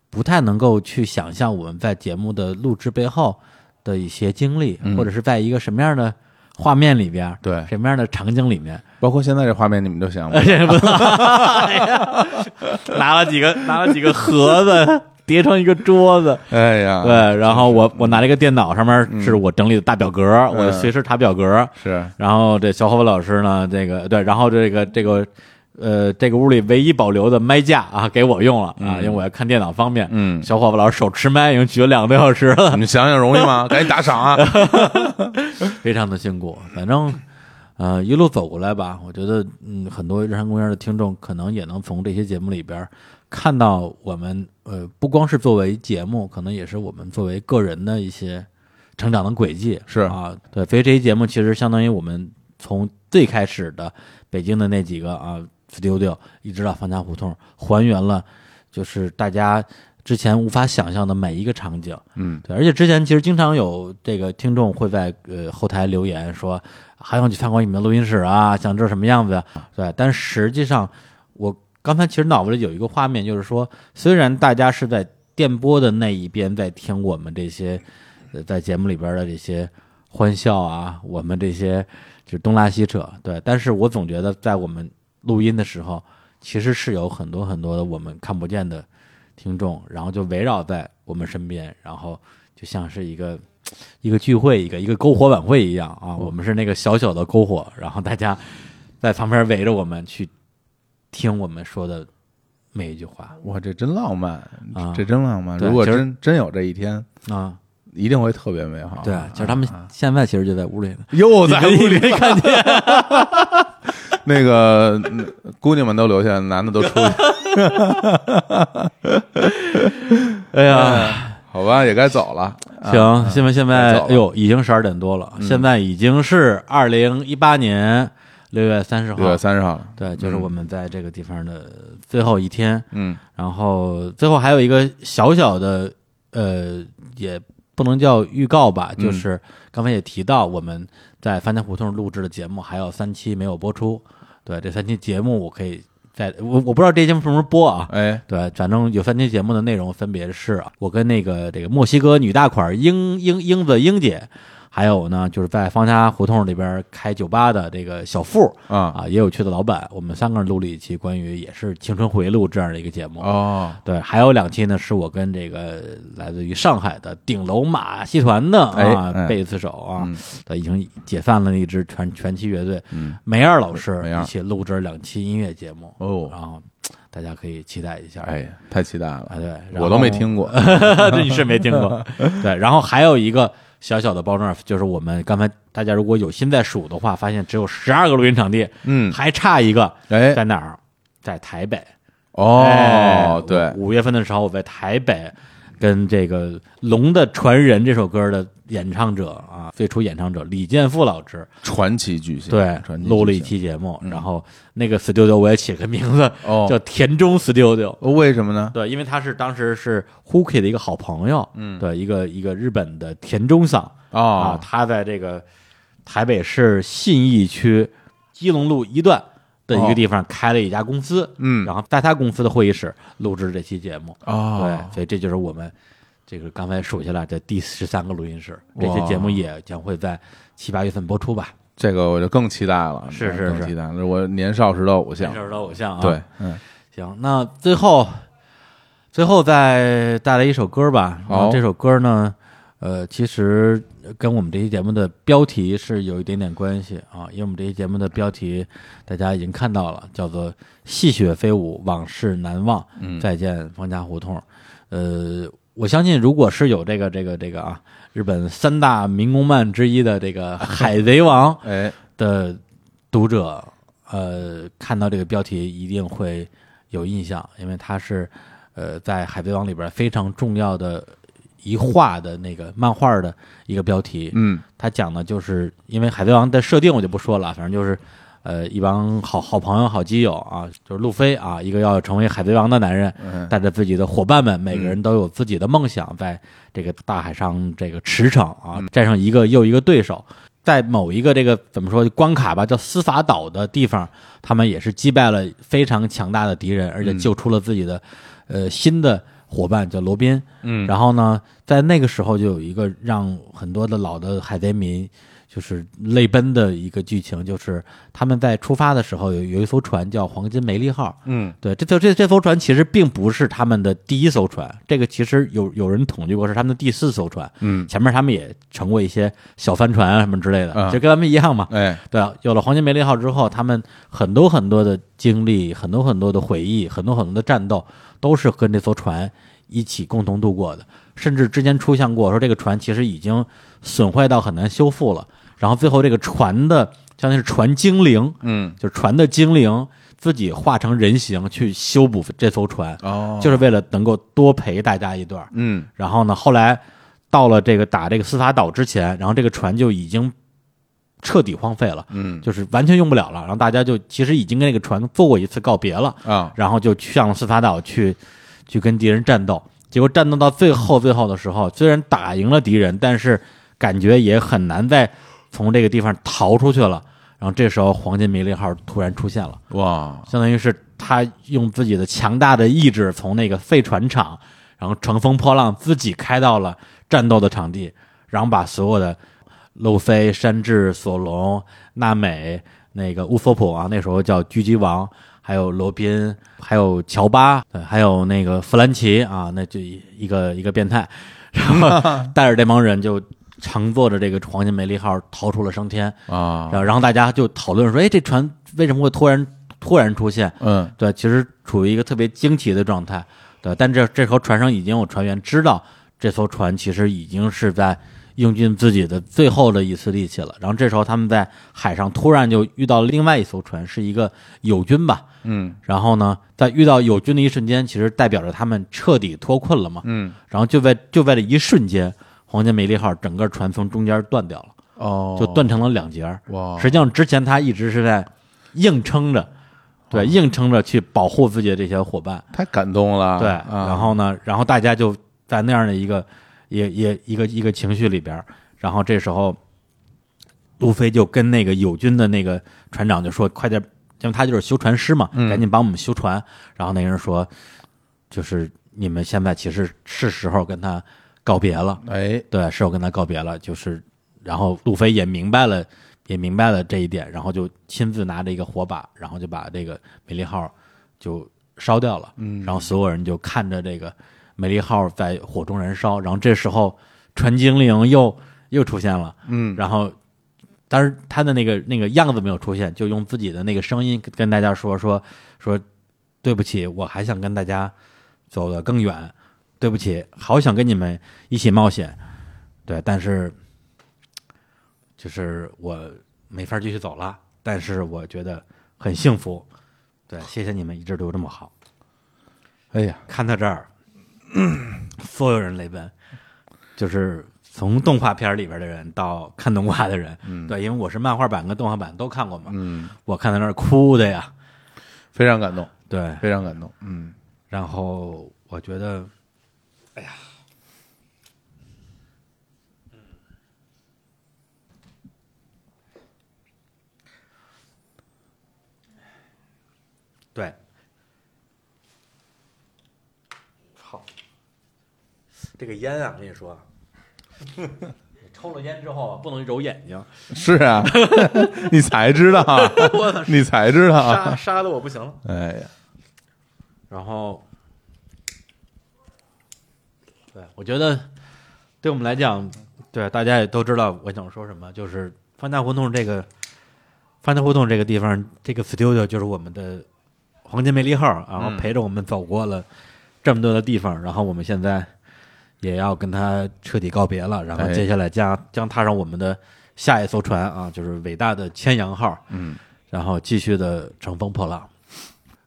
[SPEAKER 1] 不太能够去想象我们在节目的录制背后的一些经历，或者是在一个什么样的画面里边，
[SPEAKER 2] 对
[SPEAKER 1] 什么样的场景里面，
[SPEAKER 2] 包括现在这画面，你们就想
[SPEAKER 1] 而且不哎呀 拿了几个拿了几个盒子 叠成一个桌子，
[SPEAKER 2] 哎呀，
[SPEAKER 1] 对，然后我我拿了一个电脑，上面是我整理的大表格，我随时查表格。
[SPEAKER 2] 是
[SPEAKER 1] 然后这小伙伴老师呢，这个对，然后这个这个呃，这个屋里唯一保留的麦架啊，给我用了啊，因为我要看电脑方便。
[SPEAKER 2] 嗯
[SPEAKER 1] 小伙伴老师手持麦已经举了两个多小时了
[SPEAKER 2] 你，们想想容易吗？ 赶紧打赏啊！
[SPEAKER 1] 非常的辛苦。反正呃，一路走过来吧，我觉得嗯，很多日坛公园的听众可能也能从这些节目里边儿看到我们呃，不光是作为节目，可能也是我们作为个人的一些成长的轨迹。
[SPEAKER 2] 是
[SPEAKER 1] 啊，对，所以这期节目其实相当于我们从最开始的北京的那几个啊 studio，一直到方家胡同，还原了就是大家之前无法想象的每一个场景。
[SPEAKER 2] 嗯，
[SPEAKER 1] 对，而且之前其实经常有这个听众会在呃后台留言说，还想去参观你们的录音室啊，想知道什么样子呀？对，但实际上我刚才其实脑子里有一个画面，就是说，虽然大家是在电波的那一边在听我们这些呃在节目里边的这些欢笑啊，我们这些就是东拉西扯，对，但是我总觉得在我们录音的时候，其实是有很多很多的我们看不见的听众，然后就围绕在我们身边，然后就像是一个一个聚会，一个一个篝火晚会一样
[SPEAKER 2] 哦
[SPEAKER 1] 啊。我们是那个小小的篝火，然后大家在旁边围着我们去听我们说的每一句话
[SPEAKER 2] 哇，这真浪漫
[SPEAKER 1] 啊
[SPEAKER 2] 这真浪漫！
[SPEAKER 1] 对
[SPEAKER 2] 如果
[SPEAKER 1] 其实
[SPEAKER 2] 真真有这一天，
[SPEAKER 1] 啊。
[SPEAKER 2] 一定会特别美好。
[SPEAKER 1] 对，啊就是他们现在其实就在屋里呢，哎
[SPEAKER 2] 又在
[SPEAKER 1] 你
[SPEAKER 2] 啊屋
[SPEAKER 1] 没
[SPEAKER 2] 里，
[SPEAKER 1] 看见
[SPEAKER 2] 那个嗯姑娘们都留下，男的都出去。哎呀，好吧，也该 走了。
[SPEAKER 1] 行，现在现在
[SPEAKER 2] 太早了嗯
[SPEAKER 1] 哎呦，已经十二点多了，现在已经是二零一八年六月三十
[SPEAKER 2] 六
[SPEAKER 1] 号
[SPEAKER 2] 月，三十嗯号了，
[SPEAKER 1] 对，就是我们在这个地方的最后一天。
[SPEAKER 2] 嗯，
[SPEAKER 1] 然后最后还有一个小小的，呃，也不能叫预告吧，就是刚才也提到我们在番茄胡同录制的节目还有三期没有播出，对，这三期节目我可以在我我不知道这节目什么时候播啊，
[SPEAKER 2] 哎，
[SPEAKER 1] 对，反正有三期节目的内容分别是啊我跟那个这个墨西哥女大款英英英子英姐，还有呢就是在方家胡同里边开酒吧的这个小付
[SPEAKER 2] 啊，
[SPEAKER 1] 啊，也有趣的老板，我们三个人录了一期关于也是青春回忆录这样的一个节目。
[SPEAKER 2] 哦，
[SPEAKER 1] 对，还有两期呢，是我跟这个来自于上海的顶楼马戏团的啊
[SPEAKER 2] 哎哎
[SPEAKER 1] 贝斯手啊
[SPEAKER 2] 嗯，
[SPEAKER 1] 对已经解散了一支全全期乐队，梅二老师
[SPEAKER 2] 梅
[SPEAKER 1] 一
[SPEAKER 2] 二
[SPEAKER 1] 起录制两期音乐节目，然
[SPEAKER 2] 哦，
[SPEAKER 1] 后大家可以期待一下。
[SPEAKER 2] 哎呀，太期待了
[SPEAKER 1] 啊，，对，然
[SPEAKER 2] 我都没
[SPEAKER 1] 后
[SPEAKER 2] 听过。
[SPEAKER 1] 对，你是没听 过。对，然后还有一个小小的包装，就是我们刚才大家如果有心在数的话，发现只有十二个录音场地，
[SPEAKER 2] 嗯，
[SPEAKER 1] 还差一个
[SPEAKER 2] 哎，
[SPEAKER 1] 在哪儿？在台北。哎
[SPEAKER 2] 哦，对，
[SPEAKER 1] 哎五五月份的时候我在台北。跟这个《龙的传人》这首歌的演唱者啊，最初演唱者李健富老师，
[SPEAKER 5] 传奇巨星，
[SPEAKER 1] 对
[SPEAKER 5] 传，奇巨
[SPEAKER 1] 录了一
[SPEAKER 5] 星
[SPEAKER 1] 期节目，
[SPEAKER 5] 嗯
[SPEAKER 1] 然后那个 studio 我也起个名字
[SPEAKER 5] 哦，
[SPEAKER 1] 叫田中 studio。
[SPEAKER 2] 哦
[SPEAKER 5] 为什么呢？
[SPEAKER 1] 对，因为他是当时是 Hooky 的一个好朋友，嗯，对，一个一个日本的田中桑啊
[SPEAKER 5] 哦，，
[SPEAKER 1] 他在这个台北市信义区基隆路一段的一个地方开了一家公司，
[SPEAKER 5] 嗯
[SPEAKER 1] 然后在他公司的会议室录制这期节目，
[SPEAKER 5] 哦，
[SPEAKER 1] 对，所以这就是我们这个刚才数下来的第十三个录音室，这些
[SPEAKER 5] 哇
[SPEAKER 1] 节目也将会在七八月份播出吧。
[SPEAKER 5] 这个我就更期待了，
[SPEAKER 1] 是是
[SPEAKER 5] 更
[SPEAKER 1] 是
[SPEAKER 5] 期待了，是我年少时的偶
[SPEAKER 1] 这
[SPEAKER 5] 像，
[SPEAKER 1] 是的偶像啊，
[SPEAKER 5] 对，，嗯，
[SPEAKER 1] 行，那最后最后再带来一首歌吧。
[SPEAKER 5] 好
[SPEAKER 1] 然后这首歌呢，呃，其实跟我们这期节目的标题是有一点点关系啊，因为我们这期节目的标题大家已经看到了，叫做《戏雪飞舞，往事难忘》，再见方家胡同。呃，我相信如果是有这个这个这个啊，日本三大民工漫之一的这个《海贼王》
[SPEAKER 5] 哎，
[SPEAKER 1] 的读者，呃，看到这个标题一定会有印象，因为它是呃在《海贼王》里边非常重要的一画的那个漫画的一个标题。
[SPEAKER 5] 嗯，
[SPEAKER 1] 它讲的就是因为《海贼王》的设定我就不说了，反正就是。呃，一帮好好朋友、好基友啊，就是路飞啊，一个要成为海贼王的男人，带着自己的伙伴们，每个人都有自己的梦想，在这个大海上这个驰骋啊，战胜一个又一个对手。在某一个这个怎么说关卡吧，叫司法岛的地方，他们也是击败了非常强大的敌人，
[SPEAKER 5] 嗯
[SPEAKER 1] 而且救出了自己的、呃新的伙伴叫罗宾。嗯，然后呢，在那个时候就有一个让很多的老的海贼民就是泪奔的一个剧情，就是他们在出发的时候有有一艘船叫黄金梅利号。
[SPEAKER 5] 嗯，
[SPEAKER 1] 对，这艘这这艘船其实并不是他们的第一艘船，这个其实有有人统计过是他们的第四艘船。
[SPEAKER 5] 嗯，
[SPEAKER 1] 前面他们也乘过一些小帆船啊什么之类的，
[SPEAKER 5] 啊
[SPEAKER 1] 就跟咱们一样嘛。
[SPEAKER 5] 哎，
[SPEAKER 1] 对啊，有了黄金梅利号之后，他们很多很多的经历、很多很多的回忆、很多很多的战斗，都是跟这艘船一起共同度过的。甚至之前出现过说，这个船其实已经损坏到很难修复了。然后最后这个船的，相当于是船精灵，
[SPEAKER 5] 嗯，
[SPEAKER 1] 就是船的精灵自己化成人形去修补这艘船，
[SPEAKER 5] 哦，
[SPEAKER 1] 就是为了能够多陪大家一段儿。
[SPEAKER 5] 嗯，
[SPEAKER 1] 然后呢，后来到了这个打这个司法岛之前，然后这个船就已经彻底荒废了，
[SPEAKER 5] 嗯，
[SPEAKER 1] 就是完全用不了了。然后大家就其实已经跟那个船做过一次告别了，
[SPEAKER 5] 啊，
[SPEAKER 1] 然后就向了司法岛去去跟敌人战斗。结果战斗到最后最后的时候，虽然打赢了敌人，但是感觉也很难再从这个地方逃出去了。然后这时候黄金迷利号突然出现了。
[SPEAKER 5] 哇，
[SPEAKER 1] 相当于是他用自己的强大的意志从那个废船厂，然后乘风破浪，自己开到了战斗的场地，然后把所有的路飞、山治、索隆、娜美、那个乌索普啊，那时候叫狙击王，还有罗宾，还有乔巴，对还有那个弗兰奇啊，那就一一个一个变态，然后带着这帮人就乘坐着这个黄金梅利号逃出了升天。
[SPEAKER 5] 啊，
[SPEAKER 1] 然后然后大家就讨论说，哎，这船为什么会突然突然出现？
[SPEAKER 5] 嗯，
[SPEAKER 1] 对，其实处于一个特别惊奇的状态，对。但这这艘船上已经有船员知道，这艘船其实已经是在用尽自己的最后的一丝力气了。然后这时候他们在海上突然就遇到了另外一艘船，是一个友军吧，
[SPEAKER 5] 嗯，
[SPEAKER 1] 然后呢，在遇到友军的一瞬间，其实代表着他们彻底脱困了嘛，
[SPEAKER 5] 嗯，
[SPEAKER 1] 然后就在就在这一瞬间，黄金美丽号整个船从中间断掉了。
[SPEAKER 5] 哦，
[SPEAKER 1] 就断成了两截儿。
[SPEAKER 5] 哇
[SPEAKER 1] 实际上之前他一直是在硬撑着，
[SPEAKER 5] 哦
[SPEAKER 1] 对，硬撑着去保护自己的这些伙伴。
[SPEAKER 5] 太感动了，
[SPEAKER 1] 对，
[SPEAKER 5] 啊
[SPEAKER 1] 然后呢，然后大家就在那样的一个也也一个一个情绪里边儿，然后这时候路飞就跟那个友军的那个船长就说：“快点，因为他就是修船师嘛，
[SPEAKER 5] 嗯
[SPEAKER 1] 赶紧帮我们修船。”然后那个人说：“就是你们现在其实是时候跟他告别了。”
[SPEAKER 5] 哎，
[SPEAKER 1] 对，是我跟他告别了，就是，然后路飞也明白了，也明白了这一点，然后就亲自拿着一个火把，然后就把这个美丽号就烧掉了，嗯，然后所有人就看着这个美丽号在火中燃烧，然后这时候船精灵又又出现了，嗯，然后。当然，他的那个那个样子没有出现，就用自己的那个声音跟跟大家说说说，对不起，我还想跟大家走得更远，对不起，好想跟你们一起冒险，对，但是就是我没法继续走了，但是我觉得很幸福。对，谢谢你们一直对我这么好。
[SPEAKER 5] 哎呀，
[SPEAKER 1] 看到这儿，所有人泪奔，就是从动画片里边的人到看动画的人，
[SPEAKER 5] 嗯
[SPEAKER 1] 对，因为我是漫画版跟动画版都看过嘛，
[SPEAKER 5] 嗯，
[SPEAKER 1] 我看到那儿哭的呀，
[SPEAKER 5] 非常感动，
[SPEAKER 1] 对，
[SPEAKER 5] 非常感动，嗯，
[SPEAKER 1] 然后我觉得，哎哎呀，嗯对，好，这个烟啊，我跟你说，抽了烟之后啊不能揉眼 睛，
[SPEAKER 2] 是啊，你才知道，你才知道，
[SPEAKER 1] 杀杀的我不行了。
[SPEAKER 2] 哎呀，
[SPEAKER 1] 然后，对我觉得，对我们来讲，对大家也都知道我想说什么，就是翻大胡同这个翻大胡同这个地方，这个 studio 就是我们的黄金梅利号，然后
[SPEAKER 2] 嗯
[SPEAKER 1] 陪着我们走过了这么多的地方，然后我们现在也要跟它彻底告别了，然后
[SPEAKER 2] 哎
[SPEAKER 1] 接下来将将踏上我们的下一艘船啊，就是伟大的千阳号，
[SPEAKER 5] 嗯，
[SPEAKER 1] 然后继续的乘风破浪。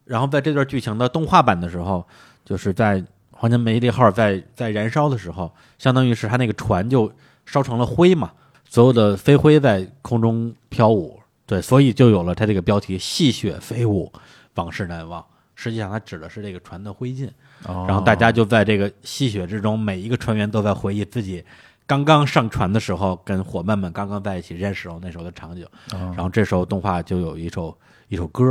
[SPEAKER 1] 然后在这段剧情的动画版的时候，就是在黄金梅利号在在燃烧的时候，相当于是它那个船就烧成了灰嘛，所有的飞灰在空中飘舞，对，所以就有了它这个标题“戏谑飞舞，往事难忘”。实际上，它指的是这个船的灰烬。
[SPEAKER 5] 然
[SPEAKER 1] 然后大家就在这个戏谑之中，每一个船员都在回忆自己刚刚上船的时候，跟伙伴们刚刚在一起认识时候那时候的场景。然后这时候动画就有一首一首歌，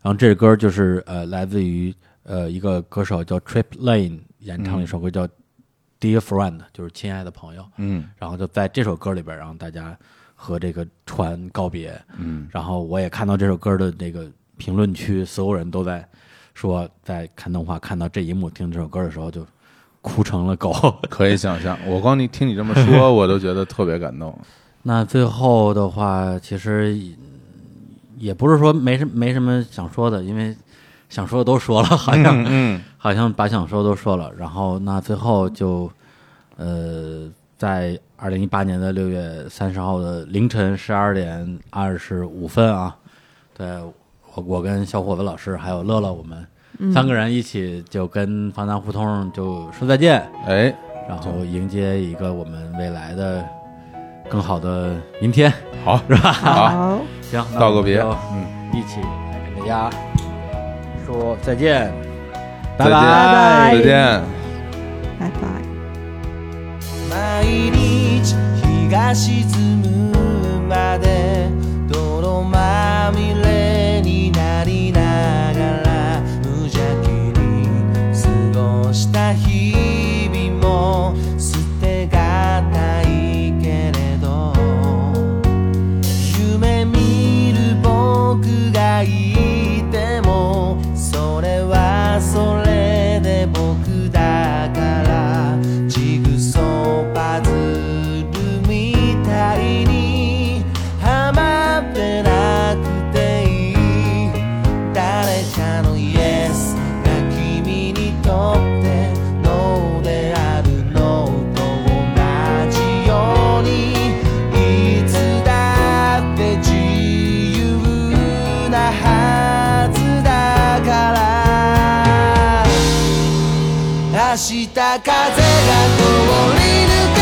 [SPEAKER 1] 然后这歌就是呃来自于呃一个歌手叫 Trip Lane 演唱了一首歌叫《Dear Friend》，就是亲爱的朋友。
[SPEAKER 5] 嗯
[SPEAKER 1] 然后就在这首歌里边，然后大家和这个船告别。
[SPEAKER 5] 嗯
[SPEAKER 1] 然后我也看到这首歌的那个评论区，所有人都在说，在看动画看到这一幕，听这首歌的时候就哭成了狗。
[SPEAKER 5] 可以想象，我光你听你这么说，我都觉得特别感动，
[SPEAKER 1] 那最后的话，其实也也不是说没什没什么想说的，因为想说的都说了，好像、
[SPEAKER 5] 嗯
[SPEAKER 1] 好像把想说都说了。然后那最后就呃，在二零一八年的六月三十号的凌晨十二点二十五分啊，对我我跟小伙子老师还有乐乐，我们三个人一起就跟方大胡同就说再见。
[SPEAKER 5] 哎，
[SPEAKER 1] 然后迎接一个我们未来的更好的明天。
[SPEAKER 5] 好，好，
[SPEAKER 3] 好，
[SPEAKER 1] 行，那
[SPEAKER 5] 道个
[SPEAKER 1] 我们
[SPEAKER 5] 别，
[SPEAKER 1] 就
[SPEAKER 5] 嗯，
[SPEAKER 1] 一起来跟大家说再见，
[SPEAKER 5] 再
[SPEAKER 1] 拜
[SPEAKER 5] 见
[SPEAKER 1] 拜。
[SPEAKER 3] 拜
[SPEAKER 5] 再见。
[SPEAKER 3] 拜拜。
[SPEAKER 6] 毎日日が沈むまで泥まみれになりながら無邪気に過ごした日々も捨てがたいけれど夢見る僕がいてもそれはそれで僕だからジグソーパズルみたいにはまってなくていい誰かのイエスが君にとってノーであるノーと同じようにいつだって自由なはずだから明日風が通り抜け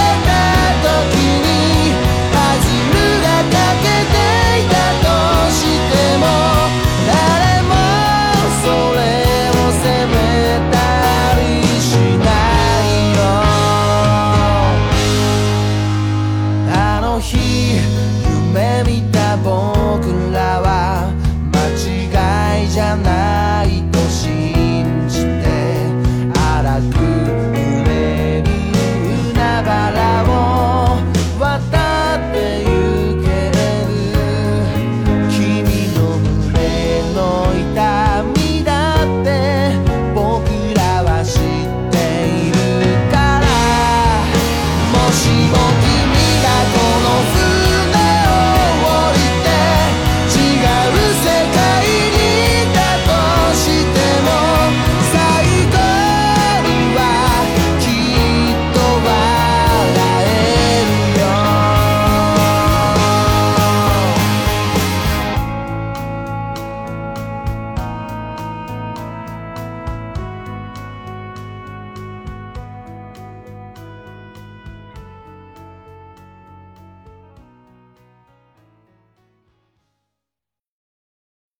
[SPEAKER 6] た時